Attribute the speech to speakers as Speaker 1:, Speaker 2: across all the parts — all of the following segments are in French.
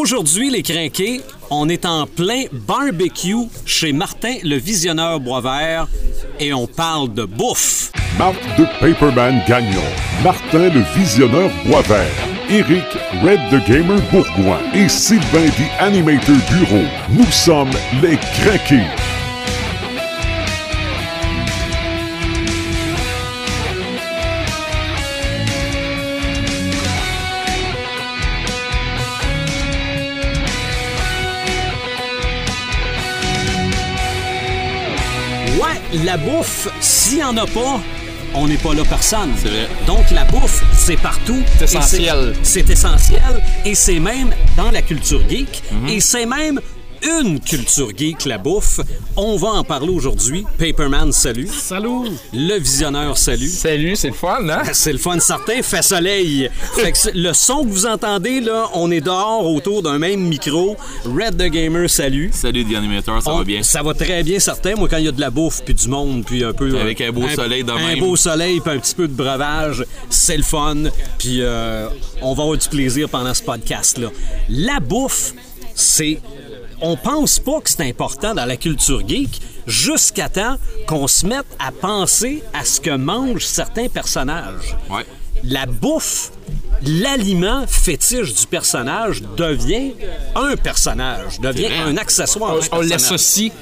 Speaker 1: Aujourd'hui, les crinqués, on est en plein barbecue chez Martin le visionneur Boisvert et on parle de bouffe.
Speaker 2: Marc de Paperman Gagnon, Martin le Visionneur Boisvert, Eric Red the Gamer Bourgoin et Sylvain the Animator Bureau. Nous sommes les craqués.
Speaker 1: Ouais, la bouffe, s'il n'y en a pas, on n'est pas là personne. Donc la bouffe, c'est partout. Et
Speaker 3: C'est essentiel.
Speaker 1: C'est essentiel et c'est même dans la culture geek
Speaker 3: Mhm.
Speaker 1: et c'est même une culture geek, la bouffe. On va en parler aujourd'hui. Paperman, salut.
Speaker 3: Salut!
Speaker 1: Le visionneur, salut.
Speaker 3: Salut, c'est le fun, hein?
Speaker 1: C'est le fun certain, fait soleil. Fait que c'est- le son que vous entendez, là, on est dehors autour d'un même micro. Red the Gamer, salut.
Speaker 4: Salut The Animator, ça
Speaker 1: On-
Speaker 4: va bien?
Speaker 1: Ça va très bien, certain. Moi, quand il y a de la bouffe, puis du monde, puis un peu...
Speaker 4: Avec un beau soleil de
Speaker 1: Un
Speaker 4: même.
Speaker 1: beau soleil, puis un petit peu de breuvage, c'est le fun. Puis euh, on va avoir du plaisir pendant ce podcast-là. La bouffe, c'est... On pense pas que c'est important dans la culture geek jusqu'à temps qu'on se mette à penser à ce que mangent certains personnages
Speaker 4: Ouais.
Speaker 1: la bouffe, l'aliment fétiche du personnage devient un personnage, devient
Speaker 4: vrai.
Speaker 1: un accessoire. à un
Speaker 3: On, on
Speaker 1: personnage.
Speaker 3: l'associe.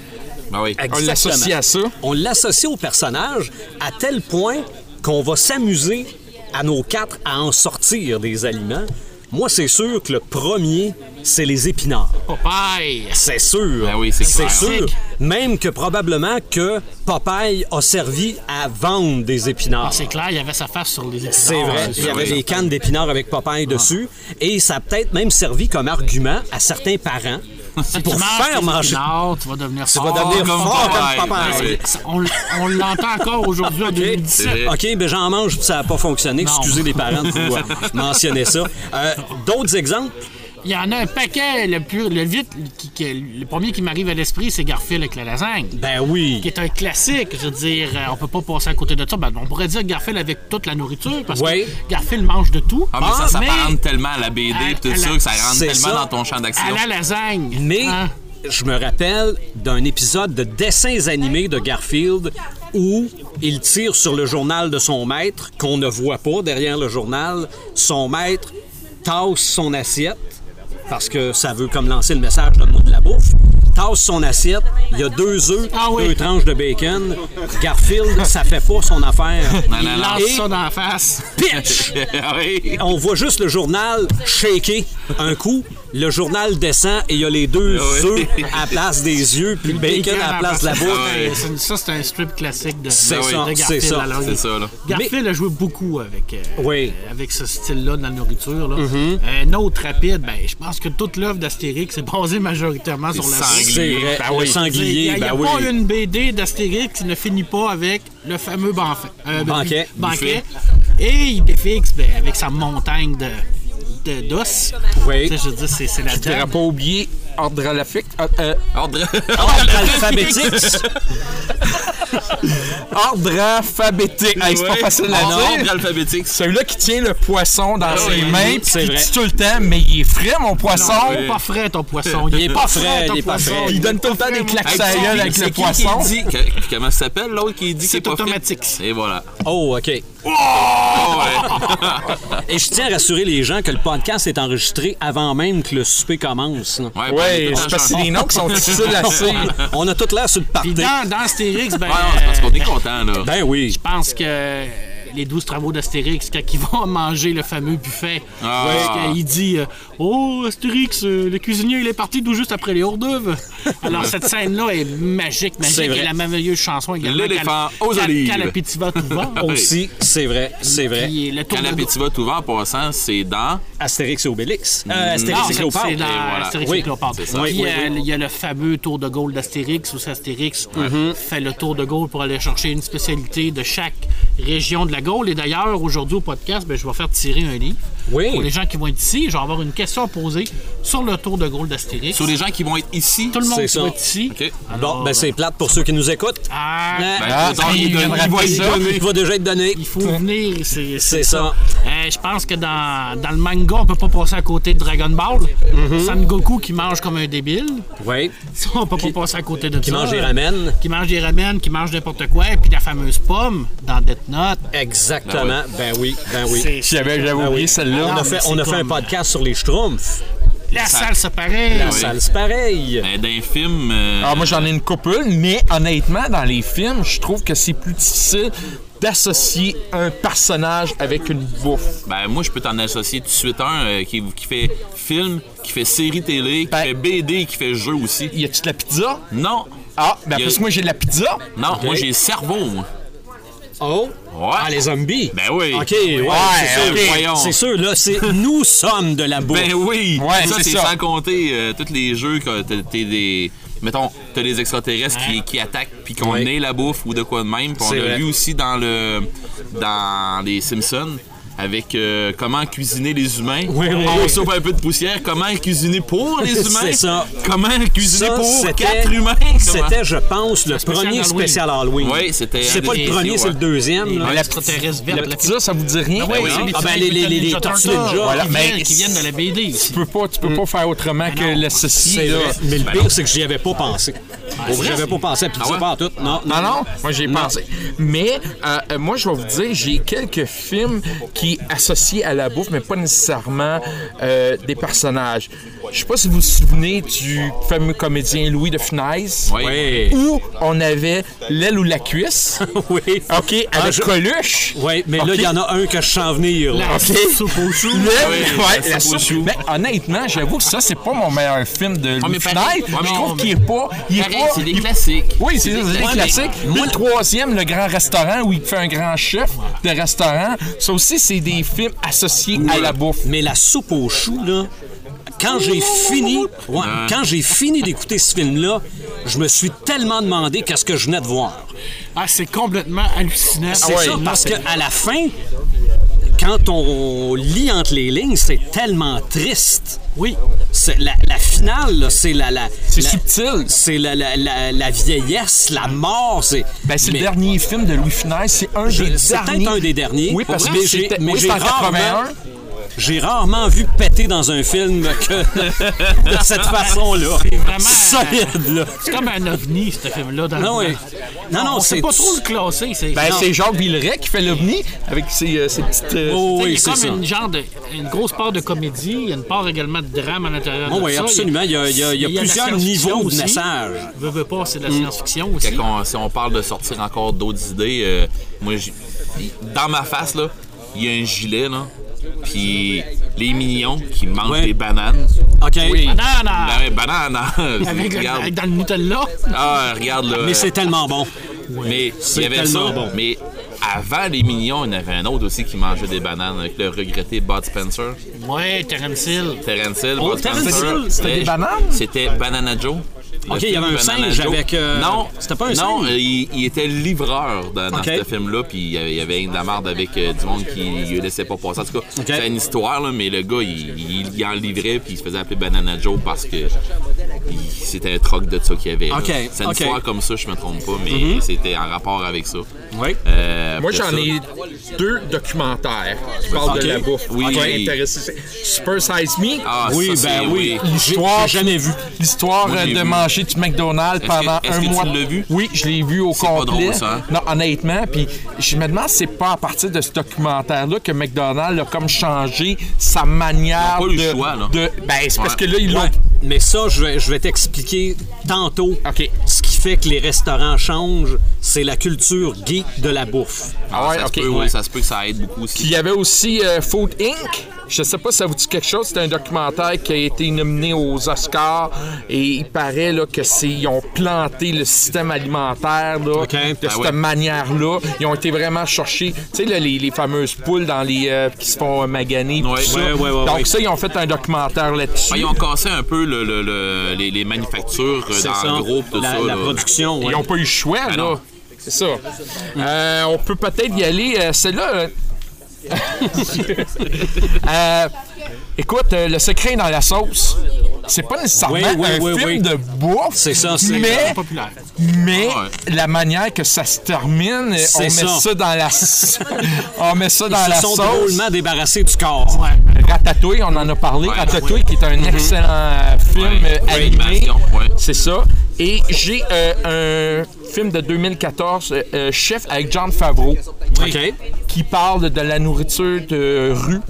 Speaker 4: Ben oui.
Speaker 3: on l'associe à ça.
Speaker 1: On l'associe au personnage à tel point qu'on va s'amuser à nos quatre à en sortir des aliments. Moi, c'est sûr que le premier, c'est les épinards.
Speaker 3: Popeye!
Speaker 1: C'est sûr.
Speaker 4: Ben oui, c'est clair.
Speaker 1: sûr. Même que probablement que Popeye a servi à vendre des épinards.
Speaker 5: Ah, C'est Ah, clair, il y avait sa face sur les épinards.
Speaker 1: C'est vrai, il y avait des cannes d'épinards avec Popeye dessus et ça a peut-être même servi comme argument à certains parents
Speaker 5: Si
Speaker 1: pour
Speaker 5: tu manges
Speaker 1: faire
Speaker 5: tes
Speaker 1: manger.
Speaker 5: épinards, tu vas devenir
Speaker 1: Tu vas
Speaker 5: fort.
Speaker 1: devenir
Speaker 4: comme
Speaker 1: fort hein.
Speaker 4: Popeye.
Speaker 3: hein,
Speaker 1: comme Popeye.
Speaker 4: Ouais,
Speaker 5: Ça, On, l- on l'entend encore aujourd'hui en
Speaker 4: C'est
Speaker 5: 2017.
Speaker 4: vrai.
Speaker 1: OK, ben j'en mange, puis ça n'a pas fonctionné.
Speaker 5: Non.
Speaker 1: Excusez les parents de vous euh, mentionner ça. Euh, D'autres exemples?
Speaker 5: Il y en a un paquet. Le, plus, le, vite, qui- qui- le premier qui m'arrive à l'esprit, c'est Garfield avec la lasagne.
Speaker 1: Ben oui.
Speaker 5: Qui est un classique, je veux dire, euh, on peut pas passer à côté de ça. Ben, on pourrait dire Garfield avec toute la nourriture, parce
Speaker 1: Ouais.
Speaker 5: que Garfield mange de tout.
Speaker 4: Ah, mais
Speaker 1: Ah,
Speaker 4: ça s'apparente
Speaker 5: mais
Speaker 4: tellement à la BD
Speaker 5: à-
Speaker 4: et
Speaker 5: à
Speaker 4: tout
Speaker 5: la-
Speaker 4: ça que ça rentre
Speaker 1: c'est
Speaker 4: tellement
Speaker 1: ça.
Speaker 4: dans ton champ
Speaker 5: à
Speaker 4: d'action.
Speaker 5: la lasagne.
Speaker 1: Mais
Speaker 5: hein.
Speaker 1: je me rappelle d'un épisode de dessins animés de Garfield où il tire sur le journal de son maître, qu'on ne voit pas derrière le journal. Son maître tasse son assiette, parce que ça veut comme lancer le message le mot de la bouffe. Tasse son assiette, il y a deux œufs,
Speaker 5: Ah oui.
Speaker 1: deux tranches de bacon. Garfield, ça fait pas son affaire.
Speaker 4: Non, non,
Speaker 5: Il
Speaker 4: non.
Speaker 5: lance
Speaker 1: Et-
Speaker 5: ça dans la face.
Speaker 1: Pitch!
Speaker 4: oui.
Speaker 1: On voit juste le journal shaker un coup. Le journal descend et il y a les deux
Speaker 4: Ah
Speaker 1: œufs
Speaker 4: oui.
Speaker 1: à la place des yeux, puis le
Speaker 5: Ben,
Speaker 1: bacon à la place de la bouche.
Speaker 4: Ah ouais.
Speaker 5: Ça, Ça, c'est un strip classique de,
Speaker 1: C'est
Speaker 5: de
Speaker 1: ça, c'est
Speaker 5: Garfield.
Speaker 1: ça,
Speaker 5: alors,
Speaker 4: C'est ça, là.
Speaker 5: Garfield a joué beaucoup avec, euh,
Speaker 1: Oui.
Speaker 5: euh, avec ce style-là de la nourriture. là.
Speaker 1: Mm-hmm.
Speaker 5: Un autre rapide, ben, je pense que toute l'œuvre d'Astérix est basée majoritairement sur la
Speaker 4: sangliers.
Speaker 5: bouffe.
Speaker 1: C'est vrai,
Speaker 4: Ben
Speaker 1: le
Speaker 4: oui.
Speaker 5: Il n'y
Speaker 1: sanglier,
Speaker 5: a,
Speaker 1: ben
Speaker 5: y a
Speaker 1: oui.
Speaker 5: pas une BD d'Astérix qui ne finit pas avec le fameux banfa- euh,
Speaker 1: Banquet.
Speaker 5: bu- banquet. Et il défixe ben, avec sa montagne de de- d'os.
Speaker 1: Oui.
Speaker 5: Tu sais, Je veux dire, c'est c'est la
Speaker 3: Tu n'auras
Speaker 5: jambe.
Speaker 3: pas oublié Ordre à la fic- ah, euh,
Speaker 4: Ordre.
Speaker 1: Ordre alphabétique.
Speaker 3: ordre alphabétique. Hey, c'est pas
Speaker 4: Ouais. Ah,
Speaker 3: facile
Speaker 4: En
Speaker 3: à
Speaker 4: Ordre
Speaker 3: dire.
Speaker 4: alphabétique.
Speaker 3: Celui-là qui tient le poisson dans ses
Speaker 4: oui.
Speaker 3: mains, puis
Speaker 1: C'est
Speaker 3: qui
Speaker 1: vrai.
Speaker 3: tue tout le temps, mais il est frais, mon poisson.
Speaker 4: oui.
Speaker 5: Pas frais ton poisson.
Speaker 1: Il est pas frais,
Speaker 5: ton
Speaker 1: il est pas
Speaker 5: poisson.
Speaker 1: frais.
Speaker 3: Il donne tout le temps des
Speaker 5: Vraiment.
Speaker 3: claques
Speaker 4: Hey,
Speaker 3: sa
Speaker 4: puis
Speaker 3: gueule
Speaker 4: c'est
Speaker 3: avec
Speaker 4: qui-
Speaker 3: le
Speaker 4: c'est qui
Speaker 3: poisson.
Speaker 4: qui dit- que- puis comment ça s'appelle l'autre qui dit
Speaker 5: C'est
Speaker 4: qu'il est pas
Speaker 5: automatique.
Speaker 4: fait? Et voilà.
Speaker 1: Oh, OK.
Speaker 4: Oh, ouais.
Speaker 1: Et je tiens à rassurer les gens que le podcast est enregistré avant même que le souper commence. là.
Speaker 4: Ouais,
Speaker 3: Ouais,
Speaker 4: prenez tout
Speaker 3: c'est
Speaker 4: le
Speaker 3: parce que
Speaker 4: temps,
Speaker 3: c'est des noms qui sont difficiles à dire.
Speaker 1: On a tout l'air sur le
Speaker 5: Puis
Speaker 1: party.
Speaker 5: dans, dans Astérix,
Speaker 4: je-
Speaker 5: ben,
Speaker 4: Ouais, non, c'est parce qu'on
Speaker 5: euh,
Speaker 4: est content, là.
Speaker 1: Ben oui.
Speaker 5: Je pense que euh, les 12 travaux d'Astérix, quand ils vont manger le fameux buffet,
Speaker 4: Ah.
Speaker 5: il dit euh, Oh, Astérix, euh, le cuisinier, il est parti d'où juste après les hors d'œuvre. Alors, cette scène-là est magique, magique.
Speaker 1: C'est vrai.
Speaker 5: Et la merveilleuse chanson également.
Speaker 4: L'éléphant
Speaker 5: Cal-
Speaker 4: aux
Speaker 5: Cal-
Speaker 4: olives.
Speaker 5: Calapiti va tout vent.
Speaker 1: Aussi, c'est vrai, c'est vrai.
Speaker 5: Puis le tour
Speaker 4: Quand
Speaker 5: de
Speaker 4: l'appétit va tout en passant, c'est dans.
Speaker 1: Astérix et Obélix. Euh, Astérix
Speaker 5: Non,
Speaker 1: et
Speaker 5: c'est
Speaker 1: Cléopâtre.
Speaker 5: c'est dans
Speaker 4: Et voilà.
Speaker 5: Astérix
Speaker 1: Oui,
Speaker 5: et Cléopâtre.
Speaker 4: c'est ça.
Speaker 5: Puis,
Speaker 1: Oui, oui,
Speaker 5: euh,
Speaker 1: oui.
Speaker 5: il y a le fameux tour de Gaulle d'Astérix où Astérix fait le tour de Gaulle pour aller chercher une spécialité de chaque région de la Gaule. Et d'ailleurs, aujourd'hui au podcast, ben, je vais faire tirer un livre.
Speaker 1: Oui.
Speaker 5: Pour les gens qui vont être ici, je vais avoir une question à poser sur le tour de Gaulle d'Astérix.
Speaker 4: Sur les gens qui vont être ici.
Speaker 5: Tout le monde
Speaker 1: C'est
Speaker 5: qui
Speaker 1: ça.
Speaker 5: va être ici.
Speaker 4: OK.
Speaker 5: Alors,
Speaker 1: bon, ben c'est plate pour ceux qui nous écoutent.
Speaker 5: Ah,
Speaker 1: Euh,
Speaker 4: Ben,
Speaker 3: Ah,
Speaker 4: donc,
Speaker 3: il
Speaker 4: il,
Speaker 3: viendra
Speaker 4: il va
Speaker 3: plus
Speaker 4: être
Speaker 3: tard.
Speaker 4: donné.
Speaker 1: Ah, Il va déjà être donné.
Speaker 5: il faut venir,
Speaker 1: C'est
Speaker 5: c'est c'est
Speaker 1: ça.
Speaker 5: ça. Euh, je pense que dans, dans le manga, on peut pas passer à côté de Dragon Ball. San Goku qui mange comme un débile.
Speaker 1: Oui.
Speaker 5: Ça, on peut pas passer à côté de
Speaker 1: Qui
Speaker 5: ça.
Speaker 1: mange des ramen.
Speaker 5: Qui mange des ramen, qui mange n'importe quoi. Et puis la fameuse pomme dans Death Note.
Speaker 1: Exactement. Ben oui, ben oui.
Speaker 5: C'est-
Speaker 3: J'avais j'avais oublié
Speaker 1: On
Speaker 3: celle-là.
Speaker 5: Ah,
Speaker 1: a
Speaker 5: mais
Speaker 1: fait,
Speaker 5: c'est
Speaker 1: on a fait un
Speaker 5: comme-
Speaker 1: podcast sur les Schtroumpfs.
Speaker 5: La salle, c'est pareil.
Speaker 1: La salle, c'est pareil.
Speaker 4: Ben, d'un film. euh,
Speaker 3: Alors Ah, moi j'en ai une couple, mais honnêtement, dans les films, je trouve que c'est plus difficile d'associer un personnage avec une bouffe.
Speaker 4: Ben, moi, je peux t'en associer tout de suite un euh, qui, qui fait film, qui fait série télé, qui
Speaker 3: Ben-
Speaker 4: fait BD, qui fait jeu aussi.
Speaker 3: Y a-tu de la pizza?
Speaker 4: Non,
Speaker 3: Ah, ben
Speaker 4: Y a-
Speaker 3: parce que moi j'ai de la pizza.
Speaker 4: non, moi, j'ai le cerveau, moi.
Speaker 1: Oh!
Speaker 4: Ouais.
Speaker 1: Ah, les zombies!
Speaker 4: Ben oui.
Speaker 1: OK, ouais, c'est sûr.
Speaker 4: ok. Voyons.
Speaker 1: C'est sûr, là, c'est nous sommes de la bouffe.
Speaker 4: Ben oui!
Speaker 3: Ouais,
Speaker 4: ça,
Speaker 3: c'est
Speaker 4: c'est
Speaker 3: ça.
Speaker 4: sans compter euh, tous les jeux que t'as t'es des. Mettons, t'as les extraterrestres qui, qui attaquent puis qu'on
Speaker 1: Ouais.
Speaker 4: est la bouffe ou de quoi de même. Puis on
Speaker 1: C'est
Speaker 4: l'a
Speaker 1: vrai.
Speaker 4: vu aussi dans le. dans les Simpsons. Avec euh, comment cuisiner les humains.
Speaker 1: Oui, oui,
Speaker 4: on
Speaker 1: oui.
Speaker 4: sauve un peu de poussière. Comment cuisiner pour les humains?
Speaker 1: C'est ça.
Speaker 4: Comment cuisiner
Speaker 1: Ça,
Speaker 4: pour
Speaker 1: c'était-
Speaker 4: quatre humains?
Speaker 1: C'était, je pense, le
Speaker 5: spécial
Speaker 1: premier
Speaker 5: Halloween.
Speaker 1: spécial Halloween.
Speaker 4: Oui, c'était
Speaker 1: C'est
Speaker 4: un
Speaker 1: pas le
Speaker 4: des
Speaker 1: premier,
Speaker 4: premiers,
Speaker 1: c'est le
Speaker 4: ouais.
Speaker 1: deuxième. là.
Speaker 5: Les
Speaker 3: la-
Speaker 5: extraterrestres verts,
Speaker 3: La
Speaker 5: la
Speaker 3: pizza, ça vous dit rien?
Speaker 5: oui,
Speaker 4: oui,
Speaker 5: c'est
Speaker 4: hein?
Speaker 5: les
Speaker 1: Ah, ben,
Speaker 5: petits
Speaker 1: les- les- les
Speaker 5: Ninja
Speaker 1: Tortues
Speaker 5: Turtles
Speaker 1: Ninja.
Speaker 3: Voilà,
Speaker 5: qui,
Speaker 3: mais-
Speaker 5: viennent, qui viennent de la BD ici.
Speaker 1: Ah,
Speaker 3: Tu peux pas, tu
Speaker 1: euh,
Speaker 3: peux pas faire autrement que
Speaker 5: non.
Speaker 1: C'est
Speaker 3: l'associer. là.
Speaker 1: vrai. Mais le
Speaker 4: Ben
Speaker 1: pire,
Speaker 4: non.
Speaker 1: c'est que j'y avais pas pensé. J'y avais pas pensé à pizza
Speaker 4: Ah ouais?
Speaker 1: pas en tout. Non,
Speaker 3: Non, non, moi j'ai pensé. Mais euh, euh, moi je vais vous dire, j'ai quelques films qui associent à la bouffe, mais pas nécessairement euh, des personnages. Je sais pas si vous vous souvenez du fameux comédien Louis de Funès,
Speaker 4: Oui.
Speaker 3: où on avait l'aile ou la cuisse.
Speaker 1: Oui.
Speaker 3: OK, avec
Speaker 1: Ah, je-
Speaker 3: Coluche.
Speaker 1: Oui, mais là,
Speaker 3: OK.
Speaker 1: il y en a un que je sens venir. là.
Speaker 5: La
Speaker 3: OK.
Speaker 5: soupe aux choux.
Speaker 3: Le-
Speaker 4: oui, la
Speaker 3: ouais, la
Speaker 4: soupe aux
Speaker 3: soupe.
Speaker 4: choux.
Speaker 3: Mais honnêtement, j'avoue que ça, c'est pas mon meilleur film de Louis
Speaker 4: mais
Speaker 3: de
Speaker 4: pareil.
Speaker 3: Funès.
Speaker 4: Ouais,
Speaker 3: je
Speaker 4: mais
Speaker 3: trouve
Speaker 4: on-
Speaker 3: qu'il est pas. Il est
Speaker 4: Pareil,
Speaker 3: pas-
Speaker 4: c'est des
Speaker 3: il-
Speaker 4: classiques.
Speaker 3: Oui, c'est
Speaker 4: des
Speaker 3: des classiques. le troisième, le grand restaurant où il fait un grand chef de restaurant. Ça aussi, c'est des films associés à la bouffe.
Speaker 1: Mais la soupe aux choux, là, quand j'ai fini, ouais, quand j'ai fini d'écouter ce film-là, je me suis tellement demandé qu'est-ce que je venais de voir.
Speaker 5: Ah, c'est complètement hallucinant.
Speaker 1: C'est ça, parce qu'à la fin, quand on lit entre les lignes, c'est tellement triste.
Speaker 5: Oui.
Speaker 1: C'est La, la finale, là, c'est la, la,
Speaker 3: C'est
Speaker 1: la-
Speaker 3: subtil.
Speaker 1: c'est la, la- la- la vieillesse, la mort. C'est
Speaker 3: Ben, c'est
Speaker 1: mais-
Speaker 3: le dernier film de Louis Funès. C'est un
Speaker 1: Je-
Speaker 3: des derniers.
Speaker 1: c'est peut-être un des derniers.
Speaker 3: Oui, parce
Speaker 1: Mais
Speaker 3: que
Speaker 1: j'ai-
Speaker 3: c'était-
Speaker 1: mais
Speaker 3: oui,
Speaker 1: j'ai
Speaker 3: c'est en
Speaker 1: rarement-
Speaker 3: 81.
Speaker 1: J'ai rarement vu péter dans un film que de cette façon-là.
Speaker 5: C'est vraiment-
Speaker 1: solide. Là.
Speaker 5: C'est comme un ovni, ce film-là. dans-
Speaker 1: Non, oui. non, non,
Speaker 5: On
Speaker 1: c'est
Speaker 5: sait pas trop le classer. C'est
Speaker 3: Ben,
Speaker 1: Non.
Speaker 3: c'est Jacques Villeray qui fait l'OVNI avec ses, euh, ses petites... euh,
Speaker 1: Oh,
Speaker 5: il y
Speaker 1: oui,
Speaker 5: a
Speaker 1: c'est
Speaker 5: comme
Speaker 1: ça.
Speaker 5: une genre de, une grosse part de comédie, il y a une part également de drame à l'intérieur.
Speaker 1: Oh
Speaker 5: de
Speaker 1: oui,
Speaker 5: ça.
Speaker 1: absolument. Il y a- il y a- il y a
Speaker 5: la
Speaker 1: plusieurs
Speaker 5: science-fiction
Speaker 1: niveaux de Mm.
Speaker 5: aussi.
Speaker 1: message.
Speaker 5: Veux, veux pas, c'est de la science-fiction aussi.
Speaker 4: Quand on- si on parle de sortir encore d'autres idées, euh, moi, j'ai- dans ma face, là, il y a un gilet, là, puis les mignons qui mangent
Speaker 1: Ouais.
Speaker 4: des bananes.
Speaker 1: OK.
Speaker 5: Banana!
Speaker 4: Ben, ouais, banane, hein?
Speaker 5: avec, le-
Speaker 4: regarde.
Speaker 5: avec dans le Nutella.
Speaker 4: Ah, regarde, là.
Speaker 1: Mais c'est tellement bon.
Speaker 4: Mais il y avait ça.
Speaker 1: tellement bon.
Speaker 4: Mais avant les mignons, il y en avait un autre aussi qui mangeait des bananes avec le regretté Bud Spencer.
Speaker 5: Ouais, Terence Hill.
Speaker 4: Terence Hill,
Speaker 1: Oh,
Speaker 4: Bud
Speaker 1: Terrence
Speaker 4: Spencer.
Speaker 1: Hill, c'était
Speaker 4: Mais
Speaker 3: des bananes?
Speaker 4: C'était Banana Joe. Le
Speaker 1: Ok, il y
Speaker 4: film
Speaker 1: avait un
Speaker 4: Banana
Speaker 1: singe
Speaker 4: Joe.
Speaker 1: avec, euh,
Speaker 4: Non,
Speaker 1: c'était pas un
Speaker 4: non,
Speaker 1: singe?
Speaker 4: euh, il, il était livreur dans, dans
Speaker 1: Ok.
Speaker 4: ce film-là, puis il y avait- il y avait de la marde avec euh, du monde qui le laissait pas passer. En tout cas, c'est une histoire, là, mais le gars, il, il- il en livrait, puis il se faisait appeler Banana Joe parce que il- c'était un troc de ça qu'il y avait. là.
Speaker 1: Ok,
Speaker 4: C'est une
Speaker 1: ok. Mhm.
Speaker 4: histoire comme ça, je me trompe pas, mais c'était en rapport avec ça.
Speaker 1: Oui.
Speaker 4: Euh,
Speaker 3: Moi,
Speaker 4: après
Speaker 3: j'en
Speaker 4: ça-
Speaker 3: ai deux documentaires qui parlent
Speaker 1: Ok.
Speaker 3: de la bouffe.
Speaker 4: Oui.
Speaker 3: qui m'ont intéressé. Super Size Me.
Speaker 4: Ah,
Speaker 1: Oui,
Speaker 4: ça, c'est-
Speaker 1: ben oui. J'ai j'ai jamais vu.
Speaker 3: L'histoire
Speaker 4: Moi, je
Speaker 3: euh,
Speaker 4: l'ai
Speaker 3: de
Speaker 4: vu.
Speaker 3: manger du McDonald's
Speaker 4: Est-ce que-
Speaker 3: pendant
Speaker 4: est-ce
Speaker 3: un
Speaker 4: que tu
Speaker 3: mois.
Speaker 4: l'as vu?
Speaker 3: Oui, je l'ai vu au
Speaker 4: C'est pas
Speaker 3: complet.
Speaker 4: drôle, ça, hein?
Speaker 3: Non, honnêtement, puis je me demande si c'est pas à partir de ce documentaire-là que McDonald's a comme changé sa manière
Speaker 4: Ils ont pas eu
Speaker 3: de,
Speaker 4: le choix, là.
Speaker 3: de- Ben, c'est parce
Speaker 4: Ouais.
Speaker 3: que là, ils l'ont.
Speaker 1: Ouais, Mais ça, je vais, je vais t'expliquer tantôt.
Speaker 3: OK.
Speaker 1: Ce qui fait que les restaurants changent, c'est la culture geek de la bouffe.
Speaker 3: Ah ouais,
Speaker 4: ça, se
Speaker 3: ok.
Speaker 4: peut, oui,
Speaker 3: Ouais.
Speaker 4: ça se peut que ça aide beaucoup aussi.
Speaker 3: Puis il y avait aussi euh, Food Inc. Je sais pas si ça vous dit quelque chose. C'est un documentaire qui a été nominé aux Oscars et il paraît là, que c'est ils ont planté le système alimentaire là,
Speaker 1: OK.
Speaker 3: de
Speaker 1: Ah
Speaker 3: cette
Speaker 4: ouais.
Speaker 3: manière-là. Ils ont été vraiment chercher, tu sais là, les, les fameuses poules dans les euh, qui se font euh, maganer. pis
Speaker 4: Ouais.
Speaker 3: tout ça.
Speaker 1: Ouais, ouais, ouais,
Speaker 3: Donc
Speaker 1: ouais.
Speaker 3: ça ils ont fait un documentaire là-dessus.
Speaker 4: Ah, ils ont cassé un peu le- le- le- les, les manufactures euh,
Speaker 1: C'est
Speaker 4: dans
Speaker 1: ça.
Speaker 4: le groupe, tout
Speaker 1: la,
Speaker 4: ça.
Speaker 1: la
Speaker 4: là.
Speaker 1: production.
Speaker 3: Ils
Speaker 1: ouais. Ben
Speaker 3: n'ont pas eu le choix,
Speaker 4: non.
Speaker 3: là. C'est ça. Euh, on peut peut-être y aller. euh, Celle-là, euh, Euh, écoute, euh, le secret est dans la sauce. C'est pas nécessairement
Speaker 1: Oui, oui,
Speaker 3: un
Speaker 1: oui,
Speaker 3: film
Speaker 1: oui.
Speaker 3: de bouffe.
Speaker 1: C'est ça, c'est Ah
Speaker 3: mais,
Speaker 5: populaire.
Speaker 3: mais
Speaker 4: Ouais.
Speaker 3: la manière que ça se termine, euh, on
Speaker 1: C'est
Speaker 3: met ça.
Speaker 1: ça.
Speaker 3: dans la on met ça dans
Speaker 1: Ils
Speaker 3: la
Speaker 1: se sont
Speaker 3: sauce.
Speaker 1: drôlement débarrassés du corps.
Speaker 3: Ratatouille, on en a parlé.
Speaker 4: Ouais. Mm-hmm.
Speaker 3: Ratatouille, qui est un excellent euh, film
Speaker 4: Ouais,
Speaker 3: euh,
Speaker 4: ouais,
Speaker 3: animé.
Speaker 4: animation, ouais.
Speaker 3: C'est ça. Et j'ai euh, un film de 2014, euh, euh, Chef avec John Favreau,
Speaker 1: OK.
Speaker 3: qui parle de la nourriture de rue,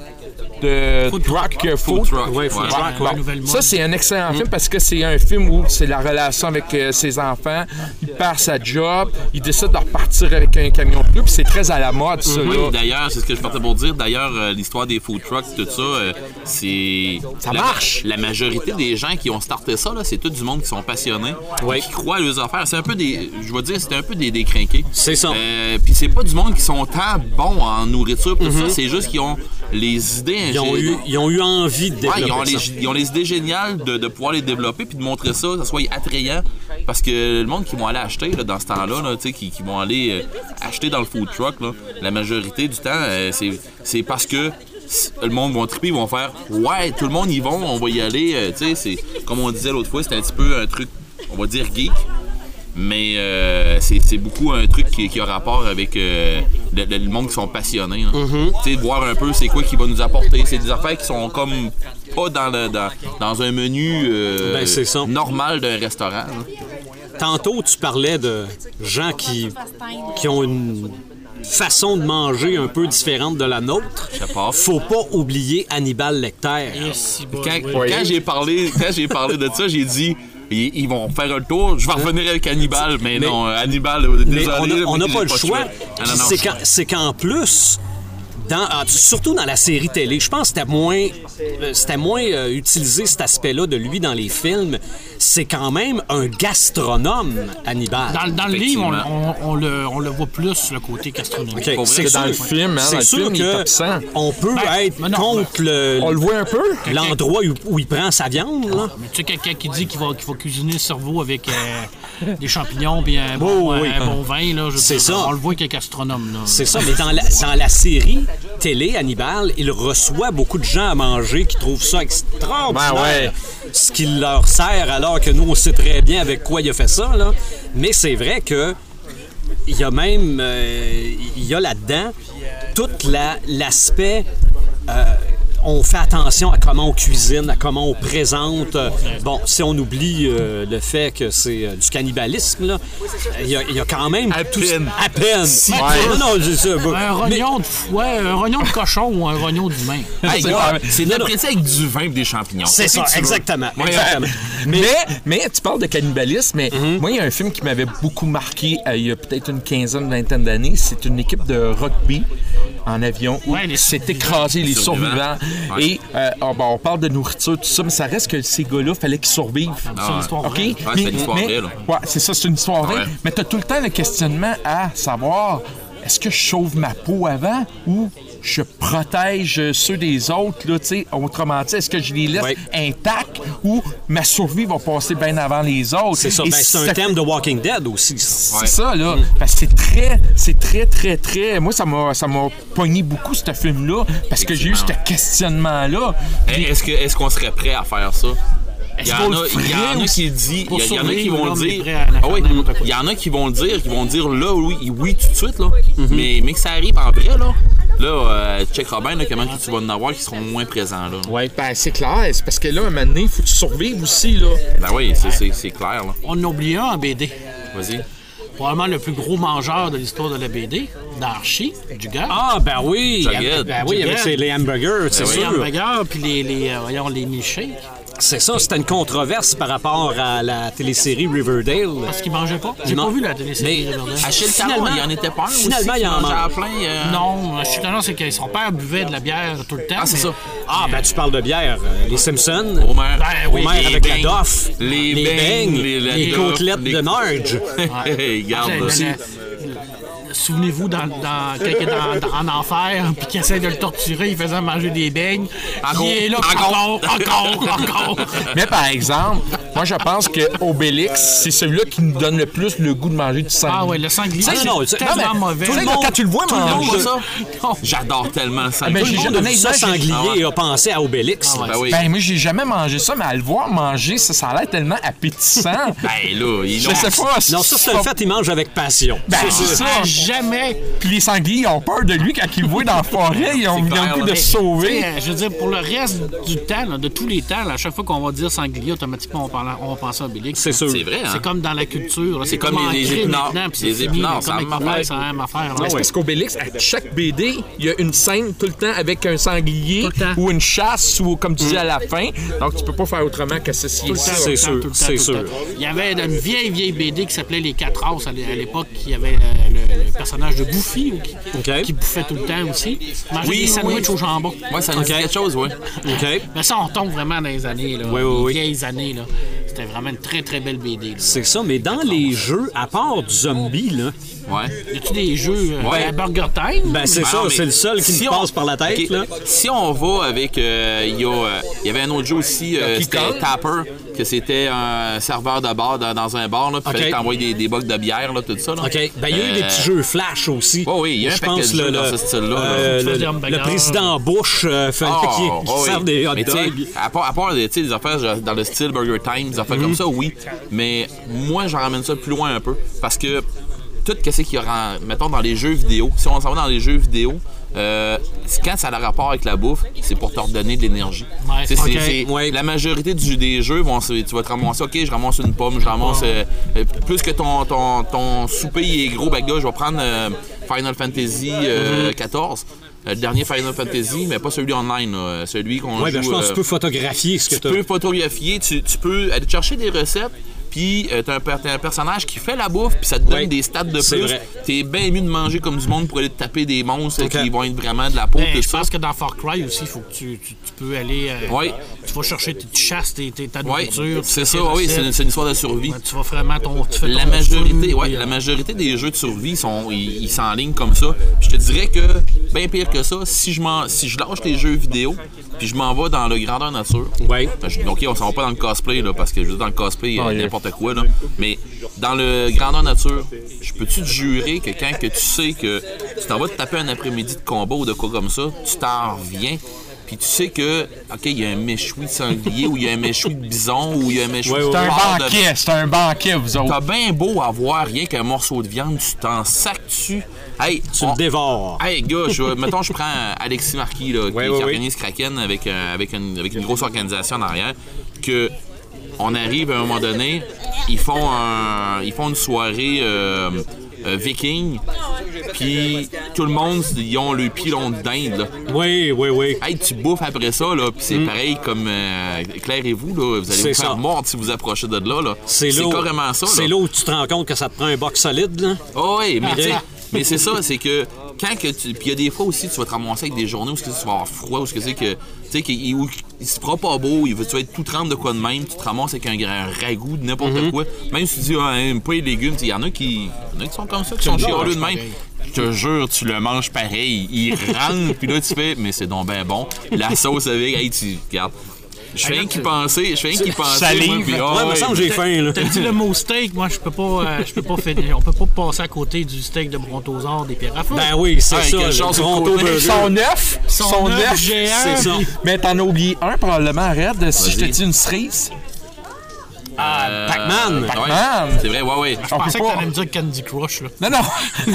Speaker 3: de
Speaker 1: Food
Speaker 3: truck, euh, food.
Speaker 4: truck,
Speaker 1: Ouais, food
Speaker 4: ouais. Mm.
Speaker 1: truck.
Speaker 3: Bon,
Speaker 5: Nouvelle mode.
Speaker 3: ça, c'est un excellent film parce que c'est un film où c'est la relation avec euh, ses enfants. Il perd sa job, il décide de repartir avec un camion bleu, puis c'est très à la mode, ça.
Speaker 4: Mm-hmm. Oui,
Speaker 3: là.
Speaker 4: d'ailleurs, c'est ce que je partais pour dire. D'ailleurs, euh, l'histoire des food trucks, tout ça, euh, c'est.
Speaker 3: Ça
Speaker 4: la,
Speaker 3: marche!
Speaker 4: La majorité des gens qui ont starté ça, là, c'est tout du monde qui sont passionnés,
Speaker 1: Oui.
Speaker 4: qui croient à leurs affaires. C'est un peu des. Je vais dire, c'est un peu des décrinqués.
Speaker 1: C'est ça.
Speaker 4: Euh, Puis c'est pas du monde qui sont tant bons en nourriture, tout ça. C'est juste qu'ils ont les idées
Speaker 1: Mm-hmm. Ils ont, eu,
Speaker 4: ingénieuses.
Speaker 1: ils ont eu envie de
Speaker 4: Ouais,
Speaker 1: développer
Speaker 4: Ah, ils, ont
Speaker 1: ça.
Speaker 4: les, ils ont les idées géniales de, de pouvoir les développer puis de montrer ça, que ça soit attrayant. Parce que le monde qui vont aller acheter là, dans ce temps-là, là, tu sais, qui, qui vont aller euh, acheter dans le food truck, là, la majorité du temps, euh, c'est c'est parce que s- le monde va triper, ils vont faire Ouais, tout le monde y va, on va y aller. euh, tu sais, c'est- comme on disait l'autre fois, c'était un petit peu un truc, on va dire geek. Mais euh, c'est c'est beaucoup un truc qui, qui a rapport avec euh, le, le- le monde qui sont passionnés. hein.
Speaker 1: Mm-hmm.
Speaker 4: Tu sais, voir un peu c'est quoi qui va nous apporter. C'est des affaires qui sont comme pas dans, le, dans, dans un menu euh,
Speaker 1: Ben, c'est ça.
Speaker 4: normal d'un restaurant. hein.
Speaker 1: Tantôt, tu parlais de gens qui, qui ont une façon de manger un peu différente de la nôtre.
Speaker 4: pas.
Speaker 1: Faut pas oublier Hannibal Lecter.
Speaker 4: Quand, quand j'ai parlé, quand j'ai parlé de ça, j'ai dit. Ils ils vont faire un tour, je vais revenir avec Hannibal, mais,
Speaker 1: Hein? Mais-
Speaker 4: non, Hannibal, euh, désolé.
Speaker 1: Mais on a- on n'a
Speaker 4: j'ai
Speaker 1: pas le choix.
Speaker 4: Ah, non, non,
Speaker 1: C'est qu'en- C'est qu'en plus, dans- en- surtout dans la série télé, je pense que c'était moins, euh, c'était moins euh, utilisé cet aspect-là de lui dans les films. C'est quand même un gastronome, Hannibal.
Speaker 5: Dans, dans le livre, on,
Speaker 4: Effectivement.
Speaker 5: on- on le, on le voit plus, le côté gastronomique.
Speaker 1: OK,
Speaker 4: Pour vrai
Speaker 1: c'est
Speaker 4: que dans
Speaker 1: sûr-
Speaker 4: le
Speaker 3: film, hein,
Speaker 1: c'est
Speaker 3: dans le
Speaker 1: sûr
Speaker 3: film, il est
Speaker 1: que
Speaker 3: absent.
Speaker 1: on peut
Speaker 5: Ben,
Speaker 1: être
Speaker 5: mais non,
Speaker 1: contre le-
Speaker 3: On le voit un peu?
Speaker 1: l'endroit où, où il prend sa viande. là.
Speaker 5: Mais tu sais, quelqu'un qui dit qu'il va, qu'il va cuisiner le cerveau avec euh, des champignons puis un
Speaker 1: Oh,
Speaker 5: bon,
Speaker 1: oui.
Speaker 5: un bon vin, là, je veux
Speaker 1: C'est
Speaker 5: dire,
Speaker 1: ça.
Speaker 5: on le voit qu'il est gastronome. Là.
Speaker 1: C'est ça, mais dans la, dans la série télé Hannibal, il reçoit beaucoup de gens à manger qui trouvent ça extraordinaire.
Speaker 3: Ben ouais.
Speaker 1: Ce qu'il leur sert, alors que nous, on sait très bien avec quoi il a fait ça. Là. Mais c'est vrai que il y a même, euh, il y a là-dedans tout la- l'aspect. euh, on fait attention à comment on cuisine, à comment on présente. Euh, Bon, si on oublie euh, le fait que c'est euh, du cannibalisme, là, il y, a- il y a quand même
Speaker 4: À
Speaker 1: tout-
Speaker 4: peine.
Speaker 1: à peine. Non, non, je- je-
Speaker 5: Un
Speaker 1: mais-
Speaker 5: rognon de fouet, un rognon de cochon ou un rognon d'humain.
Speaker 4: Hey, gars,
Speaker 3: C'est pas-
Speaker 4: C'est
Speaker 1: Non, non.
Speaker 4: d'apprécier avec du vin et des champignons.
Speaker 1: C'est ça,
Speaker 4: que tu veux.
Speaker 1: exactement.
Speaker 4: Ouais,
Speaker 1: exactement.
Speaker 3: Mais, mais tu parles de cannibalisme, mais
Speaker 4: Mhm.
Speaker 3: moi, il y a un film qui m'avait beaucoup marqué euh, il y a peut-être une quinzaine, vingtaine d'années. C'est une équipe de rugby en avion où
Speaker 5: Ouais, les
Speaker 3: s'est
Speaker 5: survivants.
Speaker 3: écrasé les survivants.
Speaker 4: survivants. Ouais.
Speaker 3: Et euh, ah, bon, on parle de nourriture, tout ça, mais ça reste que ces gars-là, fallait qu'ils survivent.
Speaker 5: C'est une histoire
Speaker 3: OK?
Speaker 5: vraie.
Speaker 4: Ah Ouais, c'est une histoire vraie, là.
Speaker 3: ouais, c'est ça, c'est une histoire vraie.
Speaker 4: Ouais.
Speaker 3: Mais tu as tout le temps le questionnement à savoir est-ce que je sauve ma peau avant ou je protège ceux des autres, là, tu sais, autrement dit, est-ce que je les laisse
Speaker 1: Ouais.
Speaker 3: intacts ou ma survie va passer bien avant les autres?
Speaker 1: C'est ça.
Speaker 3: Et
Speaker 1: Ben, c'est un
Speaker 3: ça-
Speaker 1: thème Mm. de Walking Dead aussi. ça.
Speaker 3: C'est
Speaker 4: Ouais.
Speaker 3: ça, là. Parce que c'est très, c'est très, très, très. Moi, ça m'a, ça m'a pogné beaucoup, ce film-là, parce que j'ai eu ce questionnement-là.
Speaker 4: Hey, Est-ce que- est-ce qu'on serait prêt à faire ça? Il y,
Speaker 3: qu'on
Speaker 4: en a,
Speaker 3: le
Speaker 4: il y en a
Speaker 3: ferait
Speaker 4: qui dit,
Speaker 5: pour
Speaker 4: il y en a qui
Speaker 5: survivre,
Speaker 4: vont
Speaker 5: l'homme est
Speaker 4: dire,
Speaker 5: prêt à la
Speaker 4: ah oui,
Speaker 5: faire n'importe quoi.
Speaker 4: il y en a qui vont le dire, qui vont dire là oui, oui tout de suite là, mais, mais que ça arrive en vrai là, là euh, check Robin là, comment que tu vas en avoir qui seront moins présents là.
Speaker 3: Ouais. Ben, c'est clair. C'est parce que là, un moment donné, il faut survivre aussi, là.
Speaker 4: Ben oui, c'est- c'est c'est clair là.
Speaker 5: On en oublie un en BD.
Speaker 4: Vas-y.
Speaker 5: Probablement le plus gros mangeur de l'histoire de la BD, d'Archie, du gars.
Speaker 1: Ah, ben oui.
Speaker 4: Jagged.
Speaker 1: avec- Ben oui, avec
Speaker 5: Jagged.
Speaker 1: ses- les hamburgers, c'est
Speaker 5: les
Speaker 1: sûr.
Speaker 5: Ben hamburgers, puis les, les, euh, voyons, les milkshakes.
Speaker 1: C'est ça, c'était une controverse par rapport à la télésérie Riverdale.
Speaker 5: Parce qu'ils mangeaient pas. J'ai
Speaker 1: Non.
Speaker 5: pas vu la télésérie.
Speaker 1: Mais-
Speaker 5: de Bernard.
Speaker 4: Achille
Speaker 1: Finalement-
Speaker 4: Taron, il en était pas un aussi,
Speaker 1: finalement,
Speaker 4: qui
Speaker 1: il en
Speaker 4: mangeait à
Speaker 1: manque.
Speaker 4: plein. euh,
Speaker 5: Non, je suis content, c'est que son père buvait de la bière tout le temps.
Speaker 4: Ah, c'est
Speaker 5: mais-
Speaker 4: ça.
Speaker 1: Ah, ben tu parles de bière. euh, Les Simpsons.
Speaker 4: Homer.
Speaker 5: Ben oui.
Speaker 1: Homer
Speaker 4: Les
Speaker 1: avec la
Speaker 4: beignes.
Speaker 1: doff.
Speaker 4: Les beignes,
Speaker 1: beignes,
Speaker 4: les- la
Speaker 1: les
Speaker 4: doff,
Speaker 1: côtelettes
Speaker 4: les- Ah
Speaker 1: de Marge.
Speaker 4: Hey, garde.
Speaker 5: Ben, ben, le- Souvenez-vous, dans, dans, quand il était dans- dans- en enfer, puis qu'il essayait de le torturer, il faisait manger des beignes.
Speaker 4: Encore.
Speaker 5: Il est là,
Speaker 4: Encore.
Speaker 5: encore, encore, encore.
Speaker 3: Mais par exemple, Moi, je pense que Obélix, c'est celui-là qui nous donne le plus le goût de manger du sang.
Speaker 5: Ah ouais, le sanglier,
Speaker 1: Ah,
Speaker 5: c'est
Speaker 1: non, c'est-
Speaker 5: tellement
Speaker 1: non, mais
Speaker 5: mauvais.
Speaker 1: tout le
Speaker 3: Tu sais,
Speaker 1: monde-
Speaker 3: quand tu le vois
Speaker 1: tout le
Speaker 3: manger,
Speaker 1: monde-
Speaker 3: ça,
Speaker 4: J'adore tellement ça.
Speaker 3: Mais
Speaker 1: Tout le
Speaker 3: j'ai-
Speaker 1: monde a vu
Speaker 3: honnêtement,
Speaker 1: ça
Speaker 3: j'ai-
Speaker 4: Ah
Speaker 1: sanglier
Speaker 4: ouais.
Speaker 1: et a pensé à Obélix.
Speaker 5: Ah ouais.
Speaker 4: Ben oui.
Speaker 3: Ben, moi, j'ai jamais mangé ça, mais à le voir manger, ça, ça a l'air tellement appétissant.
Speaker 4: Ben là, ils
Speaker 3: je
Speaker 4: l'ont-
Speaker 3: sais pas.
Speaker 1: Non, ça, c'est le fait, il mange avec passion.
Speaker 3: Ben,
Speaker 5: C'est
Speaker 3: c'est ça.
Speaker 5: ça,
Speaker 1: Ah.
Speaker 5: jamais.
Speaker 3: Puis les sangliers, ils ont peur de lui quand ils le voient dans la forêt. Ils ont
Speaker 4: C'est
Speaker 3: ils ont
Speaker 4: clair,
Speaker 3: le goût
Speaker 4: là.
Speaker 3: de se sauver.
Speaker 5: Euh, Je veux dire, pour le reste du temps, là, de tous les temps, là, à chaque fois qu'on va dire sanglier, automatiquement, on, parle- on pense à Obélix.
Speaker 1: C'est sûr.
Speaker 4: C'est vrai, hein?
Speaker 5: C'est comme dans la culture. là.
Speaker 4: C'est comme
Speaker 5: en
Speaker 4: les- les
Speaker 5: crée
Speaker 4: épinards.
Speaker 5: maintenant, puis c'est
Speaker 4: Les
Speaker 5: fini,
Speaker 4: épinards,
Speaker 5: là,
Speaker 4: ça a la
Speaker 5: comme
Speaker 4: même
Speaker 5: épinards,
Speaker 4: affaire.
Speaker 5: ça a la même affaire. hein, là.
Speaker 1: Ah
Speaker 3: Mais c'est
Speaker 5: Ouais.
Speaker 3: parce qu'Obélix, à chaque BD, il y a une scène tout le temps avec un sanglier
Speaker 5: Tout le temps.
Speaker 3: ou une chasse ou, comme tu dis, à la fin. Donc, tu peux pas faire autrement qu'associer
Speaker 5: Tout le temps,
Speaker 3: ça.
Speaker 5: tout
Speaker 1: C'est
Speaker 5: le temps,
Speaker 1: sûr,
Speaker 5: tout le temps,
Speaker 1: c'est
Speaker 5: tout le
Speaker 1: sûr.
Speaker 5: temps. Il y avait une vieille, vieille BD qui s'appelait Les Quatre As à l'é- à l'époque, qui avait euh, le, le personnage de Bouffy ou qui,
Speaker 1: Ok.
Speaker 5: qui bouffait tout le temps aussi. Mangeait
Speaker 4: Oui,
Speaker 5: des sandwichs
Speaker 4: oui.
Speaker 5: au jambon.
Speaker 4: Ouais, ça nous dit
Speaker 1: Ok.
Speaker 4: quelque chose, ouais.
Speaker 1: OK?
Speaker 5: Mais ça, on tombe vraiment dans les années, là,
Speaker 1: Oui, oui,
Speaker 5: les
Speaker 1: oui.
Speaker 5: vieilles années. là. C'était vraiment une très, très belle BD. là.
Speaker 1: C'est ça, mais dans les jeux, à part du zombie, là,
Speaker 4: Ouais.
Speaker 5: Y a-tu des jeux euh,
Speaker 4: Ouais.
Speaker 5: à Burger Time?
Speaker 1: ben c'est
Speaker 4: Ah
Speaker 1: ça,
Speaker 4: non, mais
Speaker 1: c'est le seul qui
Speaker 4: si
Speaker 1: me
Speaker 4: on-
Speaker 1: passe par la tête,
Speaker 4: Ok,
Speaker 1: là.
Speaker 4: Si on va avec. euh, Il y, a, euh, il y avait un autre jeu aussi, euh,
Speaker 3: Donkey
Speaker 4: c'était
Speaker 3: Kong.
Speaker 4: Tapper, que c'était un serveur de bar dans, dans un bar, là, puis
Speaker 1: Ok.
Speaker 4: fallait t'envoyer des, des bocs de bière, là, tout ça. Là.
Speaker 1: OK. Ben, il y a eu des
Speaker 4: Euh,
Speaker 1: petits jeux flash aussi.
Speaker 4: Ouais, oui, il y a un
Speaker 1: Je
Speaker 4: paquet
Speaker 1: pense
Speaker 4: de
Speaker 1: le,
Speaker 4: jeux dans
Speaker 1: le-
Speaker 4: ce style-là, là.
Speaker 1: euh,
Speaker 5: Une
Speaker 1: le,
Speaker 5: sorte de
Speaker 1: le
Speaker 5: hamburger.
Speaker 1: président Bush euh, fallait qu'il
Speaker 4: Ah,
Speaker 1: qu'il
Speaker 4: oui.
Speaker 1: serve des hot
Speaker 4: Mais tu sais,
Speaker 1: dogs.
Speaker 4: À part, à part tu sais, des affaires genre, dans le style Burger Time, des affaires
Speaker 1: Mm-hmm.
Speaker 4: comme ça, oui. Mais moi, j'en ramène ça plus loin un peu. Parce que tout ce qu'il y a, en- mettons, dans les jeux vidéo, si on s'en va dans les jeux vidéo, euh, c'est quand ça a le rapport avec la bouffe, c'est pour te redonner de l'énergie.
Speaker 5: Ouais.
Speaker 4: Tu sais, c'est-
Speaker 5: Ok,
Speaker 4: c'est-
Speaker 1: ouais.
Speaker 4: La majorité du- des jeux, vont, se- tu vas te ramasser, OK, je ramasse une pomme, je ramasse... euh, euh, plus que ton, ton, ton souper il est gros, ben gars, je vais prendre euh, Final Fantasy euh,
Speaker 1: Mhm.
Speaker 4: 14. euh, Le dernier Final Fantasy, mais pas celui online, là, euh, celui qu'on
Speaker 1: Oui, ben, je
Speaker 4: joue,
Speaker 1: pense
Speaker 4: euh,
Speaker 1: que tu peux photographier ce que
Speaker 4: tu
Speaker 1: tu
Speaker 4: peux photographier, tu, tu peux aller chercher des recettes, puis euh, t'as un, per- t'as un personnage qui fait la bouffe, puis ça te donne
Speaker 1: Ouais,
Speaker 4: des stats de
Speaker 1: c'est
Speaker 4: plus.
Speaker 1: vrai.
Speaker 4: T'es bien mieux de manger comme du monde pour aller te taper des monstres
Speaker 1: Ok.
Speaker 4: qui vont être vraiment de la peau.
Speaker 5: Ben,
Speaker 4: tout
Speaker 5: je
Speaker 4: ça.
Speaker 5: pense que dans Far Cry aussi, il faut que tu, tu- tu peux aller. euh,
Speaker 4: Ouais.
Speaker 5: Tu vas chercher, tu, tu chasses tes, tes- ta
Speaker 4: Ouais,
Speaker 5: nourriture. tu
Speaker 4: c'est
Speaker 5: fais
Speaker 4: ça,
Speaker 5: tes
Speaker 4: oui, c'est
Speaker 5: recettes.
Speaker 4: une, c'est une histoire de survie.
Speaker 5: Ouais, tu vas vraiment ton. Tu fais
Speaker 4: La
Speaker 5: ton
Speaker 4: majorité,
Speaker 5: soupe,
Speaker 4: ouais,
Speaker 5: puis,
Speaker 4: la
Speaker 5: euh,
Speaker 4: majorité des jeux de survie sont, ils ils s'enlignent comme ça. Puis je te dirais que, bien pire que ça, si je m'en- si je lâche les jeux vidéo, puis je m'en vais dans le grandeur nature.
Speaker 1: Ouais.
Speaker 4: Ben, je- ok, on s'en va pas dans le cosplay là, parce que je veux dire, dans le cosplay, il y a
Speaker 3: Ah, yeah.
Speaker 4: n'importe quoi là. Mais dans le grandeur nature, je peux-tu te jurer que quand que tu sais que tu t'en vas te taper un après-midi de combat ou de quoi comme ça, tu t'en reviens. Puis tu sais que, OK, il y a un méchoui de sanglier ou il y a un méchoui de bison ou il y a un méchoui
Speaker 1: Ouais,
Speaker 4: de
Speaker 1: ouais,
Speaker 3: C'est un
Speaker 4: porc, de
Speaker 3: banquet, c'est un banquet, vous autres.
Speaker 4: T'as bien beau avoir rien qu'un morceau de viande, tu t'en sacs dessus. Hey,
Speaker 1: Tu
Speaker 4: on-
Speaker 1: le dévores.
Speaker 4: Hey, gars, je, mettons, je prends Alexis Marquis, là, qui,
Speaker 1: Ouais,
Speaker 4: qui
Speaker 1: ouais,
Speaker 4: organise Kraken avec, euh, avec, une, avec une grosse organisation en arrière, que on arrive à un moment donné, ils font, un- ils font une soirée euh, euh, viking, puis tout le monde, ils ont le pilon de dinde, là.
Speaker 1: Oui, oui, oui.
Speaker 4: Hey, tu bouffes après ça, là, puis c'est pareil comme euh, Claire et vous, là, vous allez vous
Speaker 1: Mm. C'est
Speaker 4: faire
Speaker 1: ça.
Speaker 4: mordre si vous approchez de là, là.
Speaker 1: C'est là où-
Speaker 4: carrément ça, là.
Speaker 1: C'est là où tu te rends compte que ça te prend un box solide, là.
Speaker 4: Oh oui, mais,
Speaker 1: Ok.
Speaker 4: tu sais, mais c'est ça, c'est que quand que tu. Puis il y a des fois aussi, tu vas te ramasser avec des journées où ce que tu vas avoir froid, où ce que c'est que. Tu sais, qu'il où il se fera pas beau, il veut, tu vas être tout tremble de quoi de même, tu te ramasses avec un, grand ragoût de n'importe quoi. Même si tu dis, ah, aime pas les légumes, tu sais, il y en a qui. il y en a qui sont comme ça, qui sont chialeux de même. Je te jure, tu le manges pareil. Il rentre, puis là, tu fais, mais c'est donc ben bon. La sauce avec, hey, tu. Regarde. Je fais rien qu'y penser, je fais rien qu'y penser. moi,
Speaker 3: salives.
Speaker 4: puis, ah
Speaker 1: ouais, il me
Speaker 4: ouais,
Speaker 1: semble que j'ai faim, là.
Speaker 5: T'as dit le mot steak, moi je peux pas, euh, je peux pas finir. On peut pas passer à côté du steak de brontosaure des pierres à feu.
Speaker 1: Ben oui, c'est
Speaker 4: Ouais,
Speaker 1: ça,
Speaker 4: quelque
Speaker 1: le
Speaker 4: chose au
Speaker 1: Toronto
Speaker 4: côté.
Speaker 1: Burger.
Speaker 3: Ils sont neufs. Ils
Speaker 5: Son
Speaker 3: sont
Speaker 5: œuf
Speaker 3: neufs.
Speaker 5: géant,
Speaker 1: C'est ça.
Speaker 5: puis-
Speaker 3: Mais t'en as oublié un probablement, Red. Si je te
Speaker 4: Vas-y.
Speaker 3: dis une cerise,
Speaker 4: euh,
Speaker 1: Pac-Man.
Speaker 4: ouais,
Speaker 3: Pac-Man.
Speaker 4: C'est vrai, ouais, ouais.
Speaker 5: Je
Speaker 3: on
Speaker 5: pensais
Speaker 3: peut
Speaker 5: que
Speaker 3: pas.
Speaker 5: t'allais me dire Candy Crush là.
Speaker 3: Non, non.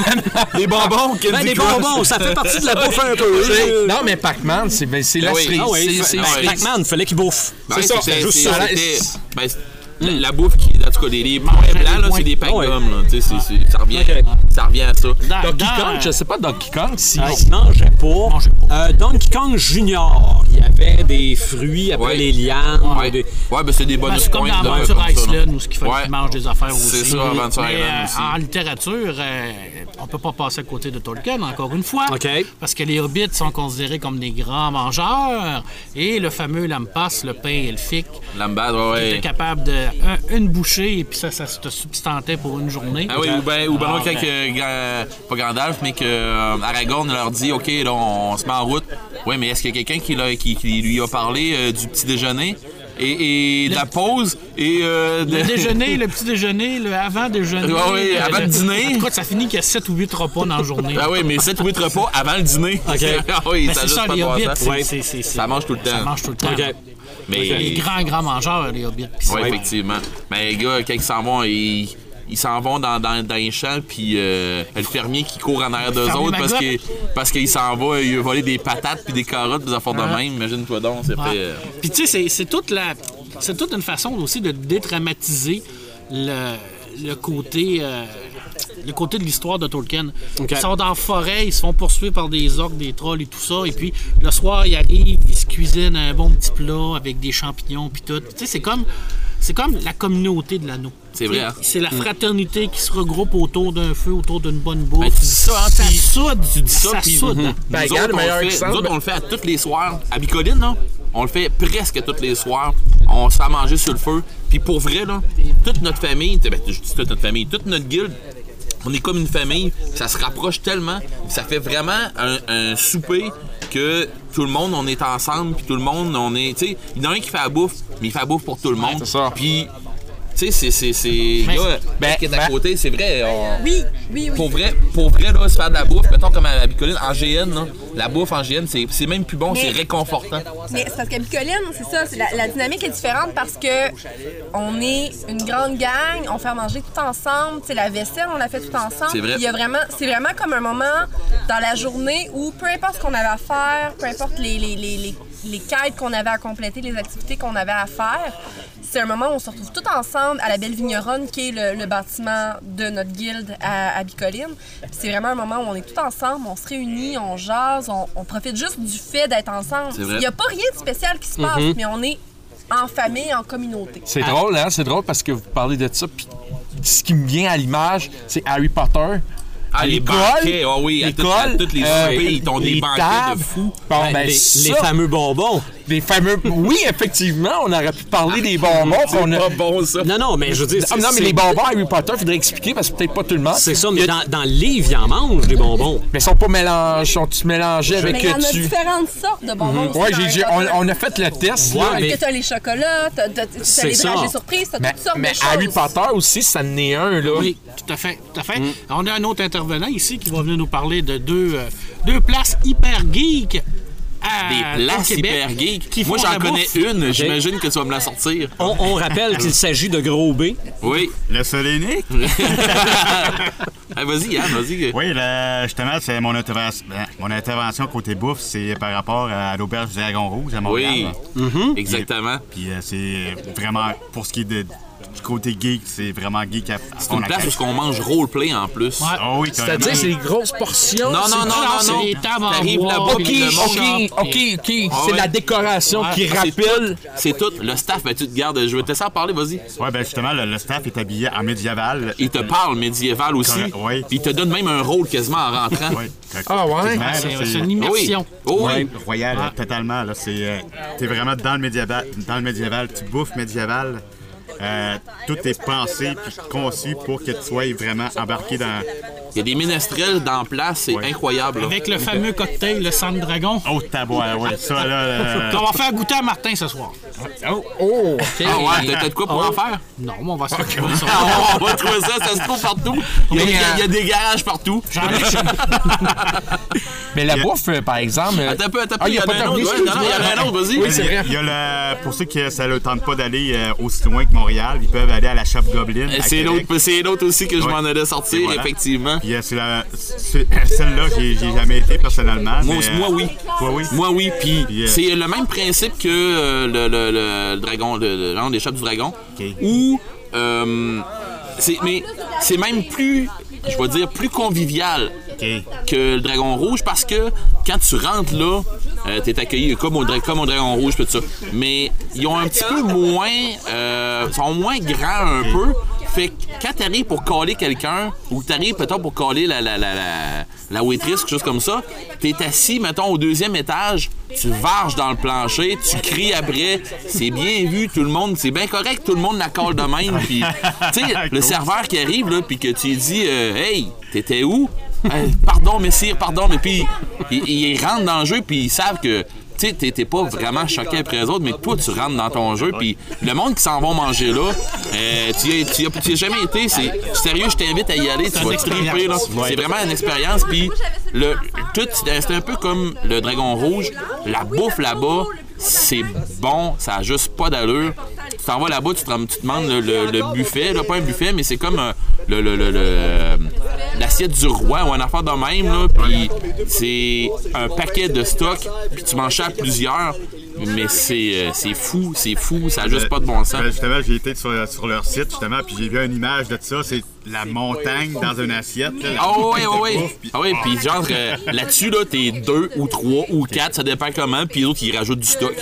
Speaker 3: Des bonbons.
Speaker 1: Ben, des bonbons, ça fait partie de la bouffe un peu. là.
Speaker 3: Non, mais Pac-Man, c'est ben, c'est la
Speaker 4: Ah oui.
Speaker 3: cerise.
Speaker 1: Ah oui,
Speaker 3: C'est- c'est-
Speaker 1: ben,
Speaker 4: c'est-
Speaker 1: Pac-Man, fallait qu'il bouffe.
Speaker 4: Bah, Ouais,
Speaker 3: ça,
Speaker 4: c'était-
Speaker 3: c'est juste
Speaker 4: c'est-
Speaker 3: ça.
Speaker 4: c'était- ben, c'est-
Speaker 5: Hmm.
Speaker 4: la, la bouffe qui, en tout cas, les, les points blancs, là, c'est des pains
Speaker 1: Ouais.
Speaker 4: d'hommes, là. Tu sais, c'est- c'est- ça, revient, ça revient à ça.
Speaker 5: Dans-
Speaker 3: Donkey
Speaker 1: Ah.
Speaker 5: dans-
Speaker 3: Kong, je sais pas Donkey Kong si.
Speaker 1: Euh, il mangeait pas. Euh, Donkey Kong Junior, il y avait des fruits après
Speaker 4: Ouais.
Speaker 1: les lianes.
Speaker 4: Ouais,
Speaker 1: des-
Speaker 4: ouais ben c'est des
Speaker 5: Ben,
Speaker 4: bonus
Speaker 5: c'est comme
Speaker 4: points.
Speaker 5: dans
Speaker 4: là,
Speaker 5: Adventure
Speaker 4: comme ça, là.
Speaker 5: Island où ce qu'il fallait
Speaker 4: Ouais.
Speaker 5: qu'ils mangent des affaires aussi.
Speaker 4: C'est ça, Adventure
Speaker 5: Mais,
Speaker 4: Island
Speaker 5: euh,
Speaker 4: aussi.
Speaker 5: En littérature, euh, on peut pas passer à côté de Tolkien, encore une fois.
Speaker 1: OK.
Speaker 5: Parce que les hobbits sont considérés comme des grands mangeurs. Et le fameux lampas, le pain elfique,
Speaker 4: Lambad, ouais,
Speaker 5: qui
Speaker 4: ouais.
Speaker 5: était capable de un- une bouchée et puis ça, ça se te substantait pour une journée.
Speaker 4: Ah oui, ou ben, ou ben,
Speaker 5: Ah,
Speaker 4: là, quand
Speaker 5: ben.
Speaker 4: que, Gra- pas Gandalf, mais que euh, Aragorn leur dit, OK, là, on, on se met en route. Ouais, mais est-ce qu'il y a quelqu'un qui, l'a- qui, qui lui a parlé euh, du petit déjeuner? et, et de la pause et euh, de-
Speaker 5: Le déjeuner, le petit déjeuner, le avant-déjeuner.
Speaker 4: Ah oui,
Speaker 5: euh,
Speaker 4: avant
Speaker 5: le-
Speaker 4: le dîner.
Speaker 5: En tout cas, ça finit qu'il y a 7 ou 8 repas dans la journée.
Speaker 4: Ah oui, mais 7 ou 8 repas avant le dîner.
Speaker 1: OK.
Speaker 4: ah oui,
Speaker 5: Mais
Speaker 4: ça a
Speaker 5: c'est
Speaker 4: juste
Speaker 5: ça,
Speaker 4: pas
Speaker 5: les
Speaker 4: de bon
Speaker 5: hobbits.
Speaker 4: sens.
Speaker 5: c'est- c'est- c'est-
Speaker 4: Ça mange tout le temps.
Speaker 5: Ça mange tout le temps.
Speaker 1: OK.
Speaker 4: Mais
Speaker 5: Les grands, grands mangeurs, les hobbits.
Speaker 4: Oui, effectivement. Mais les gars, quand ils s'en vont, ils ils s'en vont dans, dans, dans les champs, puis euh, le fermier qui court en arrière d'eux
Speaker 5: Fermier
Speaker 4: autres parce
Speaker 5: Magog.
Speaker 4: qu'il parce qu'il s'en va, il a volé des patates puis des carottes, puis des affaires de même. Imagine-toi donc, c'est
Speaker 5: Ah. Ouais.
Speaker 4: fait... euh,
Speaker 5: Puis tu sais, c'est- c'est toute la, c'est toute une façon aussi de dédramatiser le, le côté, euh, le côté de l'histoire de Tolkien.
Speaker 1: Ok.
Speaker 5: Ils sont dans la forêt, ils se font poursuivre par des orques, des trolls et tout ça. Et puis le soir, ils arrivent, ils se cuisinent un bon petit plat avec des champignons puis tout. Tu sais, c'est comme, c'est comme la communauté de l'anneau.
Speaker 4: C'est vrai, hein?
Speaker 5: C'est la fraternité qui se regroupe autour d'un feu, autour d'une bonne bouffe.
Speaker 4: Ben, tu dis ça, hein,
Speaker 5: ça
Speaker 4: puis-
Speaker 5: soude,
Speaker 4: tu dis ça, puis- mm-hmm.
Speaker 5: soude.
Speaker 3: Ben,
Speaker 4: nous,
Speaker 3: regarde,
Speaker 4: autres, on
Speaker 3: meilleur
Speaker 4: le fait,
Speaker 3: exemple.
Speaker 4: nous autres, on le fait à tous les soirs. À Bicoline, là, on le fait presque tous les soirs. On se fait à manger sur le feu. Puis pour vrai, là, toute notre famille, ben, je dis toute notre famille, toute notre guilde, on est comme une famille. Ça se rapproche tellement. Ça fait vraiment un, un souper que tout le monde, on est ensemble. Puis tout le monde, on est. Tu sais, il y en a un qui fait la bouffe, mais il fait la bouffe pour tout le monde.
Speaker 3: c'est ça.
Speaker 4: Puis. Tu sais, c'est- c'est. c'est- gars,
Speaker 3: ben,
Speaker 4: qui est
Speaker 3: ben-
Speaker 4: à côté, c'est vrai. on-
Speaker 6: Oui, oui, oui.
Speaker 4: pour vrai, pour vrai là, se faire de la bouffe, mettons comme à la bicoline, en GN, là, la bouffe en GN, c'est c'est même plus bon, c'est réconfortant.
Speaker 6: Mais c'est parce qu'à Bicoline, c'est ça, c'est la, la dynamique est différente parce que on est une grande gang, on fait à manger tout ensemble, c'est la vaisselle, on la fait tout ensemble.
Speaker 4: C'est vrai.
Speaker 6: Il y a vraiment, c'est vraiment comme un moment dans la journée où peu importe ce qu'on avait à faire, peu importe les, les, les, les, les quêtes qu'on avait à compléter, les activités qu'on avait à faire, c'est un moment où on se retrouve tout ensemble à la Belle Vigneronne, qui est le, le bâtiment de notre guilde à, à Bicoline. Puis C'est vraiment un moment où on est tout ensemble, on se réunit, on jase, on, on profite juste du fait d'être ensemble.
Speaker 4: C'est vrai.
Speaker 6: Il y a pas rien de spécial qui se passe, mais on est en famille, en communauté.
Speaker 3: Mhm. C'est
Speaker 1: Ah.
Speaker 3: drôle, hein? C'est drôle parce que vous parlez de ça, puis ce qui me vient à l'image, c'est Harry Potter.
Speaker 4: Ah,
Speaker 3: À
Speaker 4: les
Speaker 3: l'école,
Speaker 4: banquets, ah oui, à toutes- à
Speaker 3: l'école, euh,
Speaker 4: toutes les soupers, ils ont des
Speaker 3: les
Speaker 4: banquets de
Speaker 3: tables.
Speaker 4: fous.
Speaker 3: Bon,
Speaker 1: Ben,
Speaker 3: ben,
Speaker 1: les,
Speaker 3: ça,
Speaker 1: les fameux bonbons.
Speaker 3: des fameux... Oui, effectivement, on aurait pu parler des bonbons qu'on a...
Speaker 4: bon ça.
Speaker 1: Non, non, mais je veux dire.
Speaker 3: Ah,
Speaker 1: c'est-
Speaker 3: non, mais
Speaker 1: Ah, c'est-
Speaker 3: les bonbons Harry Potter, faudrait expliquer parce que peut-être pas tout le monde.
Speaker 1: C'est ça, mais dans, dans le livre, ils en mangent des bonbons.
Speaker 3: Mais ils sont pas mélangés, sont-ils mélangés avec
Speaker 6: Mais il y en a
Speaker 3: tu... Mhm.
Speaker 6: différentes sortes de bonbons.
Speaker 3: Ouais,
Speaker 6: aussi dans
Speaker 3: j'ai-
Speaker 6: Harry
Speaker 3: j'ai-
Speaker 6: Potter.
Speaker 3: on, on a fait le test,
Speaker 1: Ouais,
Speaker 3: là,
Speaker 6: Parce
Speaker 1: mais-
Speaker 6: que t'as les chocolats, t'as t'as- t'as
Speaker 1: C'est
Speaker 6: les
Speaker 1: ça.
Speaker 6: dragées surprises, t'as
Speaker 3: Mais,
Speaker 6: toutes sortes
Speaker 3: mais
Speaker 6: de choses.
Speaker 3: Harry Potter aussi, ça en est un, là.
Speaker 5: Oui, tout à fait, tout à fait.
Speaker 4: Mm.
Speaker 5: On a un autre intervenant ici qui va venir nous parler de deux, euh, deux places hyper geeks à
Speaker 4: Des
Speaker 5: au
Speaker 4: places
Speaker 5: Québec
Speaker 4: hyper geeks.
Speaker 5: qui
Speaker 4: Moi,
Speaker 5: font
Speaker 4: j'en
Speaker 5: la
Speaker 4: connais
Speaker 5: bouffe.
Speaker 4: une, j'imagine que tu vas me la sortir.
Speaker 1: On, on rappelle qu'il s'agit de gros B.
Speaker 4: Oui.
Speaker 7: Le Solénique?
Speaker 4: Ah, vas-y, hein, vas-y.
Speaker 7: Oui, là, justement, c'est mon, intervention- ben, mon intervention côté bouffe, c'est par rapport à l'auberge du Dragon Rouge à Montréal.
Speaker 4: Oui, mm-hmm.
Speaker 7: là.
Speaker 4: exactement.
Speaker 7: Puis euh, c'est vraiment, pour ce qui est de- du côté geek, c'est vraiment geek à, à
Speaker 4: C'est une place où on mange roleplay en plus.
Speaker 5: Ouais.
Speaker 7: Ah oui, carrément.
Speaker 3: C'est-à-dire, c'est des grosses portions.
Speaker 4: Non,
Speaker 3: c'est-
Speaker 4: non, non,
Speaker 5: Ah, c'est
Speaker 4: non,
Speaker 5: les
Speaker 4: non.
Speaker 5: tables en
Speaker 4: T'arrives
Speaker 5: bois,
Speaker 4: là-bas,
Speaker 5: puis
Speaker 3: OK,
Speaker 4: puis
Speaker 5: le
Speaker 4: monde-
Speaker 5: shop,
Speaker 3: OK, OK,
Speaker 5: puis-
Speaker 3: OK. C'est
Speaker 4: ouais.
Speaker 3: la décoration qui rappelle...
Speaker 4: C'est tout. Le staff, ben, tu te gardes. Je vais te laisser en parler, vas-y.
Speaker 7: Ouais, ben justement, le, le staff est habillé en médiéval.
Speaker 4: Il te parle médiéval aussi.
Speaker 7: Correct, oui.
Speaker 4: Puis il te donne même un rôle quasiment en rentrant.
Speaker 7: Ouais, correct.
Speaker 3: Ah ouais?
Speaker 7: Effectivement, là,
Speaker 5: Ben, C'est c'est
Speaker 7: c'est-
Speaker 5: une
Speaker 4: Oui.
Speaker 5: immersion.
Speaker 4: Oh, oui.
Speaker 7: Oui, royal, là, totalement. Là, c'est, euh, t'es vraiment dans le médiéval, dans le médiéval, tu bouffes médiéval. Euh, tout est pensé puis conçu pour que tu sois vraiment embarqué dans.
Speaker 4: Il y a des ménestrels dans la place, c'est incroyable. là.
Speaker 5: Avec le fameux cocktail, le sang de dragon.
Speaker 7: Oh, tabois, ouais, ça là. euh,
Speaker 5: Qu'on va faire goûter à Martin ce soir.
Speaker 3: Oh, OK.
Speaker 4: Ah ouais, t'as peut-être quoi pour en faire?
Speaker 5: Oh. Non, mais on va se faire
Speaker 4: Ah,
Speaker 5: ça.
Speaker 4: on va trouver ça, ça se trouve partout. Il y a,
Speaker 3: Mais,
Speaker 4: il y a-
Speaker 3: euh,
Speaker 4: il y a des garages partout.
Speaker 5: J'en ai chez
Speaker 3: Mais la bouffe, euh, par exemple... euh,
Speaker 4: Attends un peu, attends un peu,
Speaker 3: ah,
Speaker 4: il y en a
Speaker 3: pas
Speaker 4: un autre.
Speaker 3: terminé,
Speaker 4: ouais, non, non, il y en a un autre, vas-y.
Speaker 3: Oui, c'est vrai.
Speaker 7: Il y a le, pour ceux qui ça ne tente pas d'aller euh, aussi loin que Montréal, ils peuvent aller à la Chape Goblin. à
Speaker 4: Et C'est
Speaker 7: Québec.
Speaker 4: l'autre, c'est l'autre aussi que je
Speaker 7: Ouais.
Speaker 4: m'en allais sortir,
Speaker 7: Et voilà.
Speaker 4: effectivement.
Speaker 7: Puis, euh, c'est la- c'est- celle-là, j'ai, j'ai jamais été personnellement.
Speaker 4: Moi,
Speaker 7: mais,
Speaker 4: aussi-
Speaker 7: euh,
Speaker 4: moi, oui.
Speaker 7: Toi, oui.
Speaker 4: Moi, oui, puis
Speaker 7: Puis, euh,
Speaker 4: c'est le même principe que euh, le, le- le- le dragon, le, le- l'Anse des chapes du dragon, où euh, c'est, mais c'est même plus, je vais dire, plus convivial que le dragon rouge parce que quand tu rentres là, euh, t'es accueilli comme au, dra- comme au dragon rouge, puis tout ça. Mais ils ont un petit peu moins, euh, sont moins grands un peu. Fait que quand t'arrives pour coller quelqu'un, ou t'arrives peut-être pour coller la, la, la, la, la waitress, quelque chose comme ça, t'es assis, mettons, au deuxième étage, tu varges dans le plancher, tu cries après, c'est bien vu, tout le monde, c'est bien correct, tout le monde la colle de même, puis, tu sais, le
Speaker 7: Cool.
Speaker 4: serveur qui arrive, là, puis que tu lui dis, euh, hey, t'étais où? Euh, pardon, messire, pardon, mais puis, ils, ils rentrent dans le jeu, puis ils savent que tu sais, t'es- t'es pas vraiment choqué après les autres, mais toi, tu rentres dans ton jeu, puis le monde qui s'en va manger là, euh, tu y as, tu y as- tu y as jamais été. C'est, sérieux, je t'invite à y aller, tu
Speaker 5: une
Speaker 4: vas triper. Là.
Speaker 5: expérience.
Speaker 4: C'est vraiment une expérience, puis le, tout, c'est un peu comme le Dragon Rouge. La bouffe là-bas, c'est bon, ça a juste pas d'allure. Tu t'en vas là-bas, tu te, ram- tu te demandes le, le- le buffet, là, pas un buffet, mais c'est comme euh, le- le- le- le- l'assiette du roi ou un affaire de même, là, puis c'est un paquet de stock, puis tu manges ça à plusieurs, mais c'est euh, c'est fou, c'est fou, ça a juste pas de bon sens.
Speaker 7: Ben, justement, j'ai été sur, sur leur site, justement, puis j'ai vu une image de ça. C'est la montagne dans une assiette. là, la
Speaker 4: Ah ouais,
Speaker 7: montagne de
Speaker 4: ouais, ouais.
Speaker 7: bouffe, puis-
Speaker 4: Ah ouais, puis genre, euh, là-dessus, là, t'es deux ou trois ou quatre, ça dépend comment, puis les autres, ils rajoutent du stock.